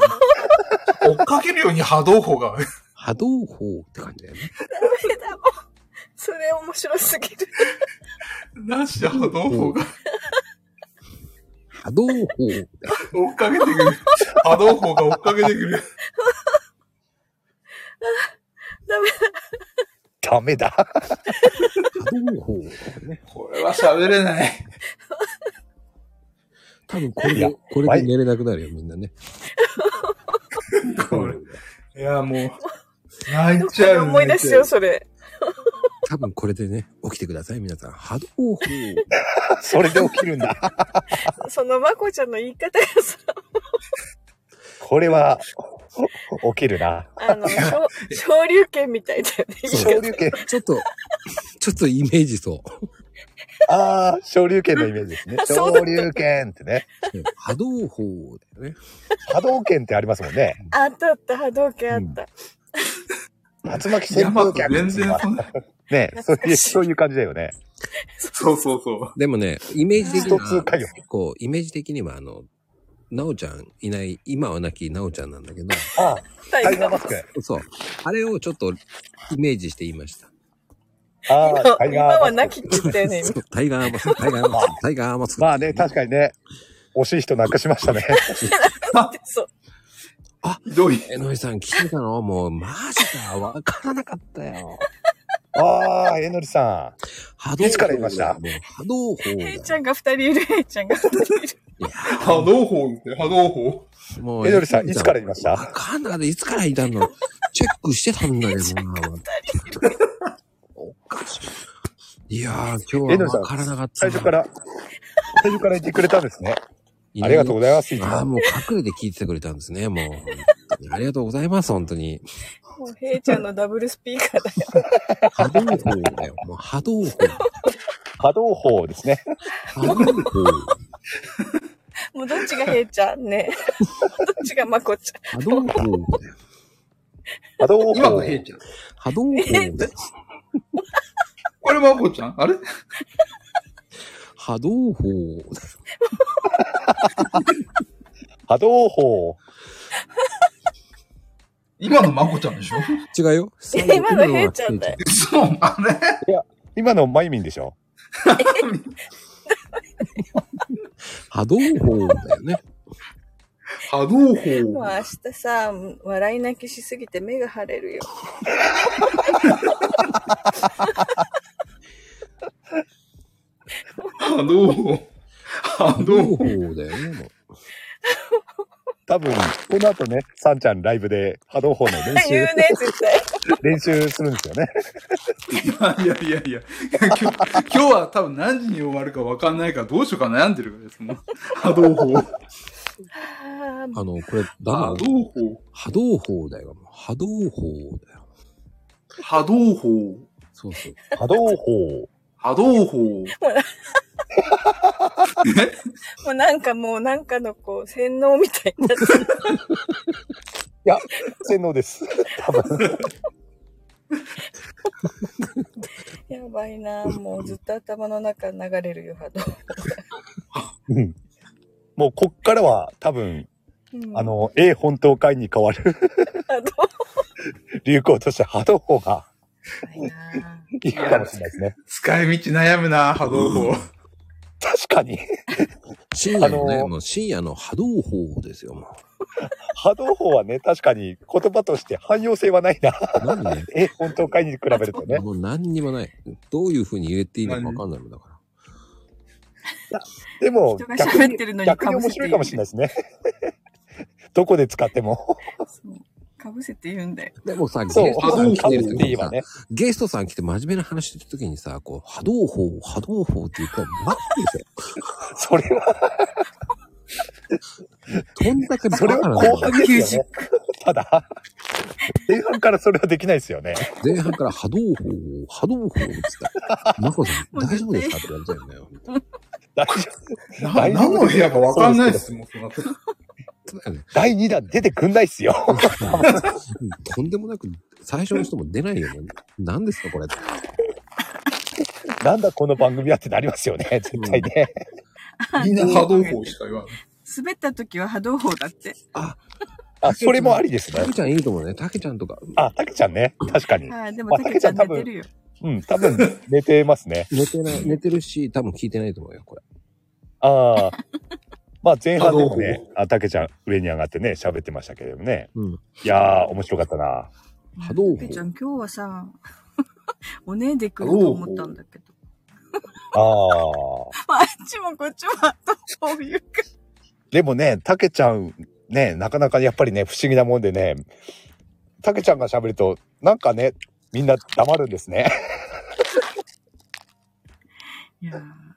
S17: 追っかけるように波動砲が。
S1: 波動砲って感じだよね。
S15: それ面白すぎる。
S17: なしで波動砲が。
S1: 波動砲。
S17: 追っかけてく る。波動砲が追っかけてくる。
S15: ダメ
S8: ダメだ。
S17: これは喋れない。
S1: 多分これで、これで寝れなくなるよ、みんなね。
S17: いや、もう、泣いちゃう。
S15: 思い出すよ、それ。
S1: 多分これでね、起きてください、皆さん。波動砲。
S8: それで起きるんだ。
S15: そのまこちゃんの言い方がさ、
S8: これは、起きるな。
S15: あの、昇昇竜拳みたいだよね。
S8: 昇竜拳。
S1: ちょっと、ちょっとイメージそう。
S8: ああ、昇竜拳のイメージですね。
S1: そうだった
S8: 昇竜拳ってね。
S1: 波動砲だよね。
S8: 波動拳ってありますもんね。
S15: あったあった、波動拳あった。
S8: 竜巻旋風拳。全然ねそういう、そういう感じだよね。
S17: そうそうそう。
S1: でもね、イメージ的
S8: ス
S1: に
S8: トツー回
S1: は、こう、イメージ的には、あの、なおちゃんいない、今は亡きなおちゃんなんだけど、
S8: あ
S1: タ
S8: イガーマス
S1: ク。そう。あれをちょっとイメージしていました。
S8: あ
S15: 今今はなきって言ったよね。
S1: そうタイガーマスク、タイガーマスク、タイガーマスク。
S8: まあね、確かにね、惜しい人なくしましたね。
S15: そう。
S1: あ、
S17: どうい
S1: えのりさん聞いてたのもう、マジか、わからなかったよ。
S8: ああ、えのりさ
S1: ん。い
S8: つから言いました
S1: 波動砲
S15: ヘイちゃんが二人いる、ヘイちゃんが二人いる。
S17: 波動砲って、波動砲。
S1: も
S8: えのりさん、いつから言いました
S1: わかんなかった。いつからいたのチェックしてたんだけど な。いやー、今
S8: え
S1: 日
S8: のり
S1: は
S8: さ
S1: わ
S8: ん
S1: からなかっ、た
S8: 最
S1: な。
S8: 初から、最初から言ってくれたんですね。
S1: な
S8: あ
S1: い
S8: りがとうございます。いつ
S1: ああ、
S8: も
S1: もう隠れて聞いててくれたんですね、もう。ありがとうございます、本当 に。
S15: もうヘイちゃんのダブルスピーカーだよ。
S1: 波動砲だよ。もう波動砲。
S8: 波動砲ですね。
S1: 波動砲。
S15: もうどっちがヘイちゃんね。どっちがまこち
S1: 波動砲だよ。
S8: 波動
S17: 今のヘイちゃん。
S1: 波動砲だよ。
S17: あれ、マコちゃんあれ
S1: 波動砲だよ。
S8: 波動砲。
S17: 今のマコちゃんでしょ
S1: 違うよ。
S15: ゃん。今のヘイちゃんだよ。
S17: そう、あ
S8: れいや、今のマイミンでしょ
S1: 波動砲だよね。
S17: 波動
S15: もう
S17: 砲。
S15: 明日さ、笑い泣きしすぎて目が腫れるよ。
S17: 波動砲。波動
S1: 砲だよね、もう。
S8: 多分、この後ね、サンちゃんライブで波動砲の練習。
S15: 言うね、絶対。
S8: 練習するんですよね。
S17: いやいやいや、今日今日は多分何時に終わるか分かんないからどうしようか悩んでるからですもん。波動砲。
S15: あ
S1: あの、これ、だから、波
S17: 動砲。
S1: 波動砲だよ。波動砲だよ。
S17: 波動砲。
S1: そうそう。
S8: 波動砲。
S17: 波動砲。
S15: もうなんかもうなんかのこう、洗脳みたいになってる。
S8: いや、洗脳です。多分。
S15: やばいなもうずっと頭の中流れるよ、波動。
S8: うんもうこっからは多分、
S15: うん
S8: あ、の、A 本島会に変わる
S15: 波動。
S8: 流行として波動砲が、いくかもしれないですね。
S17: 使い道悩むな、波動砲。
S8: 確かに。
S1: 深夜の
S8: あ
S1: ね、
S8: の
S1: もう深夜の波動砲ですよ、も
S8: 波動砲はね、確かに言葉として汎用性はないな。
S1: 何ね
S8: A 本島会に比べるとね
S1: う。。もう何にもない。どういう風に言えていいのか分かんないもんだから。
S8: でも
S1: 人が、
S8: 逆に
S1: 喋ってるのに
S8: 逆
S1: 被
S8: に
S1: せて
S8: 面白いかもしれないですね。どこで使っても。
S1: か
S26: ぶせて言うんだよ。
S1: でもさ、ゲ
S26: そう
S1: ストさん来てる
S26: そう
S1: 時にさ、ゲストさん来て真面目な話してる時にさ、こう、波動砲、波動砲って言ったら、マジでし ょ。それは。とんだけ
S8: それは後半ですよね。ただ、前半からそれはできないですよね。
S1: 前半から波動砲、波動砲って言ったら、マコさん、大丈夫ですかって言われちゃうよね。
S8: 大
S1: な
S8: 丈夫
S1: 何の部屋かわかんないです
S8: もん、第2弾出てくんないっすよ。
S1: とんでもなく、最初の人も出ないよね。何ですか、これ。
S8: なんだこの番組はってなりますよね、絶対ね。
S27: みんな波動砲しか言わない。
S26: 滑った時は波動砲だって。
S8: あ、それもありですね。たけ
S1: ちゃんいいと思うね。たけちゃんとか。
S8: あ、たけちゃんね。確かに。
S26: あーで
S8: ま
S26: も、
S8: あ
S26: たけちゃん
S8: たけちゃん
S26: 寝
S8: 多分
S26: てるよ。
S8: うん、多分寝てますね。
S1: 寝てない、寝てるし、多分聞いてないと思うよ、これ。
S8: ああ。まあ前半でもね、あ、たけちゃん上に上がってね、喋ってましたけれどもね。いやー、面白かったな。
S1: 波動
S15: けちゃん、今日はさ、 おねえで来ると思ったんだけど。
S8: ああ。
S15: あっちもこっちも、そういうか。
S8: でもね、たけちゃん、ね、なかなかやっぱりね、不思議なもんでね、たけちゃんが喋ると、なんかね、みんな黙るんですね。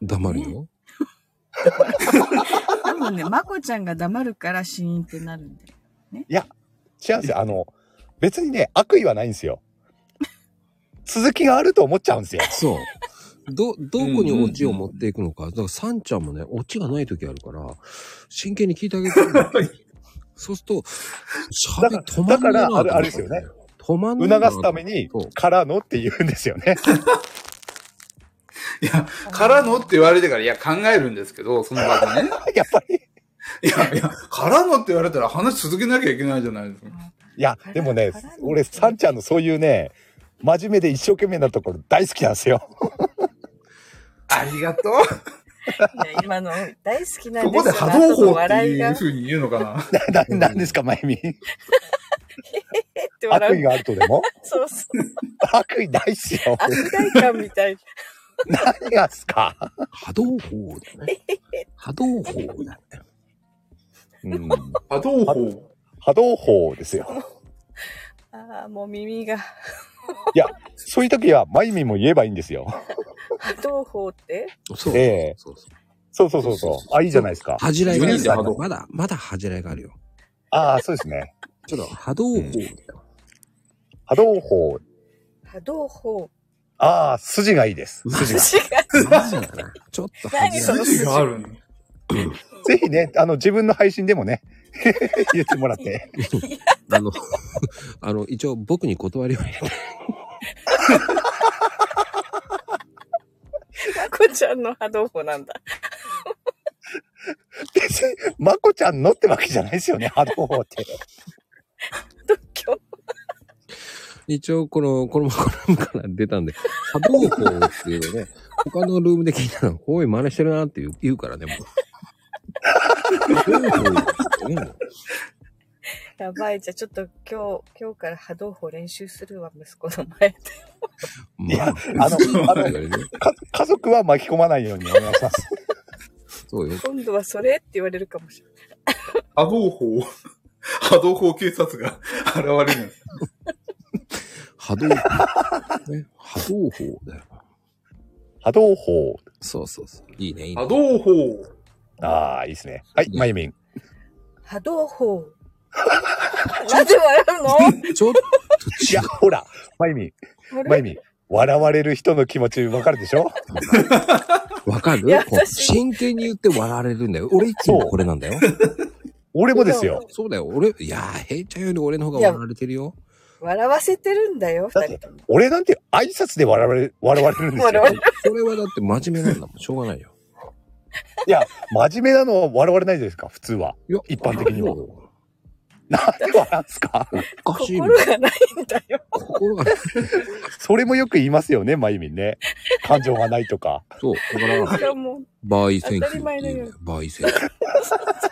S1: 黙るよ。
S15: 多分ね、まこちゃんが黙るからシーンってなるんだよ。
S8: いや、違うんですよ。あの、別にね、悪意はないんですよ。続きがあると思っちゃうんですよ。
S1: そう。ど、どこにオチを持っていくのか。だから、サンちゃんもね、オチがない時あるから、真剣に聞いてあ げてるの。そうすると、喋り止
S8: だ
S1: まんね
S8: か
S1: えな
S8: ら
S1: と、思っ
S8: あ
S1: て
S8: れあれですよね。
S1: 止まんねえな
S8: 促すために、からのって言うんです よね。
S27: からのって言われてから、いや、考えるんですけど、その場でね。
S8: やっぱ
S27: り。いやいや、からのって言われたら話続けなきゃいけないじゃないですか。
S8: いや、でもね、俺、さんちゃんのそういうね、真面目で一生懸命なところ大好きなんですよ。
S27: ありが とう。
S15: いや、今の大好きなん
S27: こ
S15: で
S27: こで
S15: すよ。
S27: 波
S15: あな
S27: 動
S15: たの
S27: 砲って
S15: 笑い
S27: い
S15: が。
S27: う
S15: へ
S27: ふうに言うのかな。
S8: な、な、なんですか、まゆみ。
S15: へって笑う。
S8: 悪意があるとでも
S15: そうそう。
S8: 悪意ないっすよ。
S15: 悪大感みたい。
S8: 何がっすか
S1: 波動砲だね。波動砲だね。
S8: うん。
S27: 波動砲。
S8: 波動砲ですよ。
S15: ああ、もう耳が。
S8: いや、そういう時は、まゆみも言えばいいんですよ。
S15: 波動砲って
S1: そう
S8: ええそうそうそうそう。あ、いいじゃないですか。
S1: 恥じらいがあるよ。ま
S8: まだ。
S1: だ、まだ恥じらいがあるよ。
S8: ああ、そうですね。
S1: ちょっと波動砲だよ。
S8: 波動砲。
S15: 波動砲。
S8: ああ、筋がいい です。筋が。
S1: ちょっと
S15: 何その筋
S8: がある ぜひね、あの、自分の配信でもね、 言ってもらって。
S1: あの、 あの、一応僕に断りを入れて。
S15: まこちゃんの波動砲な んだ。
S8: 別に、まこちゃんのってわけじゃないですよね、波動砲って。
S1: 一応、この、このコラムから出たんで、波動砲っていうのね、他のルームで聞いたら、おい、真似してるなって言う言うからね、 もう。波動砲ってね
S15: やばい。じゃあちょっと今日、今日から波動砲練習するわ、息子の前で。
S8: いや、あの、あの、か家族は巻き込まないようにお願いします。
S1: そうよ。
S15: 今度はそれって言われるかもしれない。
S27: 波動砲。 波動砲警察が 現れるんです。
S1: 波動砲。ね、波動砲だよ。
S8: 波動砲。
S1: そうそうそう。いいね、いいね。
S27: 波動砲。
S8: ああ、いいですね。はい、まゆみん。
S15: 波動砲。 なぜ笑うの
S1: ちょっ
S8: といや、ほら、まゆみん
S15: あ。れ
S8: まゆみん。笑われる人の気持ちわかるでしょ
S1: わかる
S8: いや
S1: こう
S8: 私
S1: 真剣に言って笑われるんだよ。俺いつもこれなんだよ。
S8: 俺もですよ。
S1: そうだよ。俺、いやー、平ちゃんより俺の方が笑われてるよ。
S15: 笑わせてるんだよ、二人とも。
S8: 俺なんて挨拶で笑われ、笑われるんですよ。
S1: それはだって真面目なんだもん。しょうがないよ。
S8: いや、真面目なのは笑われないじゃないですか、普通は。一般的には。なんで笑うんすか
S1: おかしい
S15: 心がないんだよ。
S1: 心がない。
S8: それもよく言いますよね、まゆみんね。感情がないとか。
S1: そう、だ
S15: いやもう
S1: バイセン
S15: 当
S1: キュ
S15: たり
S1: ー。
S15: 前のように。
S1: バイセンキュー。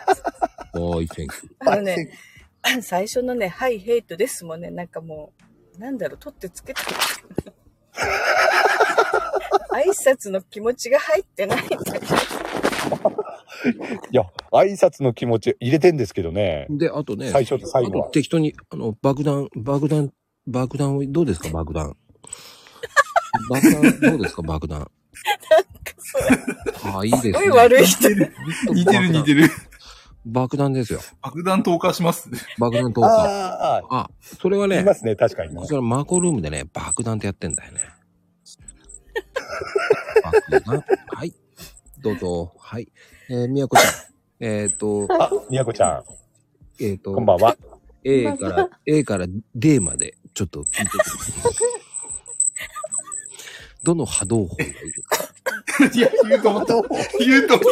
S1: バイセンキュー。
S15: あのね、 最初のね、はい、ヘイトですもんね、なんかもう、なんだろう、取ってつけて。挨拶の気持ちが入ってないんだよ。
S8: いや、挨拶の気持ち入れてんですけどね。
S1: で、あとね、
S8: 最初と最後
S1: あ
S8: は
S1: と。適当に、あの、爆弾、爆弾、爆弾を、どうですか、爆弾。爆弾、どうですか、爆弾。ああ、いいですね。
S28: すごい悪い人
S1: 似てる似て
S28: る。
S1: 爆弾ですよ。
S28: 爆弾投下します。
S1: 爆弾投下。
S8: あ
S1: あ、それはね。い
S8: ますね、確かに、
S1: それはマコルームでね、爆弾ってやってん だよね。爆弾。はい。どうぞ。はい。えー、みやこちゃん。 えっ、と。
S8: あ、みやこちゃん。
S1: えっ、と。
S8: こんばんは。
S1: A から、A から D まで、ちょっと聞いてください。どの波動法がいい
S28: いや、言うと思った。言うと思
S8: っ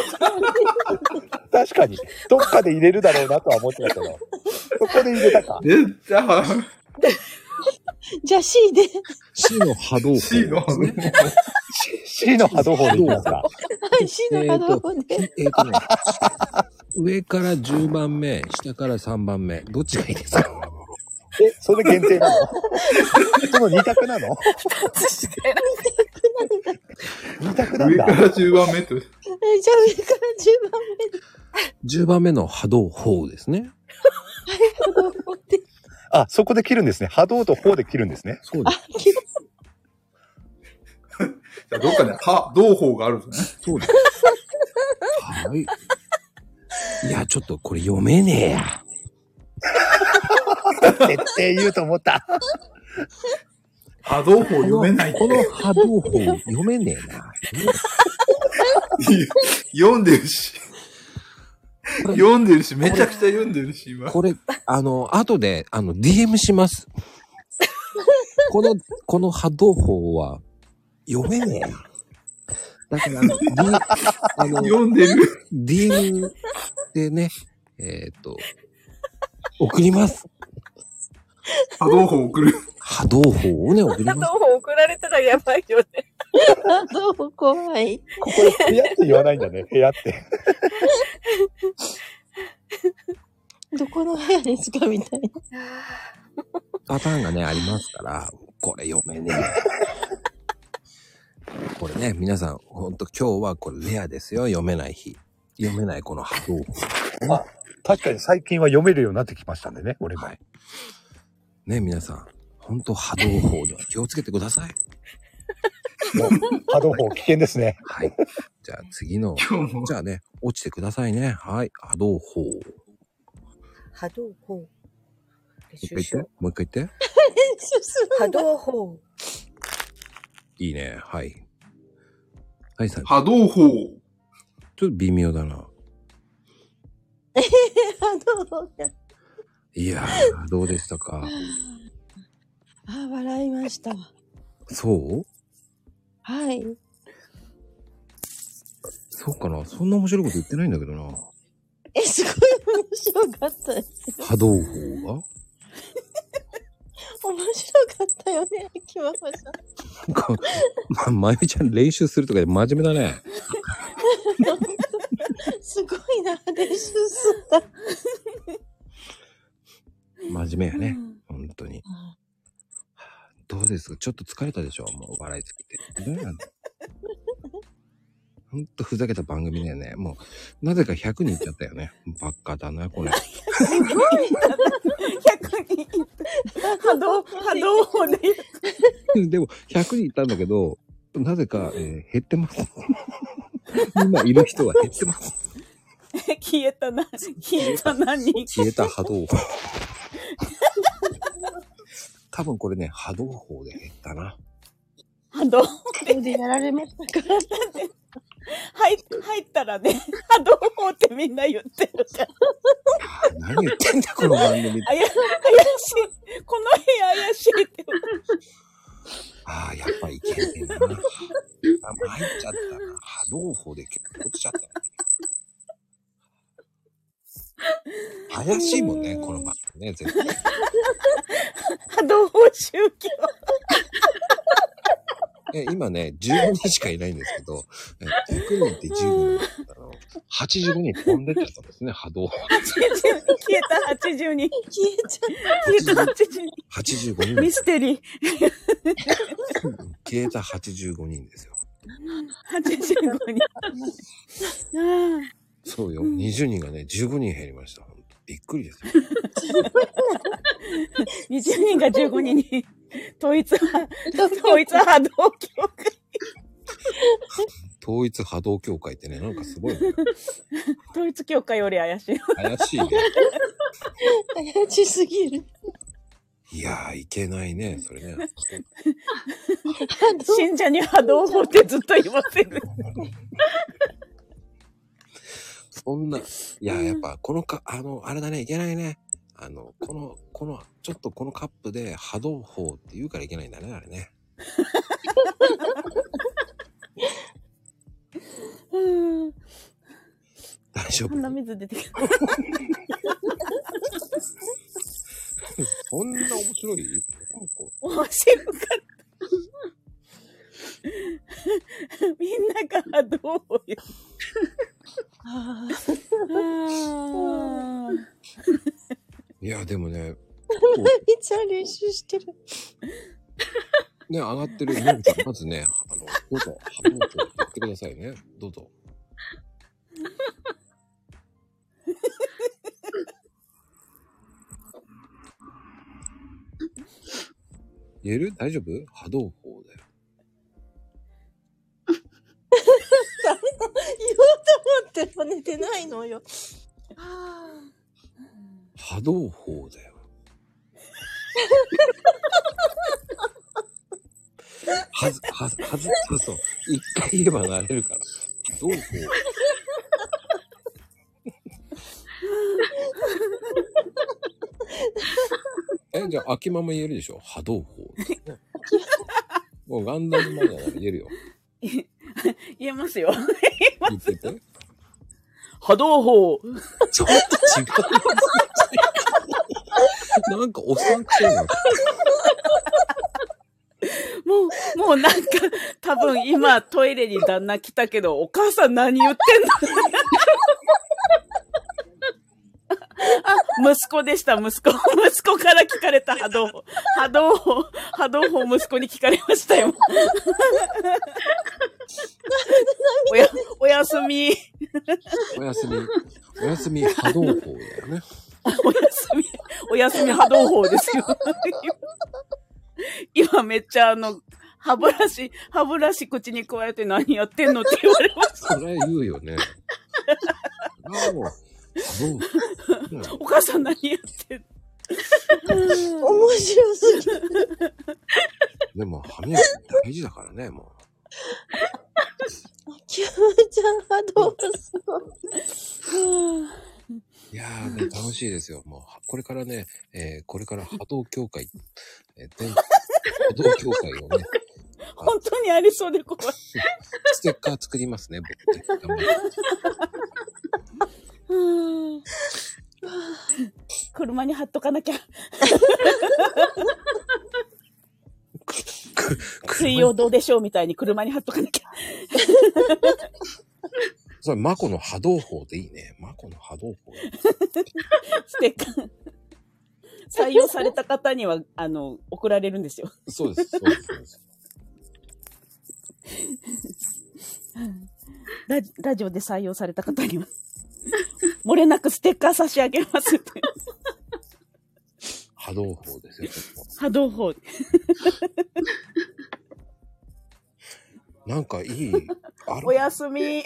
S8: た。確かに、どっかで入れるだろうなとは思ってたけど。そこで入れたか。
S15: じゃあ C で。
S1: C の波動法、C の波動
S8: C の波動法でいきますか。
S15: はい、C の波動法で。
S1: えっ、とね、上から10番目、下から3番目。どっちがいいですか
S8: え、それ限定なのその二択なの 二択なん
S28: 上
S8: だ。
S28: から10番目と。
S15: えじゃあ上から10番目で。
S1: 10番目の波動法ですね。
S8: あ、そこで切るんですね。波動と法で切るんですね。
S1: そう
S8: です。
S28: う。どっかで、は、同法があるんですね。
S1: そうです。はい。いや、ちょっとこれ読めねえや。
S8: 絶対言うと思 った。
S28: 波動法読めないって。
S1: この波動法読めねえな。
S28: 読んでるし。読んでるし、めちゃくちゃ読んでるし、今。
S1: これ、あの、後で、あの、DM します。この、この波動法は、読めねえや。だから、あの D- あの、
S28: 読んでる。
S1: DM でね、えっ、と、送ります。
S28: 波動法送る。
S1: 波動法をね、送ります。
S29: どう送られたらやばいよね。どう怖い。
S8: ここで部屋って言わないんだね。部屋って。
S15: どこの部屋ですかみたい
S1: パターンがね、ありますから、これ読めねえ。 これね、皆さん、ほんと今日はこれレアですよ、読めない日。読めないこの波動法。
S8: まあ、確かに最近は読めるようになってきましたんでね、俺も。
S1: ね、皆さん、ほんと波動法では気をつけてください。
S8: 波動法危険ですね。
S1: はい。じゃあ次の、じゃあね、落ちてくださいね。はい、波動法。もう
S30: 波動 砲。練
S1: 一回言って、もう一回言って。
S30: 波動砲。
S1: いいね、はい。はい、さん。
S28: 波動法。
S1: ちょっと微妙だな。
S15: な。えへへ、波動法。
S1: いや ー、どうでしたか。
S15: あ、笑いました。
S1: そう
S15: はい。
S1: そうかな。そんな面白いこと言ってないんだけどな。
S15: え、すごい面白かったです。
S1: 波動法が
S15: 面白かったよね、秋ママさん。
S1: こま、まゆみちゃん練習するとかで真面目だね。
S15: すごいな、練習すんだ。
S1: 真面目やね。本当に。どうですかちょっと疲れたでしょもう笑いすぎて。ど うなんだほんとふざけた番組だよね。もう、なぜか100人いっちゃったよね。ばっかだな、これ。
S15: すごいな。100人いった。波動、波動法で。
S1: でも、100人いたんだけど、なぜか、えー減ってます。 今いる人は減ってます。
S14: 消えたな、消えた何
S1: 消えた波動法。多分これね、波動法で減ったな。
S14: 波動法でやられましたから。入入ったらね、波動法ってみんな言ってるから。
S1: 何言ってんだ、この番組。
S14: あや怪しい。この部屋怪しいって。
S1: ああ、やっぱいけねえな。あ、参っちゃったな。波動法で結構落ちちゃったな。怪しいもんね、この番組ね、絶対。
S14: 波動法宗教。
S1: え、今ね、15人しかいないんですけど、え100人って15人、85人飛んでっちゃったんですね、波動法。
S14: 消えた八十人。消えちゃ消えた八十人。
S1: 85人
S14: ミステリー。
S1: 消えた85人ですよ。
S14: 八十五人。ああ。
S1: 20人がね、15人減りました。本当びっくりですよ。
S14: 20人が15人に、統一は、統一波動協会。
S1: 統一波動協会ってね、なんかすごいね、
S14: 統一協会より怪しい。
S1: 怪しいね。
S14: 怪しすぎる。
S1: いやー、いけないね、それね。
S14: 信者に波動法ってずっと言わせる。
S1: そんな、いや、やっぱ、このか、あの、あれだね、いけないね。あの、この、この、ちょっとこのカップで波動砲って言うからいけないんだね、あれね。
S14: うん。
S1: 大丈夫。
S14: 鼻水出てきた。
S1: そんな面白い
S14: 面白かった。みんなが波動を言う。あーあ ー。
S1: いや、でもね、
S14: いつも練習してる。
S1: ね、上がってる、のび太まずね、あの、どうぞ、波動砲やってくださいね。どうぞ。言える大丈夫波動砲だよ。
S15: 誰も言おうと思っても寝てないのよ。
S1: 波動砲だよ。はず、はず、はず、そうそう。一回言えばなれるから。波動砲。え、じゃあ、秋間も言えるでしょ波動砲。もうガンダムまでなら言えるよ。
S14: 言えますよ。
S1: 言ってて。
S14: 波動砲。
S1: ちょっと違う。なんかおっさんくせえな。
S14: もう、もうなんか、多分今トイレに旦那来たけど、お母さん何言ってんのあ、息子でした、息子。息子から聞かれた波動砲。波動砲、波動砲息子に聞かれましたよ。おや、おやすみ。
S1: おやすみ。おやすみ波動砲だよね。
S14: おやすみ、おやすみ波動砲ですよ。今めっちゃあの、歯ブラシ、歯ブラシ口に加えて何やってんのって言われまし
S1: それ言うよね。ああ、もう、波動砲。
S14: た。お母さん何やってんの
S15: 面白すぎる。
S1: でも、歯磨き大事だからね、も
S15: キューちゃん波動すごい。
S1: う。いやー、ね、楽しいですよ。もう、これからね、えーこれから波動協会、えー全波動協会をね、
S14: 本当にありそうで怖い。
S1: ステッカー作りますね、僕ね。頑張ります
S14: うん車に貼っとかなきゃ。水曜どうでしょうみたいに車に貼っとかなきゃ。
S1: それ、マコの波動砲でいいね。マコの波動砲。
S14: ステッカー。採用された方には、あの、送られるんですよ。
S1: そうです、そうです。そうです
S14: ラジラジオで採用された方には、漏れなくステッカー差し上げますって。
S1: 波動砲ですよ。
S14: 波動砲。
S1: なんかいい、ある
S14: おやすみ。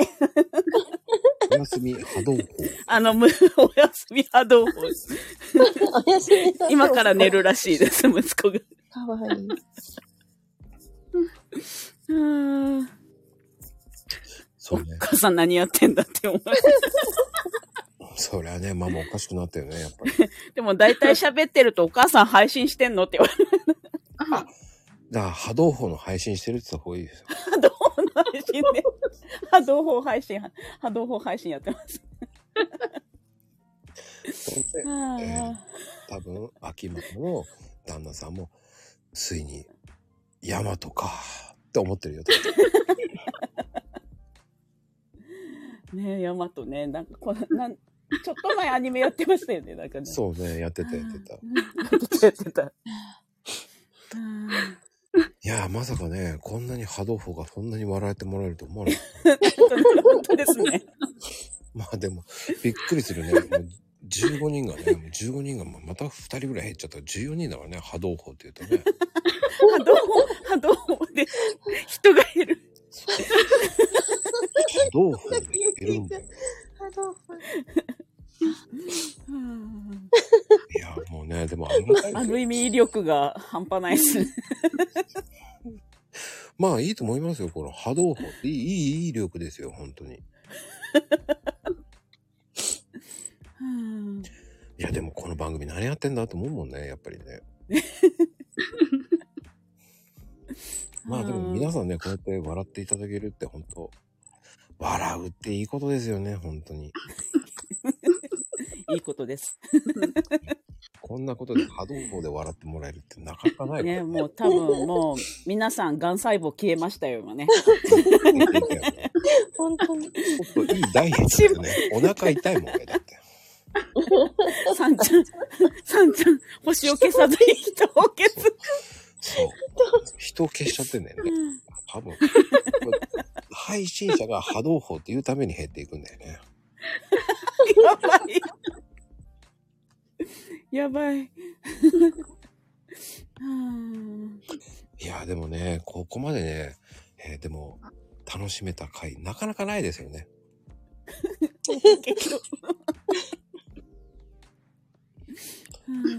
S1: おやすみ波動砲。
S14: あの、むおやすみ波動砲。
S15: おやすみ波動砲
S14: 今から寝るらしいです、息子が。
S15: かわいい。
S14: うん
S1: そうね
S14: お。母さん何やってんだって思う。
S1: そりゃね、ママおかしくなったよね、やっぱり。
S14: でも大体喋ってるとお母さん配信してんのって言われる。
S1: だから波動砲の配信してるって言った方がいいですよ。
S14: 波動砲の配信ね。波動砲配信、波動砲配信やってます。あ
S1: 多分、秋元の旦那さんも、ついに、ヤマトか、って思ってるよ。
S14: ーねえ、ヤマトね、なんかこの、なん、ちょっと前アニメやってましたよね、なんかね。
S1: そうね、やってた、やってた。
S14: やってた、やってた。
S1: いやー、まさかね、こんなに波動砲がそんなに笑えてもらえると思わなかった。
S14: 本当ですね。
S1: まあでも、びっくりするね。もう15人がね、もう15人がままた2人ぐらい減っちゃったら14人だからね、波動砲って言うとね。
S14: 波動波動で人が減る。
S1: 波動砲で減るんだよ。
S14: 波動
S1: いや、もうね、でもありがたい
S14: ある意味力が半端ないですね。
S1: まあいいと思いますよ、この波動砲っていい、いい、いい力ですよ、本当に。い や、でもこの番組何やってんだと思うもんね、やっぱりね。まあでも皆さんね、こうやって笑っていただけるって本当、笑うっていいことですよね、本当に。
S14: いいことです。
S1: こんなことで波動砲で笑ってもらえるってなかなかない
S14: ね、もう多分もう皆さん、がん細胞消えましたよ、今ね。
S15: 本当に。
S1: ちょっといいダイエットですね。お腹痛いもんね。
S14: さんちゃん、さんちゃん、星を消さずに人を消す。
S1: そう。人を消しちゃってんだよね。多分。配信者が波動砲っていうために減っていくんだよね。
S14: やばい。やばい。うん
S1: いや、でもね、ここまでね、えーでも、楽しめた回、なかなかないですよね。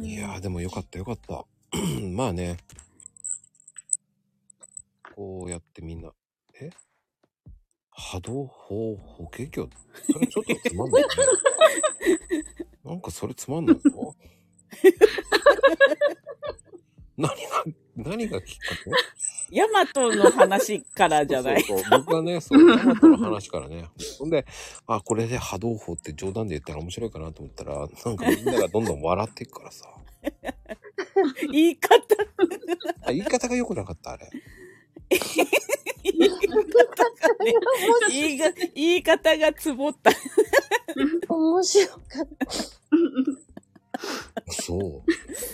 S1: いやー、でもよかったよかった。 まあね、こうやってみんな、え波動法法華経それちょっとつまん ない、ね。なんかそれつまんないぞ。 何が、何がきっかけ
S14: ヤマトの話からじゃない。
S1: そうそう僕はね、そう、ヤマトの話からね。ほんで、あ、これで波動砲って冗談で言ったら面白いかなと思ったら、なんかみんながどんどん笑っていくからさ。
S14: 言い方。
S1: あ、言い方が良くなかった、あれ。
S14: 言い方がね言いが言い方がつぼった。面白か
S1: そ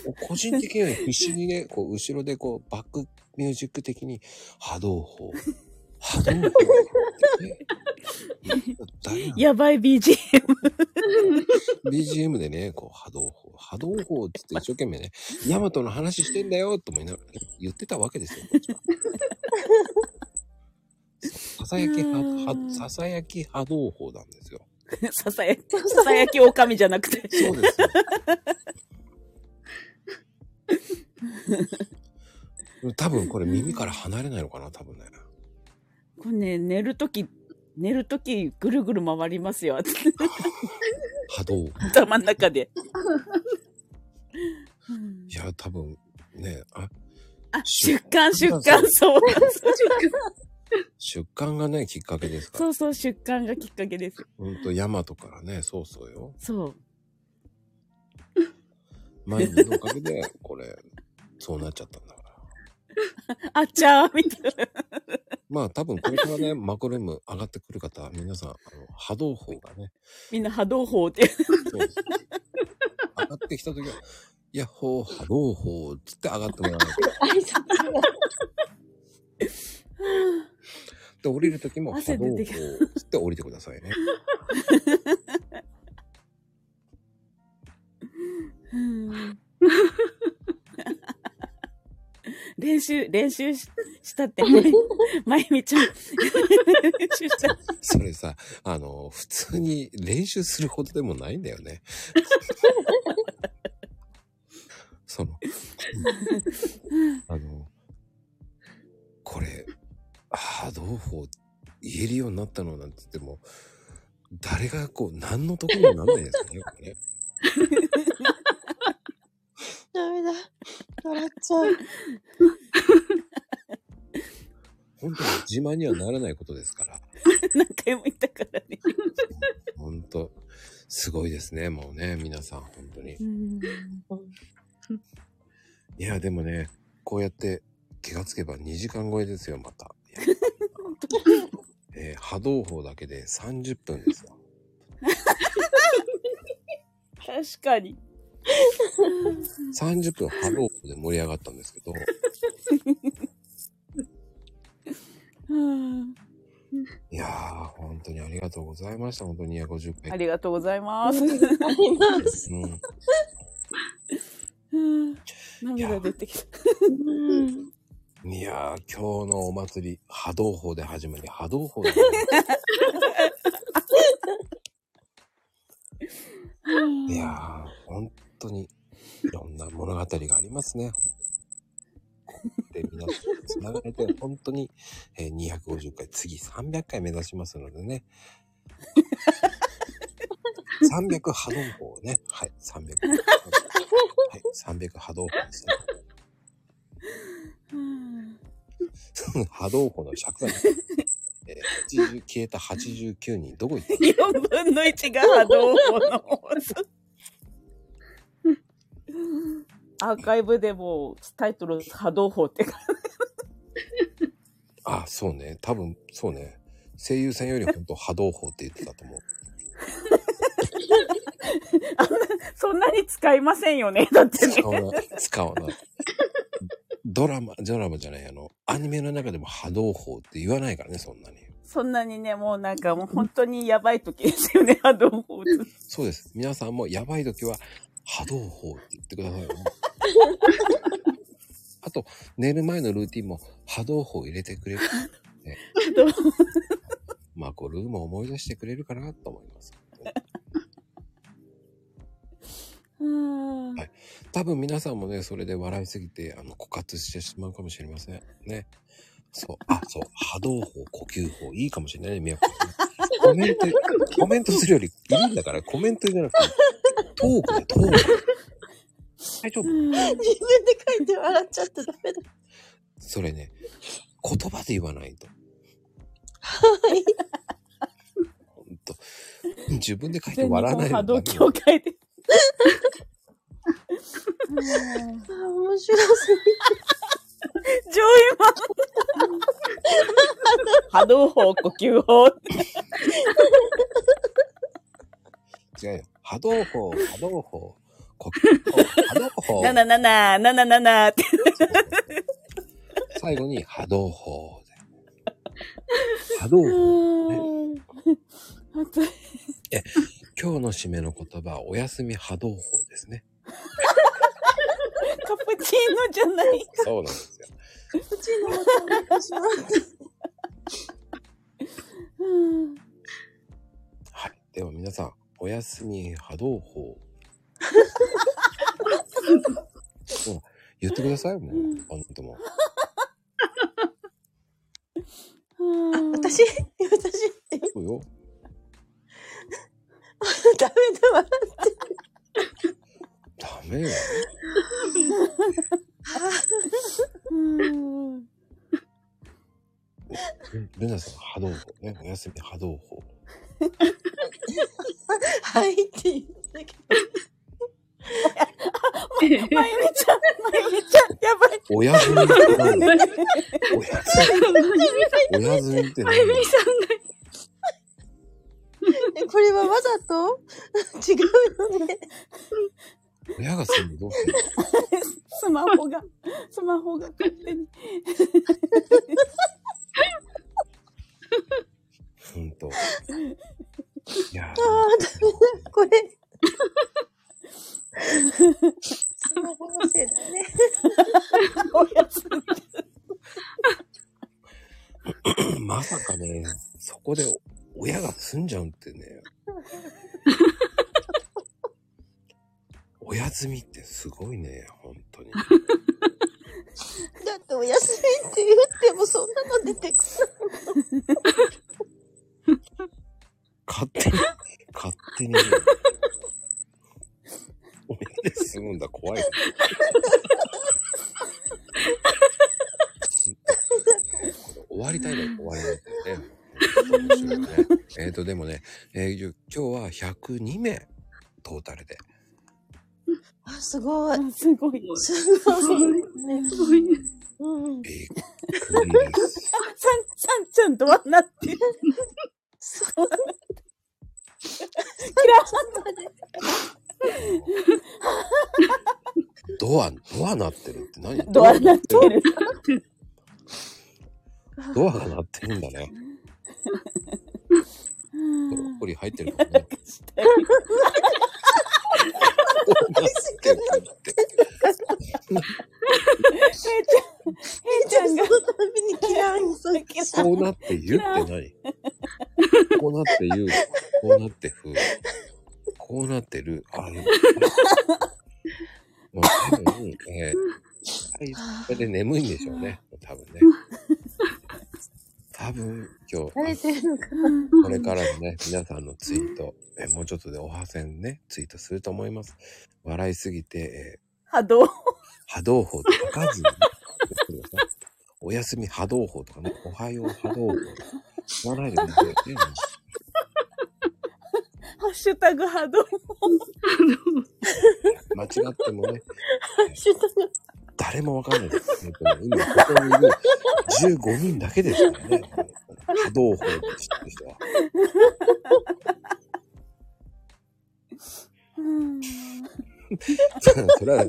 S1: う。個人的には必死にね、こう、後ろでこう、バックミュージック的に、波動砲。波動砲。
S14: やばい BGM。
S1: BGM でね、こう、波動砲。波動砲って言って一生懸命ね、ヤマトの話してんだよと思いながら言ってたわけですよ。ささやきは、はささやき波動砲なんですよ。
S14: ささや、ささやき狼じゃなくて。
S1: そうですよ。多分これ耳から離れないのかな、多分ね。
S14: これね、寝るとき、寝るとき、ぐるぐる回りますよ。
S1: 波動。
S14: 頭の中で。
S1: いや、多分ね、あ、
S14: あ、出刊、出刊、そう。
S1: 出刊がね、きっかけですから。
S14: そうそう、出刊がきっかけです。
S1: ほんと、ヤマトからね、そうそうよ。
S14: そう。
S1: マインドのおかげで、これ、そうなっちゃったんだから。
S14: あっちゃー、みたいな。
S1: まあ、多分これからね、マクローム上がってくる方、皆さん、あの波動砲がね、
S14: みんな波動砲って。
S1: 上がってきた時は、いやっほー、波動砲っつって上がってもらう。で、降りる時も波
S14: 汗
S1: 動砲
S14: 出
S1: って
S14: きた
S1: つって降りてくださいね。
S14: うん練習、練習ししたって、まゆみちゃん。練習した
S1: それさ、あの、普通に練習するほどでもないんだよね。その、あの、これ、波動砲言えるようになったのなんて言っても、誰がこう、何の得にもなんないですよね。これ ね
S15: ダメだ。笑っち ゃう。
S1: 本当に自慢にはならないことですから。
S14: 何回も言ったから ね。
S1: 本当すごいですね、もうね、皆さん、本当に。いや、でもね、こうやって気がつけば2時間超えですよ、また。 えー波動砲だけで30分ですよ。
S14: 確かに。
S1: 30分波動砲で盛り上がったんですけど、
S14: うん
S1: いいやー、本当にありがとうございました。本当に250回。
S14: ありがとうございます。
S1: うん
S14: うん涙出てきた。
S1: いやー、今日のお祭り、波動砲で始まり、波動砲で。いやー、本当に、いろんな物語がありますね。で、皆さんと繋がれて、本当に、えー250回、次300回目指しますのでね。300波動砲をね。はい、300。はい、300波動砲ですね。波動砲の尺が、 えー80消えた89人、どこ行った
S14: 4分の1が波動砲の放送。 アーカイブでもタイトル波動砲って書いて
S1: あ、そうね。多分、そうね。声優さんより本当波動砲って言ってたと思う。
S14: あんなそんなに使いませんよ ね。だってね。
S1: 使わない。使わない。ドラマ、ドラマじゃない、あの、アニメの中でも波動砲って言わないからね、そんなに。
S14: そんなにね、もうなんかもう本当にやばい時ですよね、波動砲って。
S1: そうです。皆さんもやばい時は波動砲って言ってくださいよ。 あと、寝る前のルーティンも波動砲入れてくれる。ね、まあ、こう、ルームを思い出してくれるかなと思います。
S14: うん。
S1: 多分皆さんもね、それで笑いすぎて、あの、枯渇してしまうかもしれません。ね。そう、あ、そう、波動法、呼吸法、いいかもしれないね、みやこさんね。コメント、 コメントするよりいいんだから、コメントじゃなくて、トークだ、トーク。大丈夫
S15: 自分で書いて笑っちゃってダメだ。
S1: それね、言葉で言わないと。
S15: はい。
S1: 自分で書いて笑わないの
S14: 波
S1: ダメ
S14: 動協会で。
S15: あ面白すぎ
S14: る。上位マン。波動砲、呼吸法。
S1: 違うよ。波動法、波動 法、呼吸法、波動法。
S14: なななな、ななななって。
S1: 最後に波動法で。波動
S14: う
S1: 法。
S14: ーん本当に
S1: え、今日の締めの言葉はおやすみ波動法ですね。
S14: カプチーノじゃない。
S1: そうなんですよ。
S14: カプチーノもしうん。
S1: では皆さん、おやすみ波動 法。うん言ってください、もう。あのとも。
S15: 私私
S1: そうよ。
S15: ダメだ笑
S1: ダメよ。
S14: っ
S1: ルルナさん、波動法ね。おやすみ波動法。
S15: て。はいって言ったけ
S14: まゆみちゃん、まゆみちゃん、やばい。
S1: おやすみって何だよおやすみ って何だよ
S15: えこれはわざと 違うよね。
S1: 親がすんのどうする
S14: スマホが、スマホが勝手 に。
S1: ほんと。いや
S15: ああ、ダメだ、これ。スマホのせいだね。
S14: おやすみ。
S1: まさかね、そこで親が済んじゃうってね。おやすみってすごいね、本当に。
S15: だってお休みって言ってもそんなの出てくるの。
S1: 勝手 に、勝手にね。おやで済むんだ、怖い。終わりたいの終わりたいね。面白いね。えっ、と、でもね、えー今日は102名、トータルで。
S15: あ、すごい。
S14: すごい。
S15: すごい。すごい。
S1: さ
S14: うん。
S1: ん、
S14: さんちゃんとはなってる。そう。 キラ
S1: ドア、ドアなってるって何
S14: ドアなってる。
S1: ドアがなってるんだね。ブロッコリー入ってるからね。
S12: ちゃんが、そのたびに嫌うそう
S1: こうなって言うって何こうなって言う。こうなって風。こうなってる。あれ。もう多分、えー、はい、それで眠いんでしょ うね。多分ね。多分、今日、
S12: 慣れてるのか
S1: これからのね、皆さんのツイート、えーもうちょっとでおはせんね、ツイートすると思います。笑いすぎて、えー
S12: 波動。
S1: 波動砲と書かずに、おやすみ波動砲とかね、おはよう波動砲言わないでくださいね。
S12: ハッシュタグ波動。ハ
S1: 間違ってもね、
S12: ッシュタグ。
S1: 誰もわかんないです。本当に今、ここにいる15人だけですからね。波動砲って知ってる人は。それは、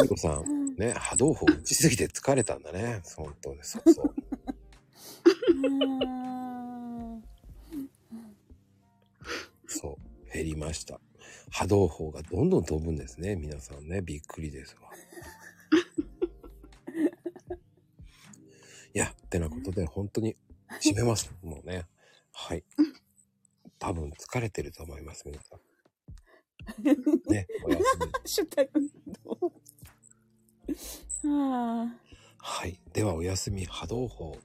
S1: みこさん、ね、波動砲打ちすぎて疲れたんだね。本当です。そ うそう。そう、減りました。波動砲がどんどん飛ぶんですね。皆さんね、びっくりですわ。いや、ってなことで、本当に、締めます。もうね。はい。多分疲れてると思います、皆さん。ね、おやすみ。
S12: ッシュタグ波動。ああ。
S1: はい。では、おやすみ波動砲。